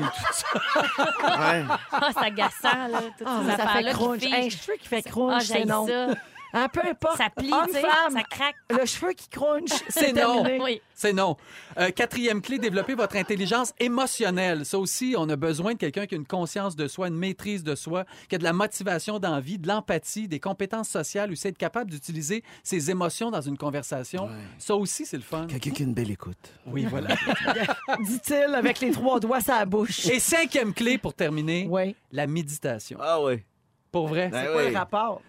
Speaker 3: Ouais.
Speaker 2: Ah, c'est agaçant, là. Toutes
Speaker 1: Ah,
Speaker 2: ces
Speaker 1: ça fait
Speaker 2: affaires-là qui
Speaker 1: crunch.
Speaker 2: figent.
Speaker 1: Un cheveu qui fait
Speaker 2: Ah,
Speaker 1: crunch, c'est
Speaker 2: j'haïs
Speaker 1: non.
Speaker 2: ça.
Speaker 1: Ah, peu importe.
Speaker 2: Ça plie,
Speaker 1: Homme,
Speaker 2: tu sais,
Speaker 1: femme,
Speaker 2: ça craque.
Speaker 1: le cheveu qui crunch,
Speaker 4: C'est
Speaker 1: c'est
Speaker 4: non.
Speaker 1: terminé.
Speaker 2: Oui.
Speaker 4: C'est non. Euh, quatrième clé, développer votre intelligence émotionnelle. Ça aussi, on a besoin de quelqu'un qui a une conscience de soi, une maîtrise de soi, qui a de la motivation d'envie, de l'empathie, des compétences sociales, aussi être capable d'utiliser ses émotions dans une conversation. Ça aussi, c'est le fun.
Speaker 3: Quelqu'un qui a une belle écoute.
Speaker 4: Oui, voilà.
Speaker 1: Dit-il avec les trois doigts sur la bouche.
Speaker 4: Et cinquième clé pour terminer,
Speaker 1: Oui.
Speaker 4: la méditation.
Speaker 3: Ah oui.
Speaker 4: Pour vrai,
Speaker 3: Ben
Speaker 1: Quoi
Speaker 3: oui.
Speaker 1: le rapport?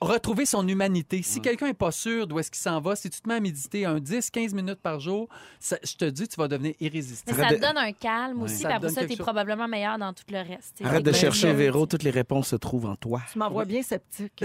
Speaker 4: retrouver son humanité. Si quelqu'un n'est pas sûr d'où est-ce qu'il s'en va, si tu te mets à méditer un 10-15 minutes par jour, ça- je te dis, tu vas devenir irrésistible.
Speaker 2: Mais ça te donne un calme aussi.
Speaker 4: Ça te
Speaker 2: puis après
Speaker 4: donne
Speaker 2: ça,
Speaker 4: quelque
Speaker 2: t'es
Speaker 4: chose.
Speaker 2: probablement meilleur dans tout le reste. Ben, tu sais.
Speaker 3: Arrête de
Speaker 2: C'est
Speaker 3: chercher,
Speaker 2: comme-
Speaker 3: Véro. Toutes les réponses se trouvent en toi.
Speaker 1: Tu m'envoies bien sceptique.
Speaker 3: Je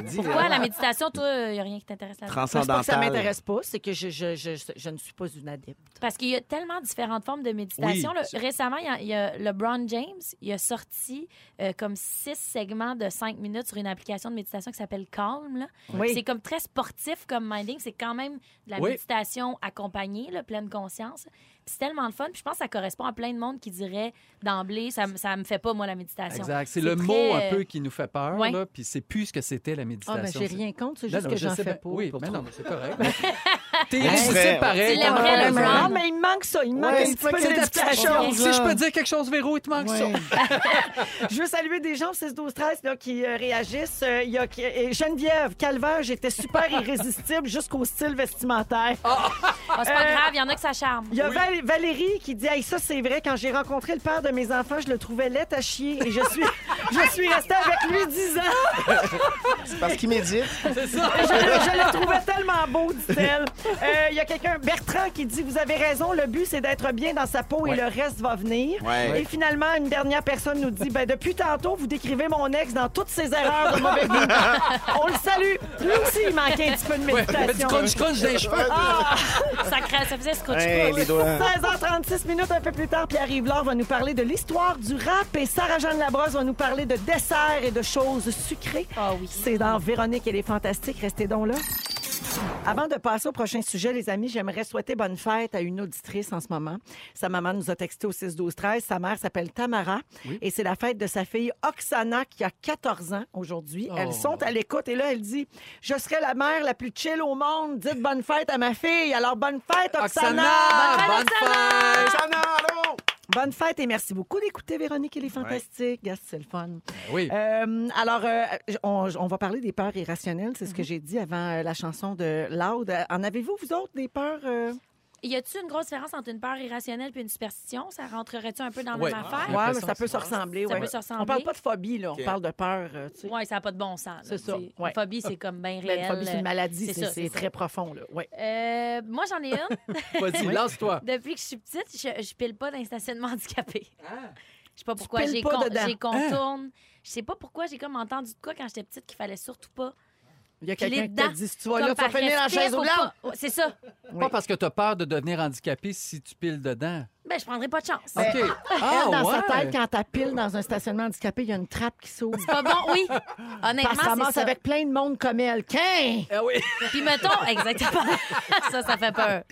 Speaker 3: te dis,
Speaker 2: Pourquoi
Speaker 3: là,
Speaker 2: la méditation, toi, il n'y a rien qui t'intéresse là-dedans?
Speaker 1: C'est pas que ça
Speaker 3: Transcendantale.
Speaker 1: m'intéresse pas, c'est que je, je, je, je ne suis pas une adepte.
Speaker 2: Parce qu'il y a tellement différentes formes de méditation.
Speaker 4: Oui,
Speaker 2: là.
Speaker 4: c'est-
Speaker 2: Récemment, il y a- il y, a LeBron James, il a sorti euh, comme six segments de cinq minutes sur une application de méditation qui s'appelle Calm. là.
Speaker 1: Oui.
Speaker 2: C'est comme très sportif comme minding. C'est quand même de la
Speaker 4: Oui.
Speaker 2: méditation accompagnée, là, pleine conscience. Puis c'est tellement le fun. Puis je pense que ça correspond à plein de monde qui dirait d'emblée, ça, me- ça me fait pas, moi, la
Speaker 1: Ah,
Speaker 2: méditation.
Speaker 4: Exact. C'est le
Speaker 2: très-
Speaker 4: mot un peu qui nous fait peur,
Speaker 2: Ouais.
Speaker 4: là, puis c'est plus ce que c'était la
Speaker 1: euh, Ah,
Speaker 4: méditation.
Speaker 1: ben, j'ai rien contre, c'est
Speaker 4: Non,
Speaker 1: juste
Speaker 4: non,
Speaker 1: que
Speaker 4: je
Speaker 1: j'en
Speaker 4: sais
Speaker 1: fais
Speaker 4: bien.
Speaker 1: pas.
Speaker 4: Oui,
Speaker 1: pour
Speaker 4: mais
Speaker 1: trop.
Speaker 4: non, mais c'est correct. T'es
Speaker 3: serait-
Speaker 4: irrésistible pareil.
Speaker 2: Tu
Speaker 1: Ah,
Speaker 2: l'aimerais,
Speaker 4: t'as
Speaker 2: le
Speaker 4: raison.
Speaker 2: Brown.
Speaker 1: non, mais il me manque ça, il me manque
Speaker 3: Ouais,
Speaker 1: un
Speaker 3: c'est
Speaker 1: petit
Speaker 3: pas
Speaker 1: peu
Speaker 3: que c'est
Speaker 1: d'adaptation.
Speaker 2: des
Speaker 4: Si
Speaker 2: petites
Speaker 4: je peux dire quelque chose, Véro, il te manque ça.
Speaker 1: Je veux saluer des gens au 16 12 13 là, qui euh, réagissent. Euh, Il y a qui- et Geneviève Calvin, j'étais super irrésistible jusqu'au style vestimentaire.
Speaker 2: Ah, c'est pas grave, il y en a que ça charme.
Speaker 1: Il y a Val- Valérie qui dit hey, ça c'est vrai quand j'ai rencontré le père de mes enfants, je le trouvais laid à chier et je suis je suis restée avec lui 10 ans.
Speaker 3: C'est parce qu'il médite.
Speaker 1: je, je le trouvais tellement beau, dit-elle. Euh, Il y a quelqu'un, Bertrand, qui dit Vous avez raison, le but, c'est d'être bien dans sa peau et le reste va venir.
Speaker 3: Ouais.
Speaker 1: Et finalement, une dernière personne nous dit ben, Depuis tantôt, vous décrivez mon ex dans toutes ses erreurs de mauvais goût. On le salue. Lui aussi, il manquait un petit peu de
Speaker 4: Ouais, il y avait du
Speaker 1: méditation.
Speaker 4: crunch-crunch dans les cheveux.
Speaker 2: Ça, crée- ça faisait scotch
Speaker 3: Hey, les doigts.
Speaker 1: 16h36 minutes un peu plus tard, Pierre Yvelore va nous parler de l'histoire du rap et Sarah-Jeanne Labrosse va nous parler de desserts et de choses sucrées.
Speaker 2: Ah oui.
Speaker 1: C'est dans Véronique et les Fantastiques. Restez donc là. Avant de passer au prochain sujet, les amis, j'aimerais souhaiter bonne fête à une auditrice en ce moment. Sa maman nous a texté au 6-12-13. Sa mère s'appelle Tamara et c'est la fête de sa fille Oksana qui a 14 ans aujourd'hui. Elles sont à l'écoute et là, elle dit « Je serai la mère la plus chill au monde. Dites bonne fête à ma fille. Alors, bonne fête,
Speaker 4: Oksana,
Speaker 1: Oksana!
Speaker 4: bonne fête.
Speaker 3: Sana, allô?
Speaker 1: Bonne fête et merci beaucoup d'écouter Véronique et les Fantastiques. Yes, c'est le fun.
Speaker 4: Oui.
Speaker 1: Euh, alors, euh, on, on va parler des peurs irrationnelles. C'est ce
Speaker 2: Mhm.
Speaker 1: que j'ai dit avant euh, la chanson de Loud. Euh, En avez-vous, vous autres, des peurs? euh?
Speaker 2: Y a-tu une grosse différence entre une peur irrationnelle et une superstition? Ça rentrerait-tu un peu dans la
Speaker 4: Ouais.
Speaker 2: même
Speaker 4: Ah,
Speaker 2: affaire?
Speaker 1: Ouais,
Speaker 4: l'impression
Speaker 1: mais ça
Speaker 4: que
Speaker 1: peut se
Speaker 4: ça-
Speaker 1: ressembler.
Speaker 2: Ça
Speaker 1: ouais.
Speaker 2: peut se ressembler.
Speaker 1: On parle pas de phobie, là. On parle de peur, euh, tu sais.
Speaker 2: Oui, ça n'a pas de bon sens. là,
Speaker 1: C'est ça,
Speaker 2: tu sais.
Speaker 1: ouais.
Speaker 2: Une phobie, c'est comme bien
Speaker 1: Ben,
Speaker 2: réel.
Speaker 1: une phobie, c'est une maladie.
Speaker 2: c'est
Speaker 1: C'est
Speaker 2: ça,
Speaker 1: c'est
Speaker 2: c'est ça.
Speaker 1: très profond, là. Ouais.
Speaker 2: Euh, moi, j'en ai une.
Speaker 4: Vas-y, lance-toi.
Speaker 2: Depuis que je suis petite, je, je pile pas dans les stationnements handicapés. Je sais pas pourquoi.
Speaker 1: piles
Speaker 2: J'ai
Speaker 1: pas
Speaker 2: con-
Speaker 1: dedans. Ah.
Speaker 2: j'ai contourne. Je sais pas pourquoi. J'ai comme entendu de quoi quand j'étais petite qu'il fallait surtout pas.
Speaker 1: Il y a
Speaker 2: piler
Speaker 1: quelqu'un qui
Speaker 2: dedans.
Speaker 1: t'a dit si tu vas
Speaker 2: Comme
Speaker 1: là, tu vas
Speaker 2: par
Speaker 1: finir en
Speaker 2: respect,
Speaker 1: chaise
Speaker 2: faut
Speaker 1: roulante.
Speaker 2: pas- Ouais, C'est ça.
Speaker 1: Oui.
Speaker 4: Pas parce que t'as peur de devenir handicapé si tu piles dedans.
Speaker 2: Ben, je prendrai pas de chance.
Speaker 1: Mais
Speaker 4: OK.
Speaker 1: Elle,
Speaker 4: Ah,
Speaker 1: dans sa
Speaker 4: ouais.
Speaker 1: tête, quand t'appiles dans un stationnement handicapé, il y a une trappe qui s'ouvre.
Speaker 2: Pas bon, oui.
Speaker 1: Parce qu'elle
Speaker 2: Honnêtement,
Speaker 1: masse
Speaker 2: c'est ça.
Speaker 1: avec plein de monde comme elle. Qu'un!
Speaker 4: Ah oui.
Speaker 2: Puis mettons, exactement. ça, ça fait peur.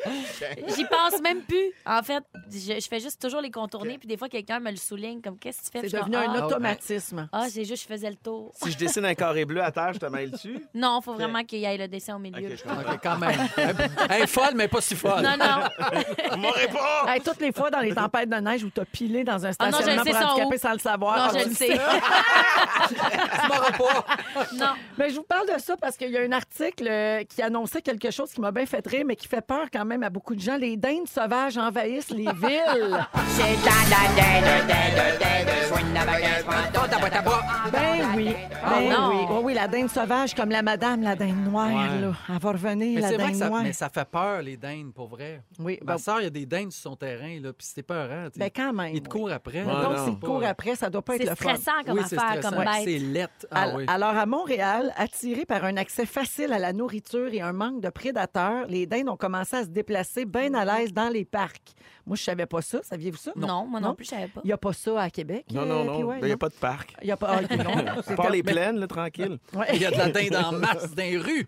Speaker 2: J'y pense même plus. En fait, je, je fais juste toujours les contourner, puis des fois, quelqu'un me le souligne, comme qu'est-ce que tu fais? Puis
Speaker 1: C'est
Speaker 2: je suis
Speaker 1: devenu
Speaker 2: comme,
Speaker 1: un
Speaker 2: ah,
Speaker 1: automatisme.
Speaker 2: Ah, c'est juste, je faisais le tour.
Speaker 3: Si je dessine un carré bleu à terre, je te mêle dessus.
Speaker 2: Non, faut vraiment qu'il y ait le dessin au milieu.
Speaker 3: Ok, je comprends.
Speaker 4: OK, quand même. Elle est folle, mais pas si folle.
Speaker 2: non, non.
Speaker 3: Vous m'aurez pas!
Speaker 1: Hey, toutes les fois dans les tempêtes de neige où t'as pilé dans un
Speaker 2: Ah non, je
Speaker 1: stationnement
Speaker 2: le sais,
Speaker 1: pour
Speaker 2: sont
Speaker 1: handicapés
Speaker 2: où.
Speaker 1: sans le savoir.
Speaker 2: Non,
Speaker 1: Ah,
Speaker 2: je
Speaker 1: tu
Speaker 2: le sais.
Speaker 4: Tu m'auras pas.
Speaker 2: Non.
Speaker 1: Mais je vous parle de ça parce qu'il y a un article euh, qui annonçait quelque chose qui m'a bien fait rire, mais qui fait peur quand même à beaucoup de gens. Les dindes sauvages envahissent les villes. Ben oui, ben
Speaker 2: non.
Speaker 1: oui. Oh oui, la dinde sauvage comme la madame, la dinde noire,
Speaker 4: Ouais.
Speaker 1: là. Elle va revenir,
Speaker 4: Mais
Speaker 1: la
Speaker 4: c'est vrai que
Speaker 1: dinde
Speaker 4: ça,
Speaker 1: noire.
Speaker 4: mais ça fait peur, les dindes, pour vrai.
Speaker 1: Oui,
Speaker 4: Ma
Speaker 1: ben-
Speaker 4: soeur, il y a des dindes sur son terrain, là, puis c'était peurant. tu sais.
Speaker 1: Ben, quand même,
Speaker 4: Ils te
Speaker 1: oui.
Speaker 4: courent après.
Speaker 3: Ouais,
Speaker 1: Donc,
Speaker 3: non.
Speaker 1: s'il court après, ça doit pas être
Speaker 2: C'est
Speaker 1: le fun.
Speaker 2: stressant comme
Speaker 4: oui, Ah c'est
Speaker 2: affaire,
Speaker 4: stressant.
Speaker 2: comme
Speaker 4: C'est
Speaker 2: bête.
Speaker 4: lettre. Ah,
Speaker 1: Al-
Speaker 4: oui.
Speaker 1: Alors, à Montréal, attirés par un accès facile à la nourriture et un manque de prédateurs, les dindes ont commencé à se déplacer bien à l'aise dans les parcs. Moi, je savais pas ça. Saviez-vous ça?
Speaker 2: Mhm. Non. moi non, plus, je savais pas.
Speaker 1: Il n'y a pas ça à Québec. euh,
Speaker 3: Non, non, non.
Speaker 1: Il
Speaker 3: Ben, Il n'y a pas de parc.
Speaker 1: y a pas. ah, ok, non.
Speaker 3: À part les plaines, là, tranquille.
Speaker 1: Ouais.
Speaker 4: Il y a de la dinde en masse dans les rues.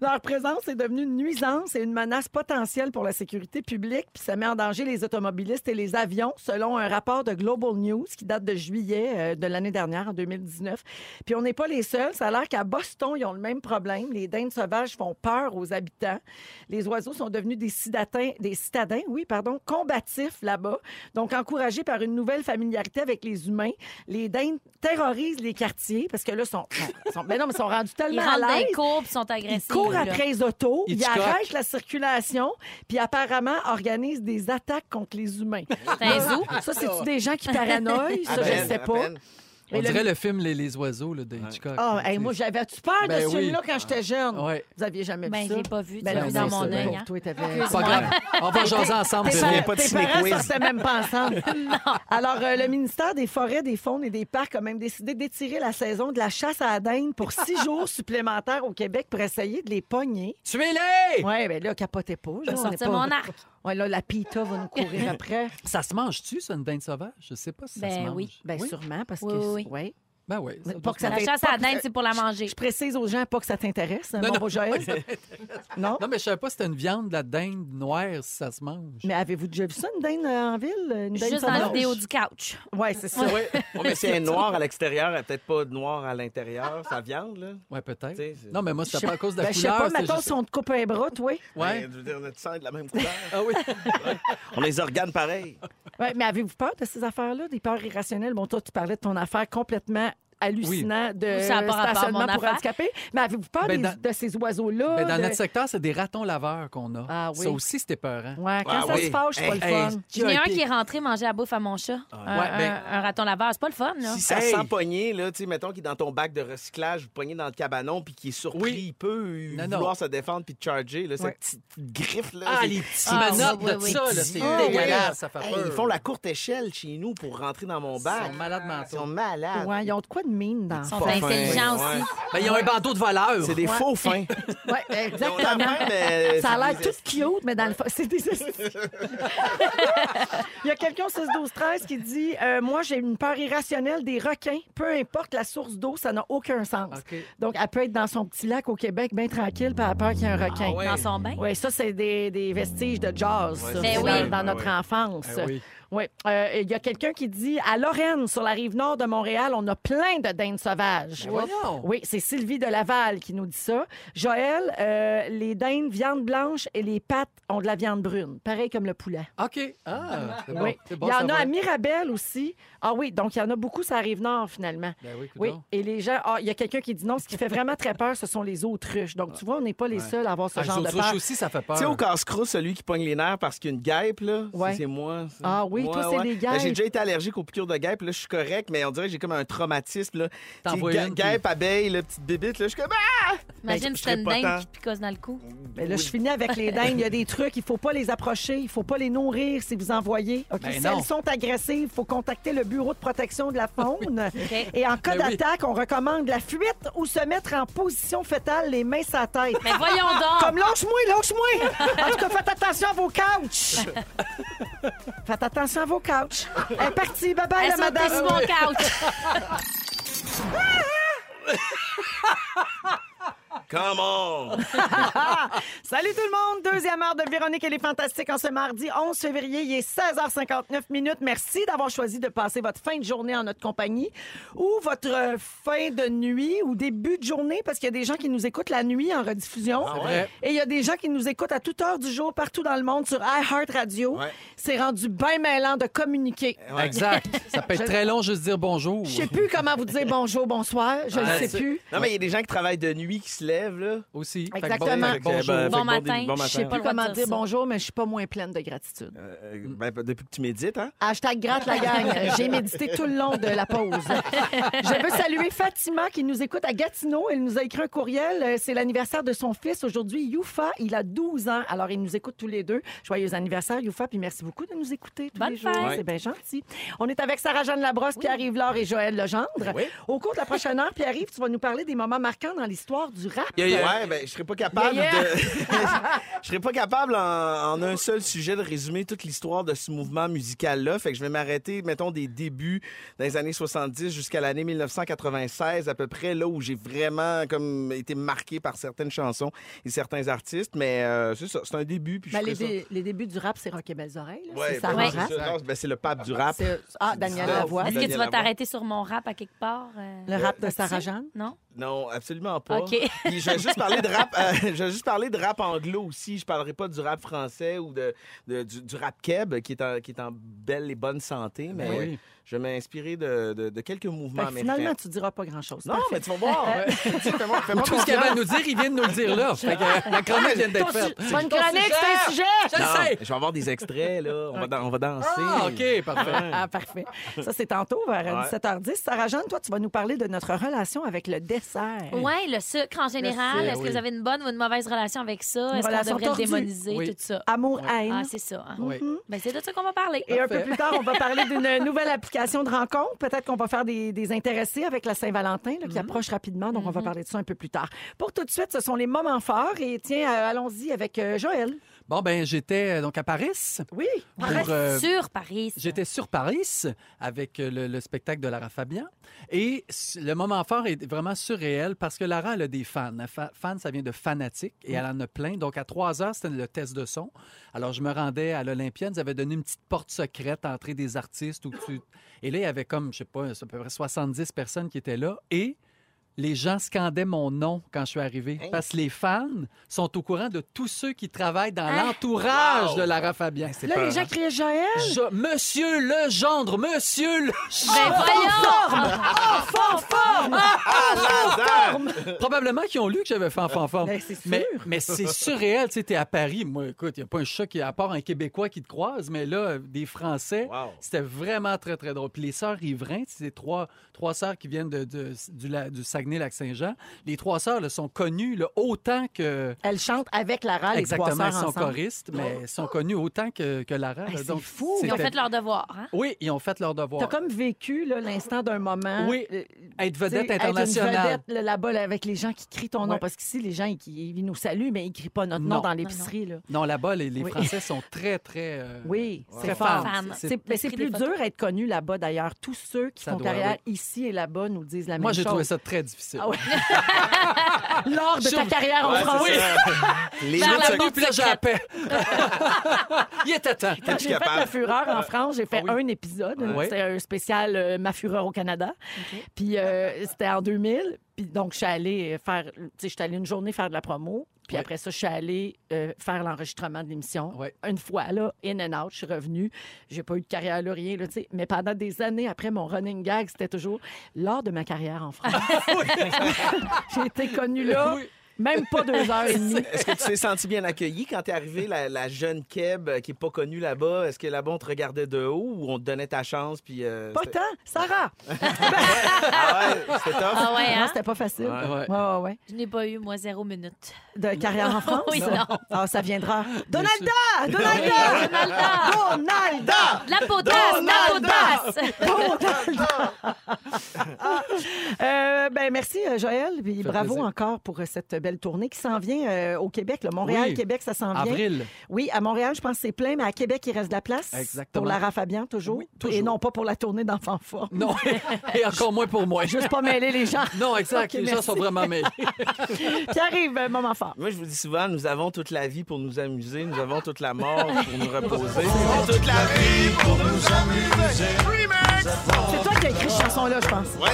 Speaker 1: Leur présence est devenue une nuisance et une menace potentielle pour la sécurité publique, puis ça met en danger les automobilistes et les avions, selon un rapport de Global News qui date de juillet euh, de l'année dernière, en 2019. Puis on n'est pas les seuls. Ça a l'air qu'à Boston, ils ont le même problème. Les dindes sauvages font peur aux habitants. Les oiseaux sont devenus des citadins, des citadins, oui, pardon, combatifs là-bas. Donc, encouragés par une nouvelle familiarité avec les humains, les dindes terrorisent les quartiers parce que là, sont, sont, sont- mais non, mais sont rendus
Speaker 2: Ils
Speaker 1: tellement à
Speaker 2: rentrent dans
Speaker 1: l'aise.
Speaker 2: les courbes, ils sont
Speaker 1: Ils
Speaker 2: agressifs.
Speaker 1: courent
Speaker 2: là.
Speaker 1: après les autos, ils
Speaker 4: Hitchcock.
Speaker 1: arrêtent la circulation, puis apparemment organisent des attaques contre les humains.
Speaker 2: C'est un zoo.
Speaker 1: Ça, c'est-tu des gens qui paranoïent?
Speaker 3: À
Speaker 1: Ça, je
Speaker 3: peine,
Speaker 1: sais
Speaker 3: à
Speaker 1: pas.
Speaker 3: peine.
Speaker 4: On
Speaker 1: Et le-
Speaker 4: dirait le film Les, Les Oiseaux là, de Hitchcock.
Speaker 1: Ah,
Speaker 4: Tu
Speaker 1: hey,
Speaker 4: sais.
Speaker 1: moi, j'avais-tu peur
Speaker 4: Ben
Speaker 1: de
Speaker 4: oui.
Speaker 1: celui-là quand j'étais jeune?
Speaker 4: Ouais.
Speaker 1: Vous aviez jamais
Speaker 2: Ben,
Speaker 1: vu
Speaker 2: je
Speaker 1: ça?
Speaker 2: l'ai pas vu. Tu
Speaker 1: Ben
Speaker 2: l'as
Speaker 1: non,
Speaker 2: vu dans
Speaker 1: c'est
Speaker 2: mon
Speaker 1: ça.
Speaker 2: œil.
Speaker 1: Pour
Speaker 2: hein.
Speaker 1: toi, t'avais-
Speaker 4: Pas grave. On va jaser ensemble.
Speaker 1: Tes
Speaker 4: c'est
Speaker 3: parents-
Speaker 4: vrai.
Speaker 3: souviens pas de
Speaker 1: tes
Speaker 3: ciné-quiz.
Speaker 1: parents sortaient même pas ensemble. Alors, euh, le ministère des Forêts, des Faunes et des Parcs a même décidé d'étirer la saison de la chasse à la dinde pour six jours supplémentaires au Québec pour essayer de les pogner.
Speaker 4: Tuez-les!
Speaker 1: Oui, bien ben là, capotez pas. là,
Speaker 2: Je vais
Speaker 1: on est
Speaker 2: sortir
Speaker 1: pas-
Speaker 2: mon arc.
Speaker 1: Ouais, là, la pita va nous courir après.
Speaker 4: Ça se mange-tu, ça, une dinde sauvage? Je sais pas si ça
Speaker 2: Ben
Speaker 4: se mange.
Speaker 2: oui.
Speaker 1: Bien, sûrement, parce
Speaker 2: Oui,
Speaker 1: que.
Speaker 2: oui, oui.
Speaker 1: ouais.
Speaker 4: Ben oui.
Speaker 1: Mais
Speaker 4: doit
Speaker 1: pas que
Speaker 4: se
Speaker 1: ça
Speaker 4: manger.
Speaker 1: fait
Speaker 2: La chasse
Speaker 1: pas
Speaker 2: à la
Speaker 1: que-
Speaker 2: dinde, c'est pour la manger.
Speaker 1: Je précise aux gens pas que ça t'intéresse, hein,
Speaker 4: Non,
Speaker 1: mon
Speaker 4: non.
Speaker 1: beau Joël. Non?
Speaker 4: Non, mais je savais pas si c'était une viande de la dinde noire, si ça se mange.
Speaker 1: Mais avez-vous déjà vu ça, une dinde euh, en ville? Une dinde
Speaker 2: Juste dans la
Speaker 1: sauvage?
Speaker 2: vidéo du couch.
Speaker 1: Oui, c'est ça.
Speaker 3: Ouais, mais c'est un noir à l'extérieur, elle a peut-être pas de noir à l'intérieur, sa viande, là.
Speaker 4: Ouais, peut-être.
Speaker 3: Tu sais, c'est-
Speaker 4: Non, mais moi, c'était pas à cause de la
Speaker 1: Ben, je sais
Speaker 4: couleur.
Speaker 1: pas,
Speaker 4: c'était
Speaker 1: mettons,
Speaker 4: juste-
Speaker 1: si on te coupe un bras, toi.
Speaker 4: Ouais.
Speaker 3: Ben, je veux dire, notre sang est de la même couleur.
Speaker 4: Ah oui.
Speaker 3: On a les organes pareils.
Speaker 1: Ouais, mais avez-vous peur de ces affaires-là, des peurs irrationnelles? Bon, toi, tu parlais de ton affaire complètement hallucinant de
Speaker 2: Ça a pas rapport à
Speaker 1: stationnement
Speaker 2: mon
Speaker 1: pour
Speaker 2: affaire.
Speaker 1: handicapés. Mais avez-vous peur
Speaker 4: Ben,
Speaker 1: des-
Speaker 4: dans-
Speaker 1: de ces oiseaux-là?
Speaker 4: Mais dans
Speaker 1: de-
Speaker 4: notre secteur, c'est des ratons laveurs qu'on a.
Speaker 1: Oh, Ah oui.
Speaker 4: Ça aussi, c'était peurant.
Speaker 1: Ouais, quand
Speaker 3: Ah
Speaker 1: ça se
Speaker 3: oui.
Speaker 1: fâche, c'est pas le
Speaker 4: Hey,
Speaker 1: fun.
Speaker 2: J'en ai
Speaker 4: j'ai
Speaker 2: un
Speaker 4: pic.
Speaker 2: qui est rentré manger la bouffe à mon chat. Un,
Speaker 4: Ouais, ben-
Speaker 2: un- un raton laveur. C'est pas le fun, là.
Speaker 3: Ah, Si ça
Speaker 4: Hey.
Speaker 3: sent pogné, là, tu sais, mettons qu'il est dans ton bac de recyclage, vous pognez dans le cabanon, puis qu'il est surpris,
Speaker 4: Oui.
Speaker 3: il peut
Speaker 4: Non, non.
Speaker 3: vouloir se défendre puis te charger, là,
Speaker 1: Ouais.
Speaker 3: cette petite griffe, là.
Speaker 4: Ah,
Speaker 3: c'est-
Speaker 4: les petits
Speaker 2: Ah,
Speaker 4: menottes
Speaker 2: oui,
Speaker 4: de
Speaker 2: oui,
Speaker 4: ça,
Speaker 2: oui.
Speaker 4: là, c'est
Speaker 3: Ah, ouais.
Speaker 4: dégueulasse, ça fait
Speaker 3: Hey,
Speaker 4: peur.
Speaker 3: ils font la courte échelle chez nous pour rentrer dans mon
Speaker 4: Ils
Speaker 3: bac.
Speaker 4: sont malades
Speaker 3: Ils sont
Speaker 4: mentaux.
Speaker 3: malades.
Speaker 1: Ouais, ils ont de quoi de mine dans
Speaker 2: Ils
Speaker 1: la
Speaker 2: sont
Speaker 3: Pas fin,
Speaker 2: intelligents
Speaker 3: ouais. Ah
Speaker 2: aussi.
Speaker 4: Ben, ils ont un bandeau de voleurs.
Speaker 3: C'est des faux fins.
Speaker 1: Ouais, exactement. Ça a l'air tout cute, mais dans le fond, c'est des Il y a quelqu'un au 6 12 13 qui dit euh, Moi, j'ai une peur irrationnelle des requins. Peu importe la source d'eau, ça n'a aucun sens.
Speaker 4: OK.
Speaker 1: Donc, elle peut être dans son petit lac au Québec, bien tranquille, puis elle a peur qu'il y ait un requin.
Speaker 4: Ah ouais.
Speaker 2: Dans son bain.
Speaker 1: Oui, ça, c'est des, des vestiges de jazz ça, dans,
Speaker 2: Ben oui.
Speaker 1: dans notre enfance.
Speaker 4: Ben oui.
Speaker 1: Ouais. Euh, Il y a quelqu'un qui dit à Lorraine, sur la rive nord de Montréal, on a plein de dindes sauvages.
Speaker 4: Ben voyons.
Speaker 1: oui, c'est Sylvie de Laval qui nous dit ça. Joël, euh, les dindes viande blanche et les pattes ont de la viande brune, pareil comme le poulet.
Speaker 4: OK. Ah, c'est bon.
Speaker 1: ben oui.
Speaker 4: c'est bon
Speaker 1: il y
Speaker 4: à
Speaker 1: en a
Speaker 4: savoir.
Speaker 1: à Mirabel aussi. Ah oui, donc il y en a beaucoup sur la rive nord finalement.
Speaker 4: Ben oui, écoute
Speaker 1: Oui,
Speaker 4: donc.
Speaker 1: et les gens. Ah, il y a quelqu'un qui dit non. Ce qui fait vraiment très peur, ce sont les autruches. Donc, tu vois, on n'est pas les seuls à avoir ce
Speaker 4: Ah, les
Speaker 1: genre de
Speaker 4: autruches
Speaker 1: peur.
Speaker 4: aussi, ça fait peur.
Speaker 3: Tu sais, au casse-croûte, celui qui pogne les nerfs parce qu'il y a une guêpe, là, ça,
Speaker 1: Ouais.
Speaker 3: c'est moi. ça.
Speaker 1: Ah oui,
Speaker 3: Moi,
Speaker 1: toi, c'est les
Speaker 3: Ben, J'ai
Speaker 1: guêpes.
Speaker 3: déjà été allergique aux piqûres de guêpe, là, je suis correct, mais on dirait que j'ai comme un traumatisme, là.
Speaker 4: T'en
Speaker 3: Tu sais,
Speaker 4: vois
Speaker 3: ga-
Speaker 4: une, puis-
Speaker 3: guêpe, abeille, la petite bébite, là, je suis comme... Ah!
Speaker 2: Imagine
Speaker 3: Ben,
Speaker 2: si
Speaker 3: je
Speaker 2: t'as
Speaker 3: serais
Speaker 2: une
Speaker 3: pas
Speaker 2: dingue
Speaker 3: tant.
Speaker 2: qui te picosse dans le cou.
Speaker 1: Mais là, je finis avec les dingues. Il y a des trucs, il faut pas les approcher, il faut pas les nourrir si vous en voyez. OK,
Speaker 4: Ben
Speaker 1: si
Speaker 4: non.
Speaker 1: elles sont agressives, il faut contacter le bureau de protection de la faune. Et en cas
Speaker 4: Ben oui.
Speaker 1: d'attaque, on recommande la fuite ou se mettre en position fétale, les mains sur la tête.
Speaker 2: Mais voyons donc!
Speaker 1: Ah, Comme lâche-moi, lâche-moi! En tout cas, faites attention à vos couchs! Faites attention à vos couches. Elle est partie. Bye-bye,
Speaker 2: Elle
Speaker 1: la
Speaker 2: saute
Speaker 1: madame.
Speaker 2: sur mon couch.
Speaker 3: Come on!
Speaker 1: Salut tout le monde! Deuxième heure de Véronique et les Fantastiques en ce mardi 11 février. Il est 16h59 minutes. Merci d'avoir choisi de passer votre fin de journée en notre compagnie ou votre euh, fin de nuit ou début de journée parce qu'il y a des gens qui nous écoutent la nuit en rediffusion.
Speaker 3: vrai.
Speaker 1: Et il y a des gens qui nous écoutent à toute heure du jour partout dans le monde sur iHeart Radio.
Speaker 3: Ouais. Eh
Speaker 1: C'est rendu bien mêlant de communiquer.
Speaker 3: Ouais.
Speaker 4: Exact. Ça peut être très long juste dire bonjour.
Speaker 1: Je sais plus comment vous dire bonjour, bonsoir. Je ne
Speaker 3: Ouais,
Speaker 1: sais
Speaker 3: Ah, c'est-
Speaker 1: plus.
Speaker 3: Non, mais il y a des gens qui travaillent de nuit qui se lèvent, là.
Speaker 4: Aussi. Fait que
Speaker 1: Exactement.
Speaker 4: bon- bonjour.
Speaker 3: Fait que,
Speaker 2: Bon
Speaker 3: bon
Speaker 2: matin.
Speaker 3: début- bon
Speaker 2: Je
Speaker 1: Je sais
Speaker 3: matin.
Speaker 1: plus
Speaker 2: Pas le droit de
Speaker 1: comment
Speaker 2: dire
Speaker 1: dire
Speaker 2: ça.
Speaker 1: bonjour, mais je suis pas moins pleine de gratitude.
Speaker 3: Euh, ben, depuis que tu médites, hein?
Speaker 1: Hashtag gratte la gang. J'ai médité tout le long de la pause. Je veux saluer Fatima qui nous écoute à Gatineau. Elle nous a écrit un courriel. Euh, C'est l'anniversaire de son fils aujourd'hui, Youfa. Il a 12 ans. Alors, il nous écoute tous les deux. Joyeux anniversaire, Youfa. Puis merci beaucoup de nous écouter tous
Speaker 2: Bonne
Speaker 1: les jours.
Speaker 2: fête.
Speaker 1: C'est bien gentil. On est avec Sarah-Jeanne Labrosse, Pierre-Yves Laure et Joël Legendre. Au cours de la prochaine heure, Pierre-Yves, tu vas nous parler des moments marquants dans l'histoire du rap.
Speaker 3: Ouais, ben, je serais pas capable
Speaker 1: Yeah, yeah.
Speaker 3: de. je serais pas capable en, en un seul sujet de résumer toute l'histoire de ce mouvement musical-là. Fait que je vais m'arrêter, mettons, des débuts dans les années 70 jusqu'à l'année 1996, à peu près, là où j'ai vraiment comme été marqué par certaines chansons et certains artistes. Mais euh, c'est ça, c'est un début. Puis je
Speaker 1: Ben, les,
Speaker 3: ferai ça.
Speaker 1: dé- les débuts du rap, c'est Rock et Belles Oreilles. là.
Speaker 3: Ouais,
Speaker 1: c'est ça,
Speaker 3: ben,
Speaker 1: le
Speaker 3: c'est
Speaker 1: rap.
Speaker 3: ça. Non, ben, c'est le pape du rap.
Speaker 1: C'est- Ah, Daniel
Speaker 3: Non,
Speaker 1: Lavoie.
Speaker 3: vous-
Speaker 2: Est-ce que tu
Speaker 3: Daniel
Speaker 2: vas
Speaker 3: Lavoie.
Speaker 2: t'arrêter sur mon rap à quelque part? euh,
Speaker 1: Le rap de
Speaker 2: là-dessus?
Speaker 1: Sarah-Jeanne.
Speaker 2: Non?
Speaker 3: Non, absolument pas.
Speaker 2: OK.
Speaker 3: Puis je vais juste parler de rap. euh, je vais juste parler de rap anglo aussi. Je parlerai pas du rap français ou de, de- du, du rap keb qui est en, qui est en belle et bonne santé, mais
Speaker 4: Ben oui.
Speaker 3: je vais m'inspirer de, de- de quelques
Speaker 1: Fait
Speaker 3: mouvements
Speaker 1: que Ben, finalement,
Speaker 3: américains.
Speaker 1: tu diras pas grand-chose.
Speaker 3: Non, mais tu vas voir. Fais-moi fais-moi
Speaker 4: Tout ce qu'il y avait à nous dire, il vient de nous le dire là. Fait que, euh, la chronique vient d'être faite.
Speaker 1: C'est pas une chronique, c'est un sujet!
Speaker 4: Je
Speaker 3: Non,
Speaker 4: le sais.
Speaker 3: mais je vais avoir des extraits, là. On, va, dan- on va danser.
Speaker 4: Ah, OK, parfait.
Speaker 1: Ah, parfait. Ça, c'est tantôt vers
Speaker 3: Ouais.
Speaker 1: 17h10. Sarah-Jeanne, toi, tu vas nous parler de notre relation avec le
Speaker 3: Eh.
Speaker 1: dessert.
Speaker 2: Oui, le sucre en général.
Speaker 4: sucre,
Speaker 2: Est-ce que
Speaker 4: oui.
Speaker 2: vous avez une bonne ou une mauvaise relation avec ça?
Speaker 1: Une
Speaker 2: Est-ce qu'on
Speaker 1: relation
Speaker 2: devrait
Speaker 1: tordue.
Speaker 2: le démoniser,
Speaker 4: Oui.
Speaker 2: tout ça?
Speaker 1: Amour-haine.
Speaker 2: Ah, c'est ça. hein?
Speaker 4: Oui.
Speaker 2: Ben, c'est de ça qu'on va parler.
Speaker 1: Et un peu plus tard, on va parler d'une nouvelle application de rencontre. Peut-être qu'on va faire des, des intéressés avec la Saint-Valentin là, qui approche rapidement. Donc, on va parler de ça un peu plus tard. Pour tout de suite, ce sont les moments forts. Et tiens, euh, allons-y avec euh, Joël.
Speaker 4: Bon, ben, j'étais euh, donc à Paris.
Speaker 1: Oui.
Speaker 4: Pour,
Speaker 2: Reste
Speaker 4: euh,
Speaker 2: sur Paris.
Speaker 4: J'étais sur Paris avec euh, le, le spectacle de Lara Fabian. Et s- le moment fort est vraiment surréel parce que Lara, elle a des fans. Fa- fan, ça vient de fanatique et elle en a plein. Donc, à 3 heures, c'était le test de son. Alors, je me rendais à l'Olympienne. Ils avaient donné une petite porte secrète à l'entrée des artistes. Où tu... Et là, il y avait comme, je sais pas, à peu près 70 personnes qui étaient là. Et les gens scandaient mon nom quand je suis arrivé. Parce que les fans sont au courant de tous ceux qui travaillent dans
Speaker 1: Hein?
Speaker 2: Ah.
Speaker 4: l'entourage
Speaker 3: Wow.
Speaker 4: de Lara Fabian.
Speaker 1: Là, les gens criaient Joël.
Speaker 4: Je- Monsieur le gendre, monsieur Ah! le
Speaker 2: Ben,
Speaker 4: gendre.
Speaker 2: voyons!
Speaker 1: Ah,
Speaker 4: Probablement qu'ils ont lu que j'avais fait en fanforme.
Speaker 1: Ben, c'est sûr.
Speaker 4: Mais, mais c'est surréel. Tu sais, t'es à Paris. Moi, écoute, il n'y a pas un chat qui, à part un Québécois qui te croise, mais là, euh, des Français,
Speaker 3: Wow.
Speaker 4: c'était vraiment très, très drôle. Puis les sœurs Riverain, c'est trois, trois sœurs qui viennent de, de- du, la- du Saguenay-Lac-Saint-Jean. Les trois sœurs là, sont connues là, autant que.
Speaker 1: Elle chante avec Lara, Ah, les trois
Speaker 4: Exactement, elles
Speaker 1: sœurs
Speaker 4: sont
Speaker 1: ensemble. Oh!
Speaker 4: choristes, mais elles sont connues autant que, que Lara.
Speaker 1: Hey,
Speaker 4: là.
Speaker 1: c'est
Speaker 4: Donc,
Speaker 1: fou.
Speaker 2: Ils ont
Speaker 4: c'était-
Speaker 2: fait leur devoir. Hein?
Speaker 4: Oui, ils ont fait leur devoir.
Speaker 1: T'as comme vécu là, l'instant d'un moment.
Speaker 4: Oui,
Speaker 1: euh,
Speaker 4: être
Speaker 1: tu sais,
Speaker 4: vedette
Speaker 1: être une
Speaker 4: internationale.
Speaker 1: vedette, là, là-bas là, avec les gens qui crient ton nom.
Speaker 4: Ouais.
Speaker 1: Parce qu'ici, les gens, ils, ils nous saluent, mais ils crient pas notre nom
Speaker 4: Non. Euh,
Speaker 1: dans l'épicerie. là.
Speaker 4: Non, là-bas, les, les
Speaker 1: Oui.
Speaker 4: Français sont très, très. euh,
Speaker 1: Oui, c'est
Speaker 4: très
Speaker 1: fort.
Speaker 4: fans.
Speaker 2: Femmes.
Speaker 4: C'est-
Speaker 1: C'est, mais c'est
Speaker 2: T'écris
Speaker 1: plus
Speaker 2: des photos.
Speaker 1: dur à être connu là-bas, d'ailleurs. Tous ceux qui
Speaker 4: Ça
Speaker 1: font
Speaker 4: doit,
Speaker 1: carrière ici et là-bas nous disent la
Speaker 4: Moi,
Speaker 1: même
Speaker 4: j'ai
Speaker 1: chose.
Speaker 4: trouvé ça très difficile.
Speaker 1: Ah ouais. Lors de ta carrière en France.
Speaker 3: Les
Speaker 2: Vers
Speaker 3: gens
Speaker 2: la
Speaker 3: se-
Speaker 2: porte.
Speaker 4: Puis là, j'ai la paix. Il était temps.
Speaker 1: Quand j'ai fait
Speaker 3: capable.
Speaker 1: La Fureur en France, j'ai fait
Speaker 4: Ah oui.
Speaker 1: un épisode.
Speaker 4: Ouais.
Speaker 1: C'était un spécial euh, Ma Fureur au Canada. Puis euh, c'était en 2000. Puis donc, je suis allée faire, tu sais, je suis allée une journée faire de la promo. Puis
Speaker 4: Ouais.
Speaker 1: après ça, je suis allée euh, faire l'enregistrement de l'émission.
Speaker 4: Ouais.
Speaker 1: Une fois, là, in and out, je suis revenue. J'ai pas eu de carrière, là, rien, là, tu sais. Mais pendant des années après, mon running gag, c'était toujours lors de ma carrière en France. j'ai été connue là,
Speaker 4: Ah Oui.
Speaker 1: même pas deux heures et demie.
Speaker 3: Est-ce que tu t'es senti bien accueilli quand t'es arrivé, la, la jeune Keb euh, qui est pas connue là-bas? Est-ce que là-bas, on te regardait de haut ou on te donnait ta chance? Puis, euh,
Speaker 1: Pas
Speaker 3: c'était-
Speaker 1: tant, Sarah!
Speaker 3: Ah ouais, c'était tough.
Speaker 2: Ah ouais,
Speaker 1: Non,
Speaker 2: hein?
Speaker 1: c'était pas facile.
Speaker 4: Ouais, ouais.
Speaker 1: ouais, ouais.
Speaker 2: Je n'ai pas eu, moi, zéro minute.
Speaker 1: De carrière en France?
Speaker 2: Oui, non.
Speaker 1: Ah, ça viendra.
Speaker 4: sûr.
Speaker 1: Donalda! Donalda! Donalda!
Speaker 2: De la potasse! De la potasse!
Speaker 1: Euh, ben, merci, euh, Joël. Puis bravo
Speaker 4: plaisir.
Speaker 1: encore pour euh, cette belle tournée qui s'en vient euh, au Québec. Le Montréal-Québec, ça s'en vient.
Speaker 4: Avril.
Speaker 1: Oui, à Montréal, je pense que c'est plein, mais à Québec, il reste de la place.
Speaker 4: Exactement.
Speaker 1: Pour Lara Fabian, toujours.
Speaker 4: Oui, toujours.
Speaker 1: Et non pas pour la tournée d'enfants forts.
Speaker 4: Non, et encore moins pour moi.
Speaker 1: Juste pas mêler les gens.
Speaker 4: Non, exact.
Speaker 1: Ok,
Speaker 4: les gens
Speaker 1: merci.
Speaker 4: sont vraiment mêlés.
Speaker 1: Qui arrive, euh, moment fort.
Speaker 3: Moi, je vous dis souvent, nous avons toute la vie pour nous amuser, nous avons toute la mort pour nous reposer. toute la vie pour nous amuser.
Speaker 1: C'est toi qui as écrit cette chanson-là, je pense.
Speaker 3: Ouais.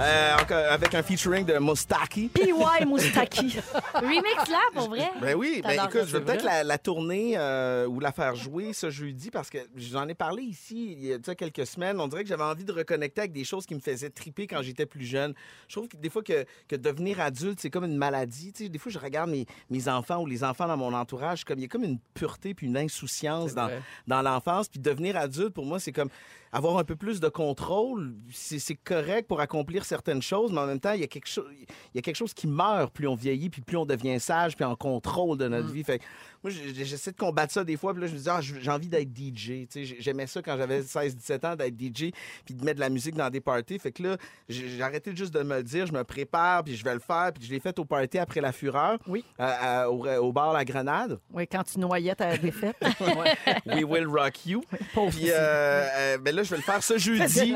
Speaker 3: Euh, encore- avec un featuring de Mostaki.
Speaker 1: P.Y. Moustaki.
Speaker 2: Remix là, pour vrai?
Speaker 3: Ben oui, ben
Speaker 2: T'adores
Speaker 3: écoute,
Speaker 2: ça,
Speaker 3: je vais
Speaker 4: c'est
Speaker 3: peut-être
Speaker 4: vrai.
Speaker 3: la, la tourner euh, ou la faire jouer ce jeudi parce que j'en ai parlé ici il y a déjà quelques semaines. On dirait que j'avais envie de reconnecter avec des choses qui me faisaient triper quand j'étais plus jeune. Je trouve que des fois que, que devenir adulte, c'est comme une maladie. Tu sais, des fois, je regarde mes, mes enfants ou les enfants dans mon entourage, comme il y a comme une pureté puis une insouciance dans,
Speaker 4: vrai.
Speaker 3: dans l'enfance. Puis devenir adulte, pour moi, c'est comme avoir un peu plus de contrôle. C'est c'est correct pour accomplir certaines choses, mais en même temps, il y a quelque chose, il y a quelque chose qui meurt plus on vieillit, puis plus on devient sage, puis en contrôle de
Speaker 1: Mm.
Speaker 3: notre vie. Fait que moi, j- j- j'essaie de combattre ça des fois. Puis là, je me dis, ah, j'ai envie d'être DJ. Tu sais, j- J'aimais ça quand j'avais 16-17 ans, d'être DJ, puis de mettre de la musique dans des parties. Fait que là, j'ai j'ai arrêté juste de me le dire, je me prépare, puis je vais le faire. Puis je l'ai fait au party après la fureur,
Speaker 1: Oui.
Speaker 3: euh, euh, au, au bar La Grenade.
Speaker 1: Oui, quand tu noyais ta défaite.
Speaker 3: We will rock you.
Speaker 1: Pauvre
Speaker 3: Puis euh, euh, ben là, je vais le faire ce jeudi.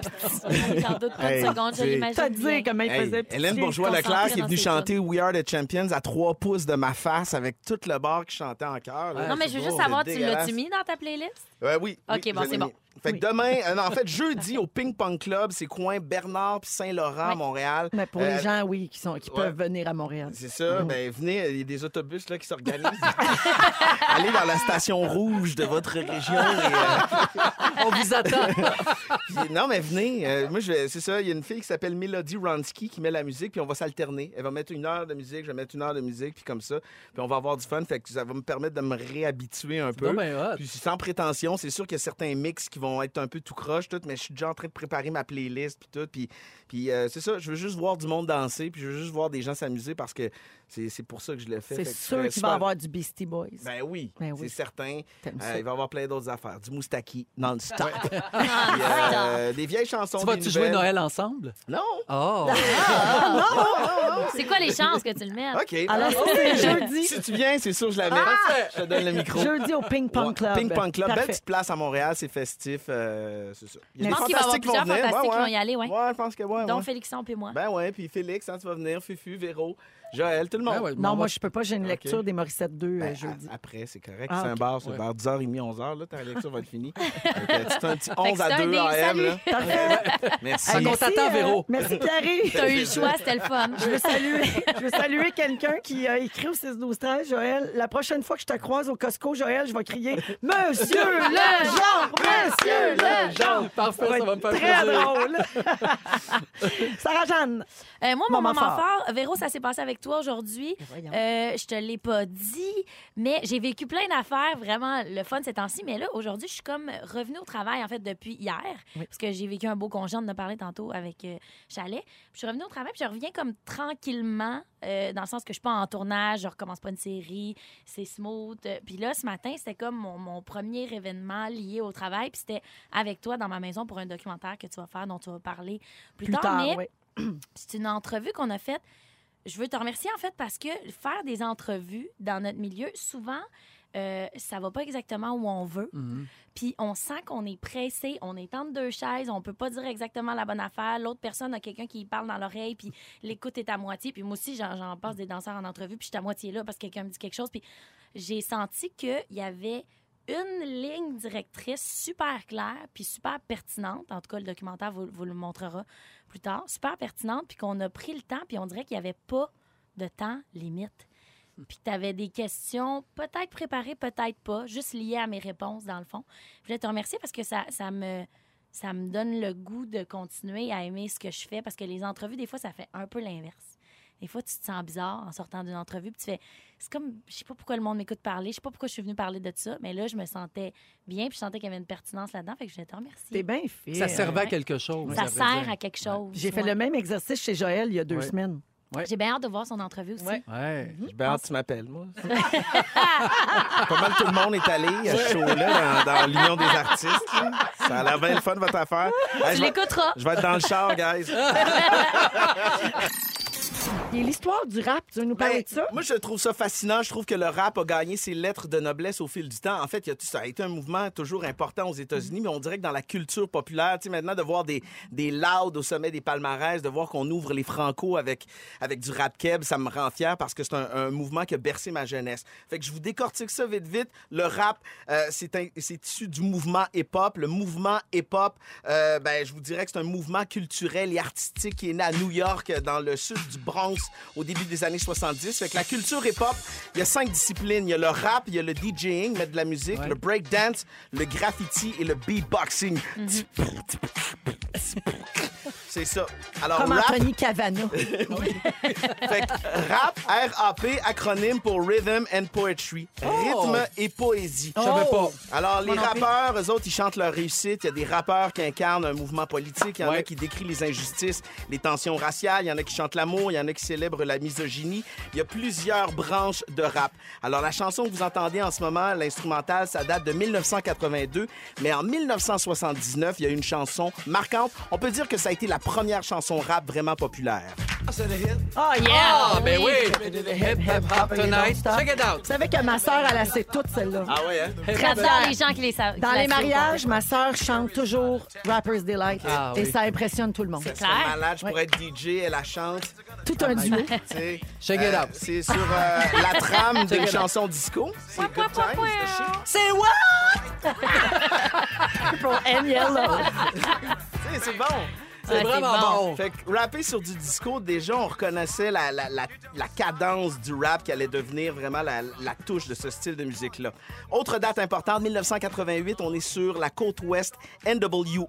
Speaker 2: J'en doute pas
Speaker 3: Hey,
Speaker 2: une seconde, je
Speaker 3: t'es-
Speaker 1: T'as
Speaker 2: l'imagine. bien.
Speaker 1: dit comment il
Speaker 3: Hey,
Speaker 1: faisait. pitié.
Speaker 3: Hélène
Speaker 2: concentrée
Speaker 3: Bourgeois-Leclerc qui est
Speaker 2: dans
Speaker 3: venue
Speaker 2: ses
Speaker 3: chanter We Are the Champions à trois pouces de ma face avec tout le bar qui chantait en chœur. là.
Speaker 2: Non, mais
Speaker 3: C'est
Speaker 2: je veux
Speaker 3: drôle,
Speaker 2: juste savoir,
Speaker 3: c'est
Speaker 2: tu l'as-tu
Speaker 3: dégueulasse.
Speaker 2: mis dans ta playlist?
Speaker 3: Ouais, oui.
Speaker 2: Ok,
Speaker 3: oui,
Speaker 2: bon,
Speaker 3: je l'ai
Speaker 2: c'est bon.
Speaker 3: mis. Fait que demain, euh, non, en fait, jeudi, au Ping Pong Club, c'est coin Bernard puis Saint-Laurent à
Speaker 2: Ouais.
Speaker 3: Montréal.
Speaker 1: Mais pour
Speaker 3: Euh,
Speaker 1: les gens, Mm-hmm. oui, qui, sont, qui
Speaker 3: ouais.
Speaker 1: peuvent venir à Montréal.
Speaker 3: C'est ça, ben venez, il y a des autobus là, qui s'organisent. Allez dans la station rouge de votre région. et, euh,
Speaker 4: On vous attend.
Speaker 3: Puis, non, mais venez. euh, moi, je vais- c'est ça. Il y a une fille qui s'appelle Melody Ronsky qui met la musique, puis on va s'alterner. Elle va mettre une heure de musique, je vais mettre une heure de musique, puis comme ça. Puis on va avoir du fun. Fait que ça va me permettre de me réhabituer un peu.
Speaker 4: Non, mais ah, hot.
Speaker 3: Puis sans prétention, c'est sûr qu'il y a certains mix qui vont être un peu tout croche, tout, mais je suis déjà en train de préparer ma playlist, puis tout. Puis, puis euh, c'est ça, je veux juste voir du monde danser, puis je veux juste voir des gens s'amuser parce que c'est c'est pour ça que je le fais.
Speaker 1: C'est
Speaker 3: Fait que euh, je serais
Speaker 1: sûr qu'il
Speaker 3: super-
Speaker 1: va y avoir du Beastie Boys.
Speaker 3: Ben oui,
Speaker 1: Ben oui.
Speaker 3: c'est certain.
Speaker 1: T'aimes
Speaker 3: Euh,
Speaker 1: ça.
Speaker 3: il va y avoir plein d'autres affaires. Du moustaki non-stop.
Speaker 2: Ah,
Speaker 3: Puis, euh, des vieilles chansons.
Speaker 4: Tu
Speaker 3: des
Speaker 4: vas-tu jouer
Speaker 3: nouvelles.
Speaker 4: Noël ensemble?
Speaker 3: Non.
Speaker 4: Oh!
Speaker 2: C'est quoi les chances que tu le mettes?
Speaker 3: OK.
Speaker 1: Ah.
Speaker 3: Ah.
Speaker 1: Alors, ça, c'est jeudi. Ah!
Speaker 3: si tu viens, c'est sûr, je la mets. je te donne le micro.
Speaker 1: Jeudi au Ping Pong
Speaker 3: Ouais.
Speaker 1: Club.
Speaker 3: Ping Pong Club. Ben,
Speaker 1: Parfait.
Speaker 3: Belle petite place à Montréal, c'est festif. euh, c'est ça. Il
Speaker 1: Je
Speaker 3: des
Speaker 1: pense
Speaker 2: qu'il va y avoir
Speaker 3: fantastiques
Speaker 2: plusieurs
Speaker 3: venir.
Speaker 2: fantastiques qui
Speaker 3: ouais.
Speaker 2: vont y aller, ouais.
Speaker 3: Ouais, je pense que ouais.
Speaker 2: Donc,
Speaker 3: ouais.
Speaker 2: Félixon puis moi.
Speaker 3: Ben ouais, puis Félix, hein, tu vas venir, Fufu, Véro, Joël, tout le monde.
Speaker 4: Ben ouais,
Speaker 1: Non,
Speaker 4: on
Speaker 1: moi,
Speaker 4: va-
Speaker 1: je peux pas. J'ai une
Speaker 3: Ok.
Speaker 1: lecture des Morissette 2
Speaker 3: Ben,
Speaker 1: euh, jeudi.
Speaker 3: a- Après, c'est correct.
Speaker 1: Ah,
Speaker 3: c'est un
Speaker 1: ok.
Speaker 3: bar, c'est
Speaker 4: Ouais.
Speaker 3: vers 10h30, 11h. Là, ta lecture va être finie. Fait que tu fais un petit 11
Speaker 2: que c'est
Speaker 3: à
Speaker 2: un
Speaker 3: 2
Speaker 2: deal,
Speaker 3: AM. là.
Speaker 1: Parfait.
Speaker 3: Merci.
Speaker 4: Hey,
Speaker 1: Merci,
Speaker 4: on t'attend,
Speaker 1: euh,
Speaker 4: Véro.
Speaker 1: Merci, Pierre.
Speaker 2: T'as eu le choix, c'était le fun.
Speaker 1: Je veux saluer, je veux saluer quelqu'un qui a écrit au 6 12 13 Joël, la prochaine fois que je te croise au Costco, Joël, je vais crier Monsieur Legendre! Monsieur Legendre!
Speaker 4: Parfait,
Speaker 1: Ça
Speaker 4: ça
Speaker 1: va
Speaker 4: va me
Speaker 1: être
Speaker 4: faire
Speaker 1: Très
Speaker 4: plaisir.
Speaker 1: drôle! Sarah-Jeanne,
Speaker 2: Euh, moi, mon
Speaker 1: Moment
Speaker 2: moment,
Speaker 1: fort.
Speaker 2: fort. Véro, ça s'est passé avec toi aujourd'hui.
Speaker 1: voyons.
Speaker 2: Euh, je te l'ai pas dit, mais j'ai vécu plein d'affaires, vraiment le fun ces temps-ci. Mais là, aujourd'hui, je suis comme revenue au travail, en fait, depuis hier, parce que j'ai vécu un beau congé, on en a parlé tantôt avec euh, Chalet. Puis je suis revenue au travail, puis je reviens comme tranquillement, euh, dans le sens que je suis pas en tournage, je recommence pas une série, c'est smooth. Euh, Puis là, ce matin, c'était comme mon, mon premier événement lié au travail, puis c'était avec toi dans ma maison pour un documentaire que tu vas faire, dont tu vas parler plus,
Speaker 1: plus tard,
Speaker 2: mais
Speaker 1: oui.
Speaker 2: c'est une entrevue qu'on a faite. Je veux te remercier, en fait, parce que faire des entrevues dans notre milieu, souvent, euh, ça va pas exactement où on veut.
Speaker 4: Mhm.
Speaker 2: Puis on sent qu'on est pressé, on est entre deux chaises, on peut pas dire exactement la bonne affaire. L'autre personne a quelqu'un qui lui parle dans l'oreille, puis l'écoute est à moitié. Puis moi aussi, j'en, j'en passe des danseurs en entrevue, puis je suis à moitié là parce que quelqu'un me dit quelque chose. Puis j'ai senti qu'il y avait une ligne directrice super claire, puis super pertinente. En tout cas, le documentaire vous, vous le montrera plus tard. Super pertinente, puis qu'on a pris le temps, puis on dirait qu'il n'y avait pas de temps limite. Puis que tu avais des questions, peut-être préparées, peut-être pas, juste liées à mes réponses, dans le fond. Je voulais te remercier parce que ça, ça me. Ça me donne le goût de continuer à aimer ce que je fais parce que les entrevues, des fois, ça fait un peu l'inverse. Des fois, tu te sens bizarre en sortant d'une entrevue, puis tu fais, c'est comme, je sais pas pourquoi le monde m'écoute parler, je sais pas pourquoi je suis venue parler de ça, mais là, je me sentais bien, puis je sentais qu'il y avait une pertinence là-dedans, fait que je voulais te
Speaker 1: T'es
Speaker 2: remercier.
Speaker 1: bien fait.
Speaker 4: Ça servait à quelque chose.
Speaker 2: Ça
Speaker 4: à vrai
Speaker 2: sert
Speaker 4: dire.
Speaker 2: à quelque chose.
Speaker 1: J'ai fait
Speaker 2: ouais.
Speaker 1: le même exercice chez Joël il y a deux
Speaker 4: Ouais.
Speaker 1: semaines.
Speaker 2: J'ai bien hâte de voir son entrevue aussi.
Speaker 1: Ouais.
Speaker 4: Ouais.
Speaker 1: Mhm.
Speaker 3: Ben, alors, tu m'appelles, moi. Pas mal tout le monde est allé à ce show-là dans, dans l'Union des artistes. là. Ça a l'air bien le fun, votre affaire. Hey,
Speaker 2: Tu
Speaker 3: je, vais,
Speaker 2: l'écouteras.
Speaker 3: je vais être dans le char, guys.
Speaker 1: Il y a l'histoire du rap. Tu veux nous parler
Speaker 3: Ben,
Speaker 1: de ça?
Speaker 3: Moi, je trouve ça fascinant. Je trouve que le rap a gagné ses lettres de noblesse au fil du temps. En fait, il y a, ça a été un mouvement toujours important aux États-Unis, mais on dirait que dans la culture populaire, tu sais, maintenant, de voir des, des louds au sommet des palmarès, de voir qu'on ouvre les franco avec, avec du rap keb, ça me rend fier parce que c'est un, un mouvement qui a bercé ma jeunesse. Fait que je vous décortique ça vite, vite. Le rap, euh, c'est un- c'est issu du mouvement hip-hop. Le mouvement hip-hop, euh, ben, je vous dirais que c'est un mouvement culturel et artistique qui est né à New York, euh, dans le sud du Bronx, au début des années 70. Fait que la culture hip-hop, il y a cinq disciplines. Il y a le rap, il y a le DJing, mettre de la musique, le breakdance, le graffiti et le beatboxing. C'est ça. Alors,
Speaker 1: Comme
Speaker 3: rap,
Speaker 1: Anthony Cavana.
Speaker 3: fait que rap, R-A-P, acronyme pour Rhythm and Poetry. Rythme et poésie. Oh.
Speaker 5: Oh. Je savais pas.
Speaker 3: Alors, les
Speaker 5: Moi non plus.
Speaker 3: rappeurs, eux autres, ils chantent leur réussite. Il y a des rappeurs qui incarnent un mouvement politique. Il y en a qui décrivent les injustices, les tensions raciales. Il y en a qui chantent l'amour. Il y en a qui célèbrent la misogynie. Il y a plusieurs branches de rap. Alors, la chanson que vous entendez en ce moment, l'instrumentale, ça date de 1982. Mais en 1979, il y a eu une chanson marquante. On peut dire que ça a été la première chanson rap vraiment populaire.
Speaker 1: Oh, yeah!
Speaker 4: Ah, ben oui! Hip, hip, hop tonight. Check it out.
Speaker 1: Tu savais que ma sœur, elle a sait toutes celles-là.
Speaker 3: Ah ouais, hein?
Speaker 2: J'adore les gens qui les savent.
Speaker 1: Dans
Speaker 2: qui la
Speaker 1: les
Speaker 2: savent.
Speaker 1: mariages, ma sœur chante toujours Rapper's Delight.
Speaker 4: Ah,
Speaker 1: Et
Speaker 4: oui.
Speaker 1: ça impressionne tout le monde.
Speaker 3: C'est
Speaker 2: Claire?
Speaker 3: malade, je pourrais être DJ, elle la chante. Ah, ben,
Speaker 1: Tout un duo.
Speaker 3: tu sais.
Speaker 4: Check it
Speaker 3: Euh,
Speaker 4: out.
Speaker 3: C'est sur euh, la trame d'une chanson disco. C'est Good
Speaker 2: Point, point,
Speaker 3: Times,
Speaker 2: point. hein.
Speaker 3: c'est chic.
Speaker 4: C'est what?
Speaker 1: Pour
Speaker 2: Ben
Speaker 1: Yellow.
Speaker 3: Tu sais, C'est bon.
Speaker 2: Ah, C'est
Speaker 4: Vraiment bon.
Speaker 3: Fait que rapper sur du disco, déjà, on reconnaissait la, la- la- la cadence du rap qui allait devenir vraiment la, la touche de ce style de musique-là. Autre date importante, 1988, on est sur la côte ouest NWA,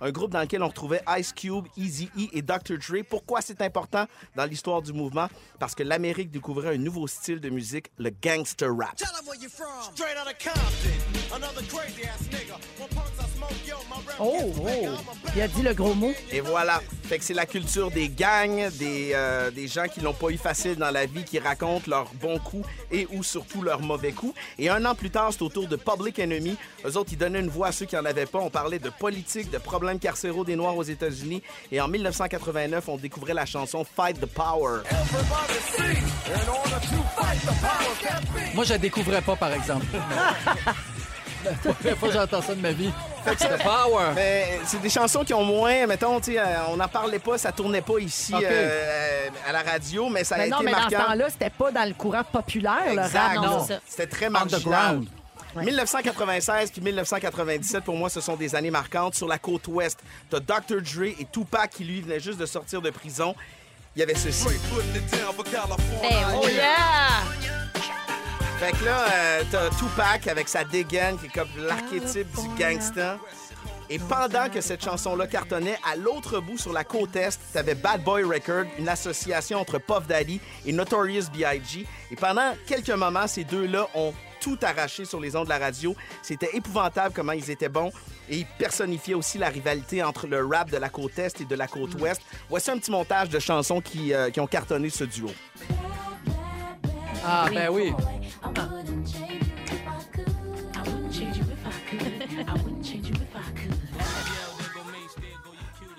Speaker 3: un groupe dans lequel on retrouvait Ice Cube, Eazy-E et Dr. Dre. Pourquoi c'est important dans l'histoire du mouvement? Parce que l'Amérique découvrait un nouveau style de musique, le gangster rap.
Speaker 1: Oh, oh. Il a dit le gros mot.
Speaker 3: Et voilà. Fait que c'est la culture des gangs, des, euh, des gens qui l'ont pas eu facile dans la vie, qui racontent leurs bons coups et ou surtout leurs mauvais coups. Et un an plus tard, c'est au tour de Public Enemy. Eux autres, ils donnaient une voix à ceux qui en avaient pas. On parlait de politique, de problèmes carcéraux des Noirs aux États-Unis. Et en 1989, on découvrait la chanson Fight the Power.
Speaker 4: Moi, je la découvrais pas, par exemple. La première fois que j'entends ça de ma vie. The power.
Speaker 3: Mais c'est des chansons qui ont moins, mettons, tu sais, euh, on n'en parlait pas, ça tournait pas ici
Speaker 4: Ok.
Speaker 3: euh, à la radio, mais ça a
Speaker 1: Mais Ben non,
Speaker 3: été
Speaker 1: mais dans ce
Speaker 3: marquant.
Speaker 1: temps-là, c'était pas dans le courant populaire, le rap.
Speaker 3: Exact.
Speaker 2: non, c'est ça.
Speaker 3: C'était très marginal.
Speaker 4: Underground.
Speaker 3: 1996 puis 1997, pour moi, ce sont des années marquantes. Sur la côte ouest, t'as Dr. Dre et Tupac qui, lui, venait juste de sortir de prison. Il y avait ceci.
Speaker 2: Ben oui.
Speaker 3: Fait que là, euh, t'as Tupac avec sa dégaine qui est comme l'archétype du gangsta. Et pendant que cette chanson-là cartonnait, à l'autre bout, sur la côte est, t'avais Bad Boy Record, une association entre Puff Daddy et Notorious B.I.G. Et pendant quelques moments, ces deux-là ont tout arraché sur les ondes de la radio. C'était épouvantable comment ils étaient bons. Et ils personnifiaient aussi la rivalité entre le rap de la côte est et de la côte ouest. Voici un petit montage de chansons qui, euh, qui ont cartonné ce duo.
Speaker 4: Ah, ben oui.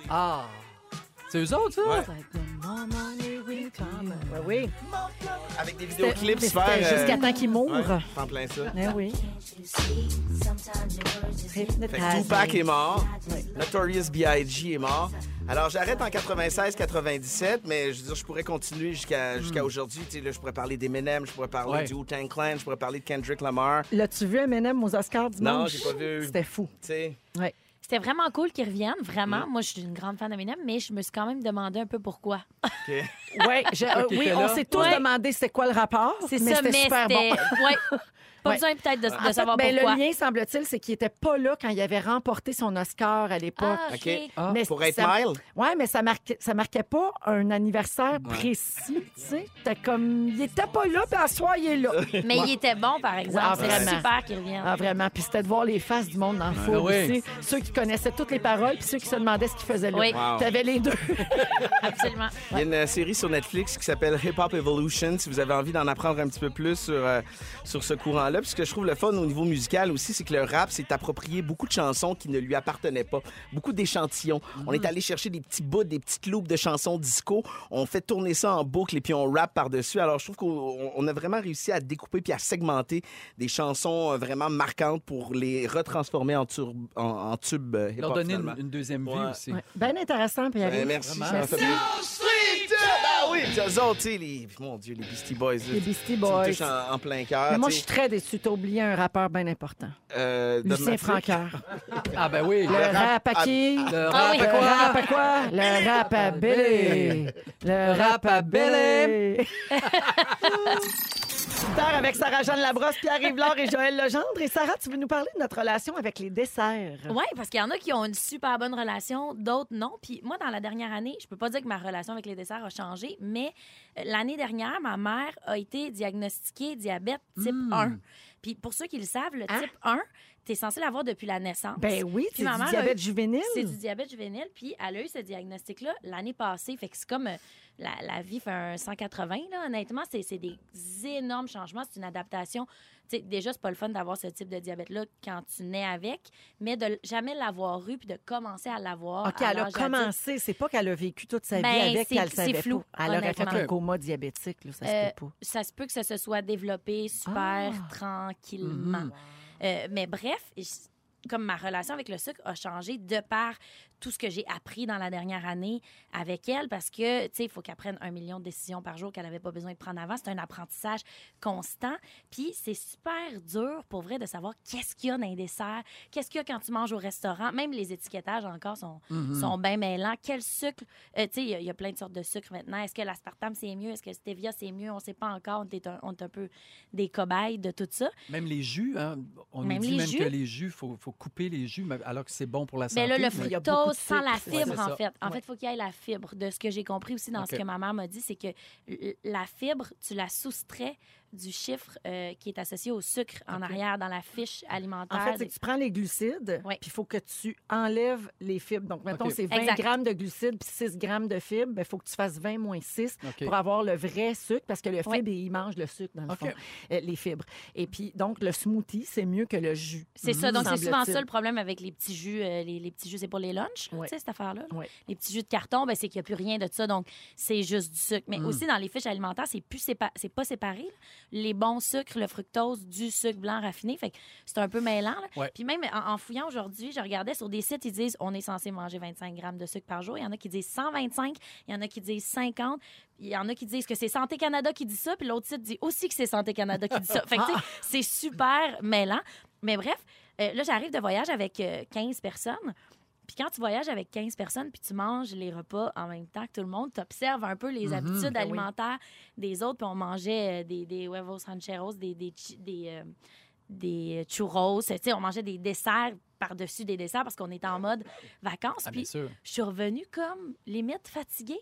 Speaker 4: Ah. C'est eux autres, ça?
Speaker 1: Oui, Ben oui.
Speaker 3: Avec des
Speaker 1: C'était-
Speaker 3: vidéoclips,
Speaker 1: mais
Speaker 3: faire...
Speaker 1: c'était
Speaker 3: euh,
Speaker 1: Jusqu'à temps qu'il
Speaker 3: Ouais,
Speaker 1: mourre.
Speaker 3: en plein ça.
Speaker 1: Mais oui.
Speaker 3: Fait que Tupac est mort, Notorious B.I.G. est mort. Alors j'arrête en 96-97, mais je veux dire, je pourrais continuer jusqu'à jusqu'à aujourd'hui. Tu sais, là, je pourrais parler d'Eminem, je pourrais parler
Speaker 4: Ouais.
Speaker 3: du Wu-Tang Clan, je pourrais parler de Kendrick Lamar. Tu
Speaker 1: L'as-tu vu M&M aux Oscars
Speaker 3: Non,
Speaker 1: dimanche?
Speaker 3: j'ai pas vu.
Speaker 1: C'était fou.
Speaker 3: sais,
Speaker 1: Ouais.
Speaker 2: C'était vraiment cool qu'ils reviennent, vraiment. Moi, je suis une grande fan d'Eminem, mais je me suis quand même demandé un peu pourquoi.
Speaker 1: Ouais, je- euh, oui,
Speaker 4: était
Speaker 1: on
Speaker 4: là.
Speaker 1: s'est tous
Speaker 2: Ouais.
Speaker 1: demandé c'est quoi le rapport,
Speaker 2: C'est
Speaker 1: mais
Speaker 2: ça,
Speaker 1: c'était
Speaker 2: mais
Speaker 1: super bon.
Speaker 2: c'était. Ouais. Pas
Speaker 1: Ouais.
Speaker 2: besoin peut-être de, de
Speaker 1: En fait,
Speaker 2: savoir
Speaker 1: ben,
Speaker 2: pourquoi.
Speaker 1: le lien, semble-t-il, c'est qu'il était pas là quand il avait remporté son Oscar à l'époque.
Speaker 2: Ah,
Speaker 3: OK.
Speaker 2: OK.
Speaker 4: Ah.
Speaker 1: Mais
Speaker 3: Pour être
Speaker 1: ça-
Speaker 3: mile,
Speaker 1: Ouais, mais ça marquait, ça marquait pas un anniversaire précis, tu sais. T'as comme, il était pas là, puis à soir, il est là.
Speaker 2: Mais il était bon, par
Speaker 1: Ah,
Speaker 2: exemple. C'est
Speaker 1: vraiment.
Speaker 2: super qu'il revienne.
Speaker 1: Ah, vraiment. Puis c'était de voir les faces du monde dans
Speaker 3: Ben
Speaker 1: le four
Speaker 4: Ah oui.
Speaker 1: aussi. Ceux qui connaissaient toutes les paroles, puis ceux qui se demandaient ce qu'ils faisaient là.
Speaker 2: Oui.
Speaker 3: Wow.
Speaker 1: T'avais les deux.
Speaker 2: Absolument.
Speaker 3: il y a une euh, série sur Netflix qui s'appelle Hip Hop Evolution, si vous avez envie d'en apprendre un petit peu plus sur, euh, sur ce courant-là. Puis ce que je trouve le fun au niveau musical aussi, c'est que le rap s'est approprié beaucoup de chansons qui ne lui appartenaient pas, beaucoup d'échantillons. On
Speaker 4: Mm.
Speaker 3: est allé chercher des petits bouts, des petites loupes de chansons disco, on fait tourner ça en boucle et puis on rappe par-dessus. Alors je trouve qu'on on a vraiment réussi à découper puis à segmenter des chansons euh, vraiment marquantes pour les retransformer en, tur- en, en tubes euh, hip-hop.
Speaker 4: Leur donner une,
Speaker 3: finalement.
Speaker 4: une deuxième vie
Speaker 3: Ouais.
Speaker 4: aussi.
Speaker 1: Ouais. Ben intéressant, puis
Speaker 3: Ben,
Speaker 1: aller.
Speaker 3: merci.
Speaker 4: Vraiment.
Speaker 3: ça m'a fait plaisir. Ah oui, puis eux autres, tu sais, les, mon Dieu, les Beastie Boys. là,
Speaker 1: Les Beastie
Speaker 3: tu me
Speaker 1: Boys.
Speaker 3: touches en, en plein cœur.
Speaker 1: Mais moi,
Speaker 3: tu
Speaker 1: je
Speaker 3: sais.
Speaker 1: suis très déçue. T'as oublié un rappeur bien important.
Speaker 3: Euh, Don
Speaker 1: Lucien
Speaker 3: Matrick.
Speaker 1: Francoeur.
Speaker 4: Ah ben oui.
Speaker 1: Le rap à qui?
Speaker 4: Le
Speaker 2: Ah
Speaker 4: rap
Speaker 2: oui.
Speaker 4: à
Speaker 1: Le
Speaker 4: quoi?
Speaker 1: rap à quoi? Le rap à Bélé. Le
Speaker 4: rap à Bélé.
Speaker 1: Bélé. Tard avec Sarah-Jeanne Labrosse, Pierre-Yves Laure et Joël Legendre. Et Sarah, tu veux nous parler de notre relation avec les desserts.
Speaker 2: Oui, parce qu'il y en a qui ont une super bonne relation, d'autres non. Puis moi, dans la dernière année, je peux pas dire que ma relation avec les desserts a changé, mais euh, l'année dernière, ma mère a été diagnostiquée diabète type 1. Puis pour ceux qui le savent, le type 1, tu es censé l'avoir depuis la naissance.
Speaker 1: Ben oui,
Speaker 2: Puis
Speaker 1: c'est
Speaker 2: ma
Speaker 1: du
Speaker 2: mère a
Speaker 1: diabète
Speaker 2: eu-
Speaker 1: juvénile.
Speaker 2: C'est du diabète juvénile, puis elle a eu ce diagnostic-là l'année passée. Fait que c'est comme euh, la, la vie fait un 180, là. Honnêtement, c'est c'est des énormes changements. C'est une adaptation. Tu sais, déjà, c'est pas le fun d'avoir ce type de diabète-là quand tu nais avec, mais de l- jamais l'avoir eu, puis de commencer à l'avoir.
Speaker 1: OK,
Speaker 2: à
Speaker 1: elle a
Speaker 2: l'âge adulte.
Speaker 1: commencé. C'est pas qu'elle a vécu toute sa vie
Speaker 2: Ah, Ben,
Speaker 1: avec,
Speaker 2: c'est-
Speaker 1: elle le
Speaker 2: c'est
Speaker 1: savait
Speaker 2: flou,
Speaker 1: pas. Elle aurait fait
Speaker 2: honnêtement.
Speaker 1: un coma diabétique, là, ça
Speaker 2: Euh,
Speaker 1: se peut pas.
Speaker 2: Ça se peut que ça se soit développé
Speaker 1: Ah.
Speaker 2: super tranquillement. Euh, mais bref, je- comme ma relation avec le sucre a changé de par tout ce que j'ai appris dans la dernière année avec elle, parce que, tu sais, il faut qu'elle prenne un million de décisions par jour qu'elle n'avait pas besoin de prendre avant. C'est un apprentissage constant. Puis c'est super dur, pour vrai, de savoir qu'est-ce qu'il y a dans les desserts, qu'est-ce qu'il y a quand tu manges au restaurant. Même les étiquetages encore sont, sont bien mêlants. Quel sucre, euh, tu sais, il y a- il y, a plein de sortes de sucres maintenant. Est-ce que l'aspartame, c'est mieux? Est-ce que le stevia, c'est mieux? On ne sait pas encore. On est, un, on est un peu des cobayes de tout ça.
Speaker 4: Même les jus, hein, on
Speaker 2: Même
Speaker 4: nous dit
Speaker 2: les
Speaker 4: même
Speaker 2: jus.
Speaker 4: que les jus, il faut, faut couper les jus, mais- alors que c'est bon pour la santé.
Speaker 2: Mais là, le
Speaker 1: mais il y a beaucoup
Speaker 2: fructose
Speaker 1: de
Speaker 2: sans la
Speaker 1: sucre. Ouais,
Speaker 2: fibre,
Speaker 4: c'est ça.
Speaker 2: en fait. En
Speaker 4: Ouais.
Speaker 2: fait, il faut qu'il y ait la fibre. De ce que j'ai compris aussi dans
Speaker 4: OK.
Speaker 2: ce que ma mère m'a dit, c'est que l- la fibre, tu la soustrais du chiffre euh, qui est associé au sucre en arrière dans la fiche
Speaker 1: En
Speaker 2: alimentaire.
Speaker 1: fait, c'est que tu prends les glucides,
Speaker 2: Ouais.
Speaker 1: puis il faut que tu enlèves les fibres. Donc, mettons,
Speaker 4: OK.
Speaker 1: c'est 20
Speaker 2: Exact.
Speaker 1: grammes de glucides puis 6 grammes de fibres. Il faut que tu fasses 20 moins 6
Speaker 4: OK.
Speaker 1: pour avoir le vrai sucre, parce que le
Speaker 2: Ouais.
Speaker 1: fibre, il mange le sucre, dans le
Speaker 4: OK.
Speaker 1: fond, euh, les fibres. Et puis, donc, le smoothie, c'est mieux que le jus.
Speaker 2: C'est ça. Donc, c'est souvent
Speaker 1: semble-t-il.
Speaker 2: ça le problème avec les petits jus. euh, les, les petits jus, c'est pour les lunchs,
Speaker 1: Ouais.
Speaker 2: tu sais, cette affaire-là. là.
Speaker 1: Ouais.
Speaker 2: Les petits jus de carton, ben, c'est qu'il n'y a plus rien de ça. Donc, c'est juste du sucre.
Speaker 1: Mm.
Speaker 2: Mais aussi, dans les fiches alimentaires, c'est plus sépa- c'est pas séparé. là. Les bons sucres, le fructose, du sucre blanc raffiné. Fait que c'est un peu mêlant. là.
Speaker 4: Ouais.
Speaker 2: Puis même en, en fouillant aujourd'hui, je regardais sur des sites, ils disent on est censé manger 25 grammes de sucre par jour. Il y en a qui disent 125, il y en a qui disent 50. Il y en a qui disent que c'est Santé Canada qui dit ça, puis l'autre site dit aussi que c'est Santé Canada qui dit ça. Fait que, tu sais, c'est super mêlant. Mais bref, euh, là, j'arrive de voyage avec euh, 15 personnes. Puis quand tu voyages avec 15 personnes, puis tu manges les repas en même temps que tout le monde, tu observes un peu les habitudes
Speaker 1: Ben oui.
Speaker 2: alimentaires des autres. Puis on mangeait euh, des, des huevos rancheros, des, des, chi- des, euh, des churros. Tu sais, on mangeait des desserts par-dessus des desserts parce qu'on était en mode vacances.
Speaker 4: Ah, bien
Speaker 2: puis
Speaker 4: sûr.
Speaker 2: je suis revenue comme limite fatiguée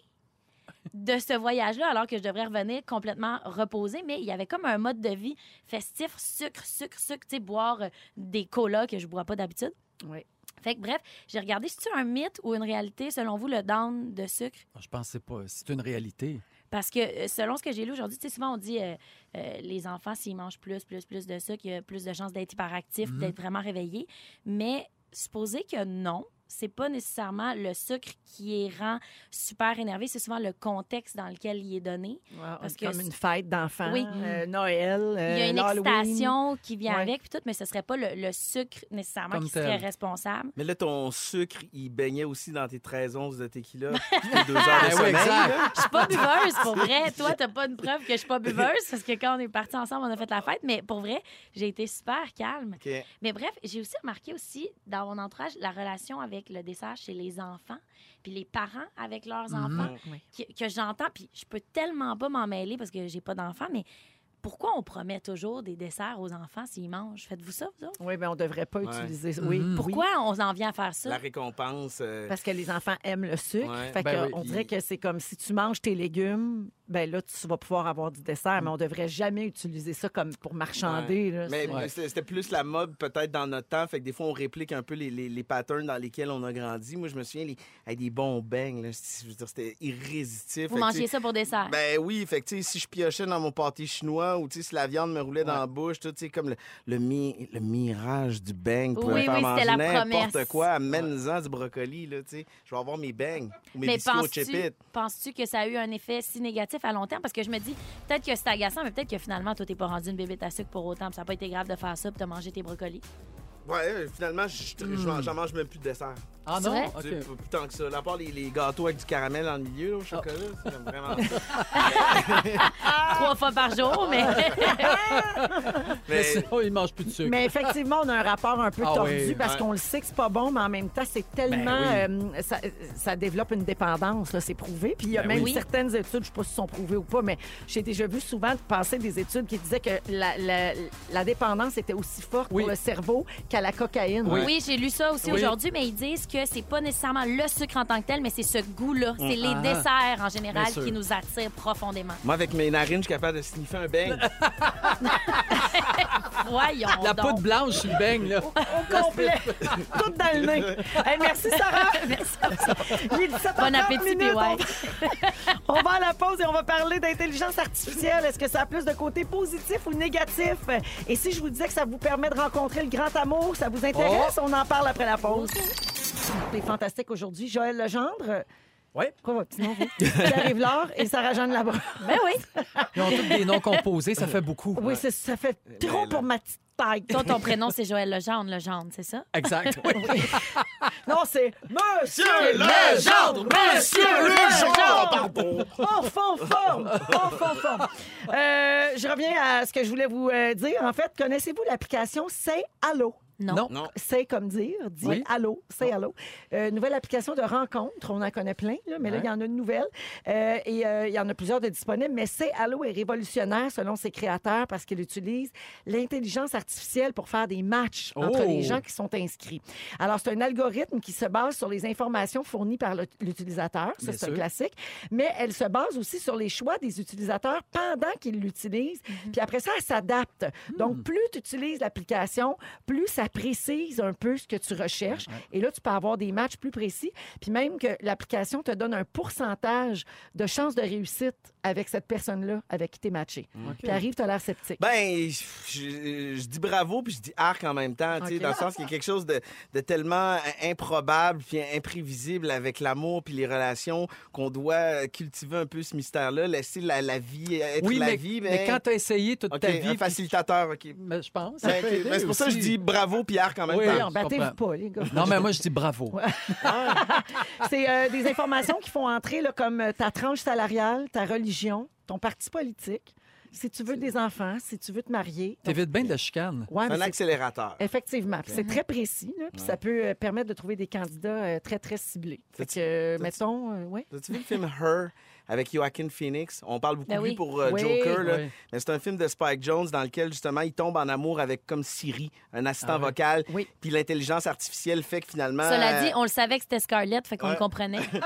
Speaker 2: de ce voyage-là, alors que je devrais revenir complètement reposée. Mais il y avait comme un mode de vie festif, sucre, sucre, sucre, tu sais, boire euh, des colas que je bois pas d'habitude.
Speaker 1: Oui.
Speaker 2: Fait que bref, j'ai regardé, c'est-tu un mythe ou une réalité, selon vous, le down de sucre?
Speaker 4: Ah, Je pensais pas. C'est une réalité.
Speaker 2: Parce que euh, selon ce que j'ai lu aujourd'hui, tu sais, souvent on dit euh, euh, les enfants, s'ils mangent plus, plus, plus de sucre, il y a plus de chances d'être hyperactifs,
Speaker 1: Mm-hmm.
Speaker 2: d'être vraiment réveillés. Mais supposer que non, c'est pas nécessairement le sucre qui est rend super énervé, c'est souvent le contexte dans lequel il est donné.
Speaker 1: Parce
Speaker 2: Parce
Speaker 1: que
Speaker 2: que
Speaker 1: Euh, comme une fête d'enfants,
Speaker 2: Oui.
Speaker 1: euh, Noël,
Speaker 2: Il y a
Speaker 1: euh,
Speaker 2: une
Speaker 1: l'Halloween.
Speaker 2: excitation qui vient
Speaker 1: Ouais.
Speaker 2: avec, puis tout, mais ce serait pas le, le sucre nécessairement
Speaker 4: Comme
Speaker 2: qui serait
Speaker 4: tel.
Speaker 2: responsable.
Speaker 3: Mais là, ton sucre, il baignait aussi dans tes 13 onces de tequila. puis tes deux heures
Speaker 4: Ben
Speaker 3: de
Speaker 4: oui,
Speaker 3: sommeil.
Speaker 4: exact.
Speaker 3: là.
Speaker 2: Je suis pas buveuse, pour vrai. Toi, t'as pas une preuve que je suis pas buveuse, parce que quand on est partis ensemble, on a fait la fête, mais pour vrai, j'ai été super calme.
Speaker 3: OK.
Speaker 2: Mais bref, j'ai aussi remarqué aussi dans mon entourage la relation avec le dessert chez les enfants, puis les parents avec leurs
Speaker 3: Mm-hmm.
Speaker 2: enfants,
Speaker 1: Oui.
Speaker 2: que, que j'entends, puis je peux tellement pas m'en mêler parce que j'ai pas d'enfants, mais pourquoi on promet toujours des desserts aux enfants s'ils mangent? Faites-vous ça, vous autres?
Speaker 1: Oui, mais on devrait pas
Speaker 3: Ouais.
Speaker 1: utiliser ça. Oui, oui.
Speaker 2: Pourquoi on en vient à faire ça?
Speaker 3: La récompense. euh,
Speaker 1: Parce que les enfants aiment le sucre.
Speaker 3: Ouais.
Speaker 1: Fait
Speaker 4: Ben
Speaker 1: que,
Speaker 4: oui,
Speaker 1: on
Speaker 3: puis-
Speaker 1: dirait que c'est comme si tu manges tes légumes, ben là, tu vas pouvoir avoir du dessert, mais on devrait jamais utiliser ça comme pour marchander. là.
Speaker 3: Mais
Speaker 1: C'est-
Speaker 3: mais c'était c'était plus la mode peut-être dans notre temps. Fait que des fois, on réplique un peu les, les, les patterns dans lesquels on a grandi. Moi, je me souviens, les, hey, des bons beignes, là, c'est- je veux dire, c'était irrésistible.
Speaker 2: Vous
Speaker 3: Fait que,
Speaker 2: mangez
Speaker 3: tu sais,
Speaker 2: ça pour dessert.
Speaker 3: Ben oui, fait que, tu sais, si je piochais dans mon pâté chinois ou tu sais, si la viande me roulait dans la bouche, tout, tu sais, comme le, le, mi- le mirage du beigne pouvait
Speaker 2: Oui,
Speaker 3: me faire
Speaker 2: oui,
Speaker 3: manger
Speaker 2: c'était la
Speaker 3: n'importe
Speaker 2: promesse.
Speaker 3: quoi, amène-en du brocoli, là, tu sais. Je vais avoir mes beignes ou mes
Speaker 2: Mais
Speaker 3: biscuits au
Speaker 2: penses-tu
Speaker 3: chip-it.
Speaker 2: penses que ça a eu un effet si négatif à long terme? Parce que je me dis, peut-être que c'est agaçant, mais peut-être que finalement, toi, t'es pas rendu une bébête à sucre pour autant. puis Ça n'a pas été grave de faire ça puis de manger tes brocolis.
Speaker 3: Ouais, euh, finalement, je- je-
Speaker 2: Hmm.
Speaker 3: j'en j'en mange même plus de dessert.
Speaker 4: Ah
Speaker 2: C'est vrai?
Speaker 4: non?
Speaker 3: Tu sais,
Speaker 4: OK.
Speaker 3: p- Tant que ça. À part les, les gâteaux avec du caramel en milieu, là,
Speaker 2: Oh.
Speaker 3: au chocolat, c'est comme vraiment ça. Ah!
Speaker 2: Trois fois par jour, mais
Speaker 4: Mais
Speaker 3: Mais
Speaker 4: sinon, il mange plus de sucre.
Speaker 1: Mais effectivement, on a un rapport un peu
Speaker 4: Ah
Speaker 1: tordu
Speaker 4: oui,
Speaker 1: parce
Speaker 3: ouais.
Speaker 1: qu'on le sait que c'est pas bon, mais en même temps, c'est tellement. euh, ça, ça développe une dépendance, là, c'est prouvé. Puis il y a
Speaker 4: Ben
Speaker 1: même
Speaker 2: oui.
Speaker 1: certaines études, je sais pas si sont prouvées ou pas, mais j'ai déjà vu souvent passer des études qui disaient que la, la- la dépendance était aussi forte
Speaker 4: Oui.
Speaker 1: pour le cerveau qu'à la cocaïne.
Speaker 2: oui, j'ai lu ça aussi
Speaker 4: Oui.
Speaker 2: aujourd'hui, mais ils disent que c'est pas nécessairement le sucre en tant que tel, mais c'est ce goût-là. C'est les
Speaker 4: Ah.
Speaker 2: desserts en
Speaker 4: Bien
Speaker 2: général
Speaker 4: sûr.
Speaker 2: qui nous attirent profondément.
Speaker 3: moi, avec mes narines, je suis capable de sniffer un beigne.
Speaker 2: Voyons.
Speaker 4: La
Speaker 2: donc.
Speaker 4: poudre blanche sur le beigne, là.
Speaker 1: Au complet. Tout dans le nez. Hey, merci, Sarah.
Speaker 2: Merci.
Speaker 1: Il est 17
Speaker 2: Bon
Speaker 1: h
Speaker 2: appétit,
Speaker 1: minutes.
Speaker 2: PY.
Speaker 1: On va à la pause et on va parler d'intelligence artificielle. Est-ce que ça a plus de côté positif ou négatif? Et si je vous disais que ça vous permet de rencontrer le grand amour, ça vous intéresse? On en parle après la pause. Les fantastiques aujourd'hui, Joël Legendre.
Speaker 4: Oui.
Speaker 1: Quoi, votre petit nom, vous? Pierre Yvelard et Sarah-Jeanne Labrosse.
Speaker 2: Ben oui.
Speaker 4: Ils ont tous des noms composés, ça fait beaucoup.
Speaker 1: Oui, c'est- ça fait trop
Speaker 3: là-
Speaker 1: pour ma petite taille.
Speaker 2: Toi, ton prénom, c'est Joël Legendre, Legendre, c'est ça?
Speaker 4: Exact. oui.
Speaker 1: Non, c'est Monsieur
Speaker 4: Legendre! Monsieur
Speaker 1: Legendre! Pardon! Enfant forme! Enfant forme! Euh, je reviens à ce que je voulais vous euh, dire. En fait, connaissez-vous l'application C'est Allo?
Speaker 2: Non.
Speaker 4: Non.
Speaker 3: Non.
Speaker 1: C'est comme dire, dit
Speaker 4: Oui.
Speaker 1: allô, c'est allô. Euh, nouvelle application de rencontre, on en connaît plein, là, mais là, il y en a une nouvelle. Euh, et euh, il y en a plusieurs de disponibles, mais c'est allô est révolutionnaire selon ses créateurs parce qu'il utilise l'intelligence artificielle pour faire des matchs entre
Speaker 4: Oh!
Speaker 1: les gens qui sont inscrits. Alors, c'est un algorithme qui se base sur les informations fournies par le- l'utilisateur, ça
Speaker 4: Bien
Speaker 1: c'est un
Speaker 4: sûr.
Speaker 1: classique, mais elle se base aussi sur les choix des utilisateurs pendant qu'ils l'utilisent,
Speaker 4: Mhm.
Speaker 1: puis après ça, elle s'adapte.
Speaker 4: Hmm.
Speaker 1: Donc, plus tu utilises l'application, plus ça précise un peu ce que tu recherches, et là, tu peux avoir des matchs plus précis, puis même que l'application te donne un pourcentage de chances de réussite avec cette personne-là avec qui tu es matché. Puis arrive, tu as l'air sceptique.
Speaker 3: Ben, je, je- je dis bravo puis je dis arc en même temps, tu sais,
Speaker 1: Ok.
Speaker 3: dans le sens qu'il y a quelque chose de, de tellement improbable puis imprévisible avec l'amour puis les relations qu'on doit euh, cultiver un peu ce mystère-là, laisser la, la vie être
Speaker 4: Oui,
Speaker 3: la
Speaker 4: mais,
Speaker 3: vie. ben,
Speaker 4: mais quand t'as essayé toute
Speaker 3: OK,
Speaker 4: ta vie...
Speaker 3: un facilitateur, OK.
Speaker 4: puis- mais je pense. ça
Speaker 3: Ben,
Speaker 4: peut
Speaker 3: ok.
Speaker 4: aider
Speaker 3: Ben, c'est pour ça que je
Speaker 4: aussi.
Speaker 3: dis bravo puis arc en même
Speaker 4: Oui.
Speaker 3: temps.
Speaker 1: Alors, battez-vous
Speaker 4: comprends.
Speaker 1: pas, les gars.
Speaker 4: Non, mais moi, je dis bravo.
Speaker 1: C'est euh, des informations qui font entrer là, comme euh, ta tranche salariale, ta religion, ton parti politique, si tu veux des enfants, si tu veux te marier. Donc,
Speaker 4: T'évites bien de la chicane.
Speaker 1: ouais,
Speaker 3: C'est
Speaker 1: mais
Speaker 3: un
Speaker 1: c'est-
Speaker 3: accélérateur.
Speaker 1: Effectivement. Puis C'est très précis, là, puis ça peut euh, permettre de trouver des candidats euh, très, très ciblés. Fait que,
Speaker 3: T'as-tu-
Speaker 1: euh,
Speaker 3: t'as-tu-
Speaker 1: mettons, euh, ouais.
Speaker 3: As-tu vu le film Her avec Joaquin Phoenix? On parle beaucoup
Speaker 2: Ben
Speaker 3: de lui
Speaker 2: oui.
Speaker 3: pour euh,
Speaker 1: Oui.
Speaker 3: Joker. là.
Speaker 4: Oui.
Speaker 3: Mais c'est un film de Spike Jones dans lequel, justement, il tombe en amour avec comme Siri, un assistant
Speaker 4: Ah ouais.
Speaker 3: vocal.
Speaker 1: Oui.
Speaker 3: Puis l'intelligence artificielle fait que finalement.
Speaker 2: Cela dit,
Speaker 3: euh,
Speaker 2: on le savait que c'était Scarlett, fait qu'on
Speaker 3: Ouais.
Speaker 2: le comprenait. tu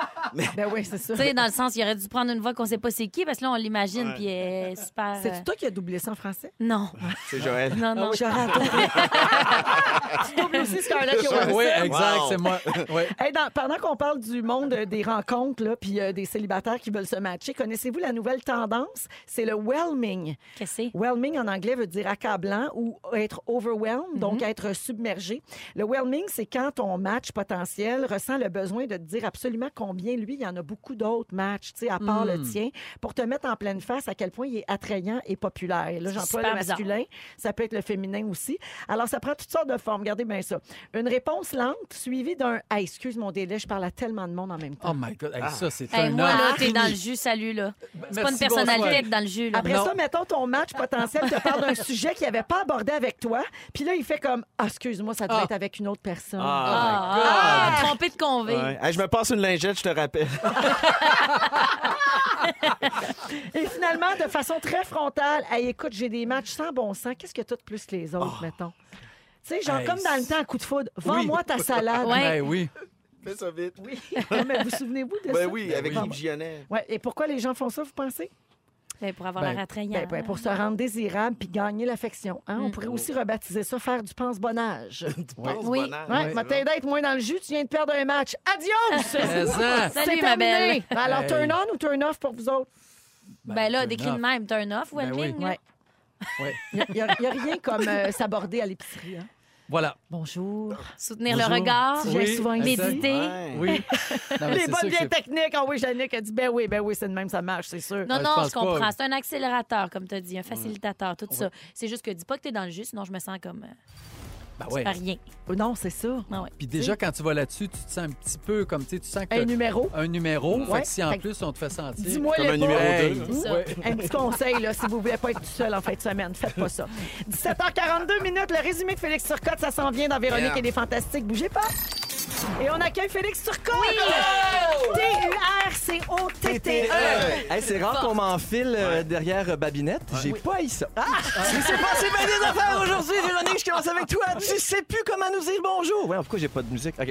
Speaker 1: Ben oui, c'est ça.
Speaker 2: sais, dans le sens, il aurait dû prendre une voix qu'on sait pas c'est qui, parce que là, on l'imagine,
Speaker 3: Ouais.
Speaker 2: puis elle est super. euh,
Speaker 1: C'est toi Ah qui as doublé ça en français?
Speaker 2: Non,
Speaker 3: C'est Joël.
Speaker 2: non, non.
Speaker 1: J'aurais adoré. Tu doubles aussi Scarlett Johansson.
Speaker 4: Oui, exact,
Speaker 3: Wow.
Speaker 4: c'est moi. Oui.
Speaker 1: Hey, dans- pendant qu'on parle du monde euh, des rencontres, là, puis euh, des célibataires qui veulent se matcher, connaissez-vous la nouvelle tendance? C'est le whelming.
Speaker 2: Qu'est-ce que c'est?
Speaker 1: Whelming en anglais veut dire accablant ou être overwhelmed, donc
Speaker 2: Mhm.
Speaker 1: être submergé. Le whelming, c'est quand ton match potentiel ressent le besoin de te dire absolument combien lui, il y en a beaucoup d'autres matchs, tu sais, à part
Speaker 2: Hmm.
Speaker 1: le tien, pour te mettre en pleine face à quel point il est attrayant et populaire. Et là,
Speaker 2: C'est
Speaker 1: j'emploie
Speaker 2: super
Speaker 1: le
Speaker 2: bizarre.
Speaker 1: masculin, ça peut être le féminin aussi. Alors, ça prend toutes sortes de formes. Regardez bien ça. Une réponse lente suivie d'un Ah, excuse mon délai, je parle à tellement de monde en même temps.
Speaker 4: Oh my God, hey, ça, c'est
Speaker 2: Hey,
Speaker 4: un
Speaker 2: moi,
Speaker 4: homme.
Speaker 2: là, t'es dans le jus, salut, là. C'est pas une personnalité d'être dans le jus, là.
Speaker 1: Après
Speaker 4: Non.
Speaker 1: ça, mettons ton match potentiel te parle d'un sujet qu'il n'avait pas abordé avec toi. Puis là, il fait comme Ah, excuse-moi, ça devait
Speaker 4: Ah.
Speaker 1: être avec une autre personne.
Speaker 3: Ah.
Speaker 2: Ah, ah, trompé de convé.
Speaker 3: Ouais. Hey, je me passe une lingette, je te rappelle.
Speaker 1: Et finalement, de façon très frontale, Hey, écoute, j'ai des matchs sans bon sens. Qu'est-ce que t'as de plus que les autres, mettons? Tu sais, genre
Speaker 4: Hey,
Speaker 1: comme dans le
Speaker 4: c'est-
Speaker 1: temps, coup de foudre, vends-moi ta salade.
Speaker 2: Ouais.
Speaker 4: Ben oui.
Speaker 3: Fais ça vite.
Speaker 1: Oui. Mais vous souvenez-vous de ça?
Speaker 3: Ben oui, avec
Speaker 1: Ben
Speaker 3: Yves Gionnet.
Speaker 1: Ouais. Et pourquoi les gens font ça, vous pensez?
Speaker 2: Ben, pour avoir
Speaker 4: Ben,
Speaker 2: l'air attrayant.
Speaker 1: Ben, ben, pour se rendre désirable puis gagner l'affection. hein. On pourrait aussi rebaptiser ça faire du pense-bonnage.
Speaker 3: Tu penses,
Speaker 2: Oui.
Speaker 3: bonheur.
Speaker 1: Ouais, m'a t'aidé à être moins dans le jus, tu viens de perdre un match. Adios!
Speaker 4: Présent.
Speaker 1: C'est
Speaker 2: Salut, ma
Speaker 1: terminé.
Speaker 2: belle.
Speaker 1: Alors,
Speaker 4: Hey.
Speaker 1: turn on ou turn off pour vous autres?
Speaker 2: Ben, là, décrit de même, turn off,
Speaker 4: Ben
Speaker 2: welcoming.
Speaker 4: oui.
Speaker 2: là.
Speaker 1: Ouais.
Speaker 4: Ouais.
Speaker 1: Il n'y a, y a rien comme euh, s'aborder à l'épicerie. hein.
Speaker 4: Voilà.
Speaker 1: Bonjour.
Speaker 2: Soutenir
Speaker 4: Bonjour.
Speaker 2: le regard,
Speaker 1: Si j'ai souvent
Speaker 4: exact.
Speaker 1: médité.
Speaker 2: méditer.
Speaker 3: Ouais.
Speaker 4: Oui. Non, mais
Speaker 1: Les
Speaker 4: c'est sûr
Speaker 1: bonnes
Speaker 4: que
Speaker 1: vieilles
Speaker 4: c'est-
Speaker 1: techniques. Oh oui, Jannick a dit ben oui, ben oui, c'est de même, ça marche, c'est sûr.
Speaker 2: Non,
Speaker 4: Ah, je
Speaker 2: non,
Speaker 4: pense
Speaker 2: je comprends.
Speaker 4: pas.
Speaker 2: C'est un accélérateur, comme tu as dit, un facilitateur, tout ça. C'est juste que dis pas que tu es dans le jus, sinon je me sens comme euh,
Speaker 4: Ben ouais.
Speaker 2: pas rien.
Speaker 1: Oh Non, c'est ça.
Speaker 2: Ah ouais.
Speaker 4: Puis déjà, quand tu vas là-dessus, tu te sens un petit peu comme, tu sais, tu sens que
Speaker 1: Un
Speaker 4: t'as
Speaker 1: numéro.
Speaker 4: un numéro. Fait
Speaker 1: Ouais.
Speaker 4: que si en
Speaker 1: Fait que-
Speaker 4: plus, on te fait sentir...
Speaker 1: Dis-moi
Speaker 3: Comme un
Speaker 1: les
Speaker 3: numéro
Speaker 1: bonnes.
Speaker 4: Hey.
Speaker 3: deux, là.
Speaker 2: C'est ça.
Speaker 4: Ouais.
Speaker 1: Un petit conseil, là, si vous voulez pas être tout seul en fin de semaine, faites pas ça. 17h42 minutes, le résumé de Félix Turcotte, ça s'en vient dans Véronique
Speaker 4: Yeah.
Speaker 1: et les Fantastiques. Bougez pas! Et on accueille Félix Turcotte! T-U-R-C-O-T-T-E!
Speaker 7: Hey, c'est rare qu'on m'enfile euh, derrière euh, Babinette. J'ai pas eu ça. Ah! Il s'est passé bien des affaires aujourd'hui, Véronique. Je commence avec toi. Tu sais plus comment nous dire bonjour. Ouais, pourquoi j'ai pas de musique? Ok.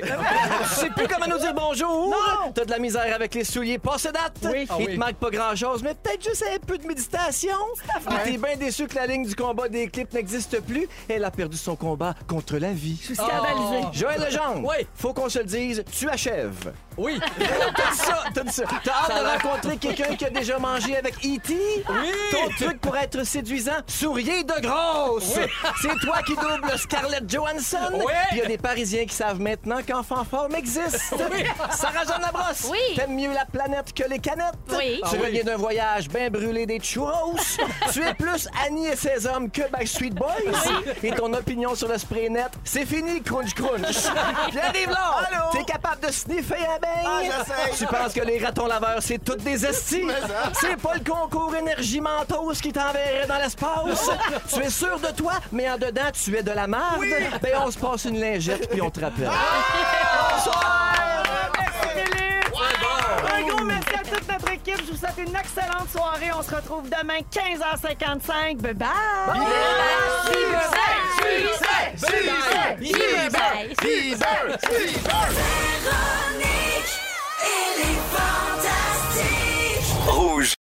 Speaker 7: tu sais plus comment nous dire bonjour.
Speaker 1: Non!
Speaker 7: T'as de la misère avec les souliers. Passe date.
Speaker 1: Oui. Ah
Speaker 7: Il
Speaker 4: oui.
Speaker 7: te manque pas grand-chose, mais peut-être juste un peu de méditation. Puis t'es bien déçu que la ligne du combat des clips n'existe plus. Elle a perdu son combat contre la vie.
Speaker 1: Je suis scandalisée.
Speaker 7: Joël Legendre,
Speaker 4: Oui.
Speaker 7: faut qu'on se le dise, tu achèves.
Speaker 4: Oui.
Speaker 7: T'as dit ça, t'as dit ça. T'as hâte de rencontrer quelqu'un qui a déjà mangé avec E.T.? Ton truc pour être séduisant, souriez de grosse! C'est toi qui double Scarlett Johansson.
Speaker 4: Oui.
Speaker 7: Puis il y a des Parisiens qui savent maintenant qu'en forme existe. Sarah Jeanne Labrosse,
Speaker 2: Oui.
Speaker 7: t'aimes mieux la planète que les canettes.
Speaker 2: Oui.
Speaker 7: Tu reviens d'un voyage bien brûlé des churros. tu es plus Annie et ses hommes que Backstreet Boys. Et ton opinion sur le spray net, c'est fini, crunch crunch. J'arrive là. T'es capable de sniffer abeille. tu penses que les ratons laveurs, c'est toutes des estis. C'est pas le concours énergie mentos qui t'enverrait dans l'espace. tu es sûr de toi, mais en dedans, tu es de la merde. Ben, on se passe une lingette, puis on te rappelle.
Speaker 1: Un gros merci à toute notre équipe. Je vous souhaite une excellente soirée. On se retrouve demain, 15h55. Bye bye!
Speaker 2: Bye.
Speaker 8: Véronique, elle est fantastique.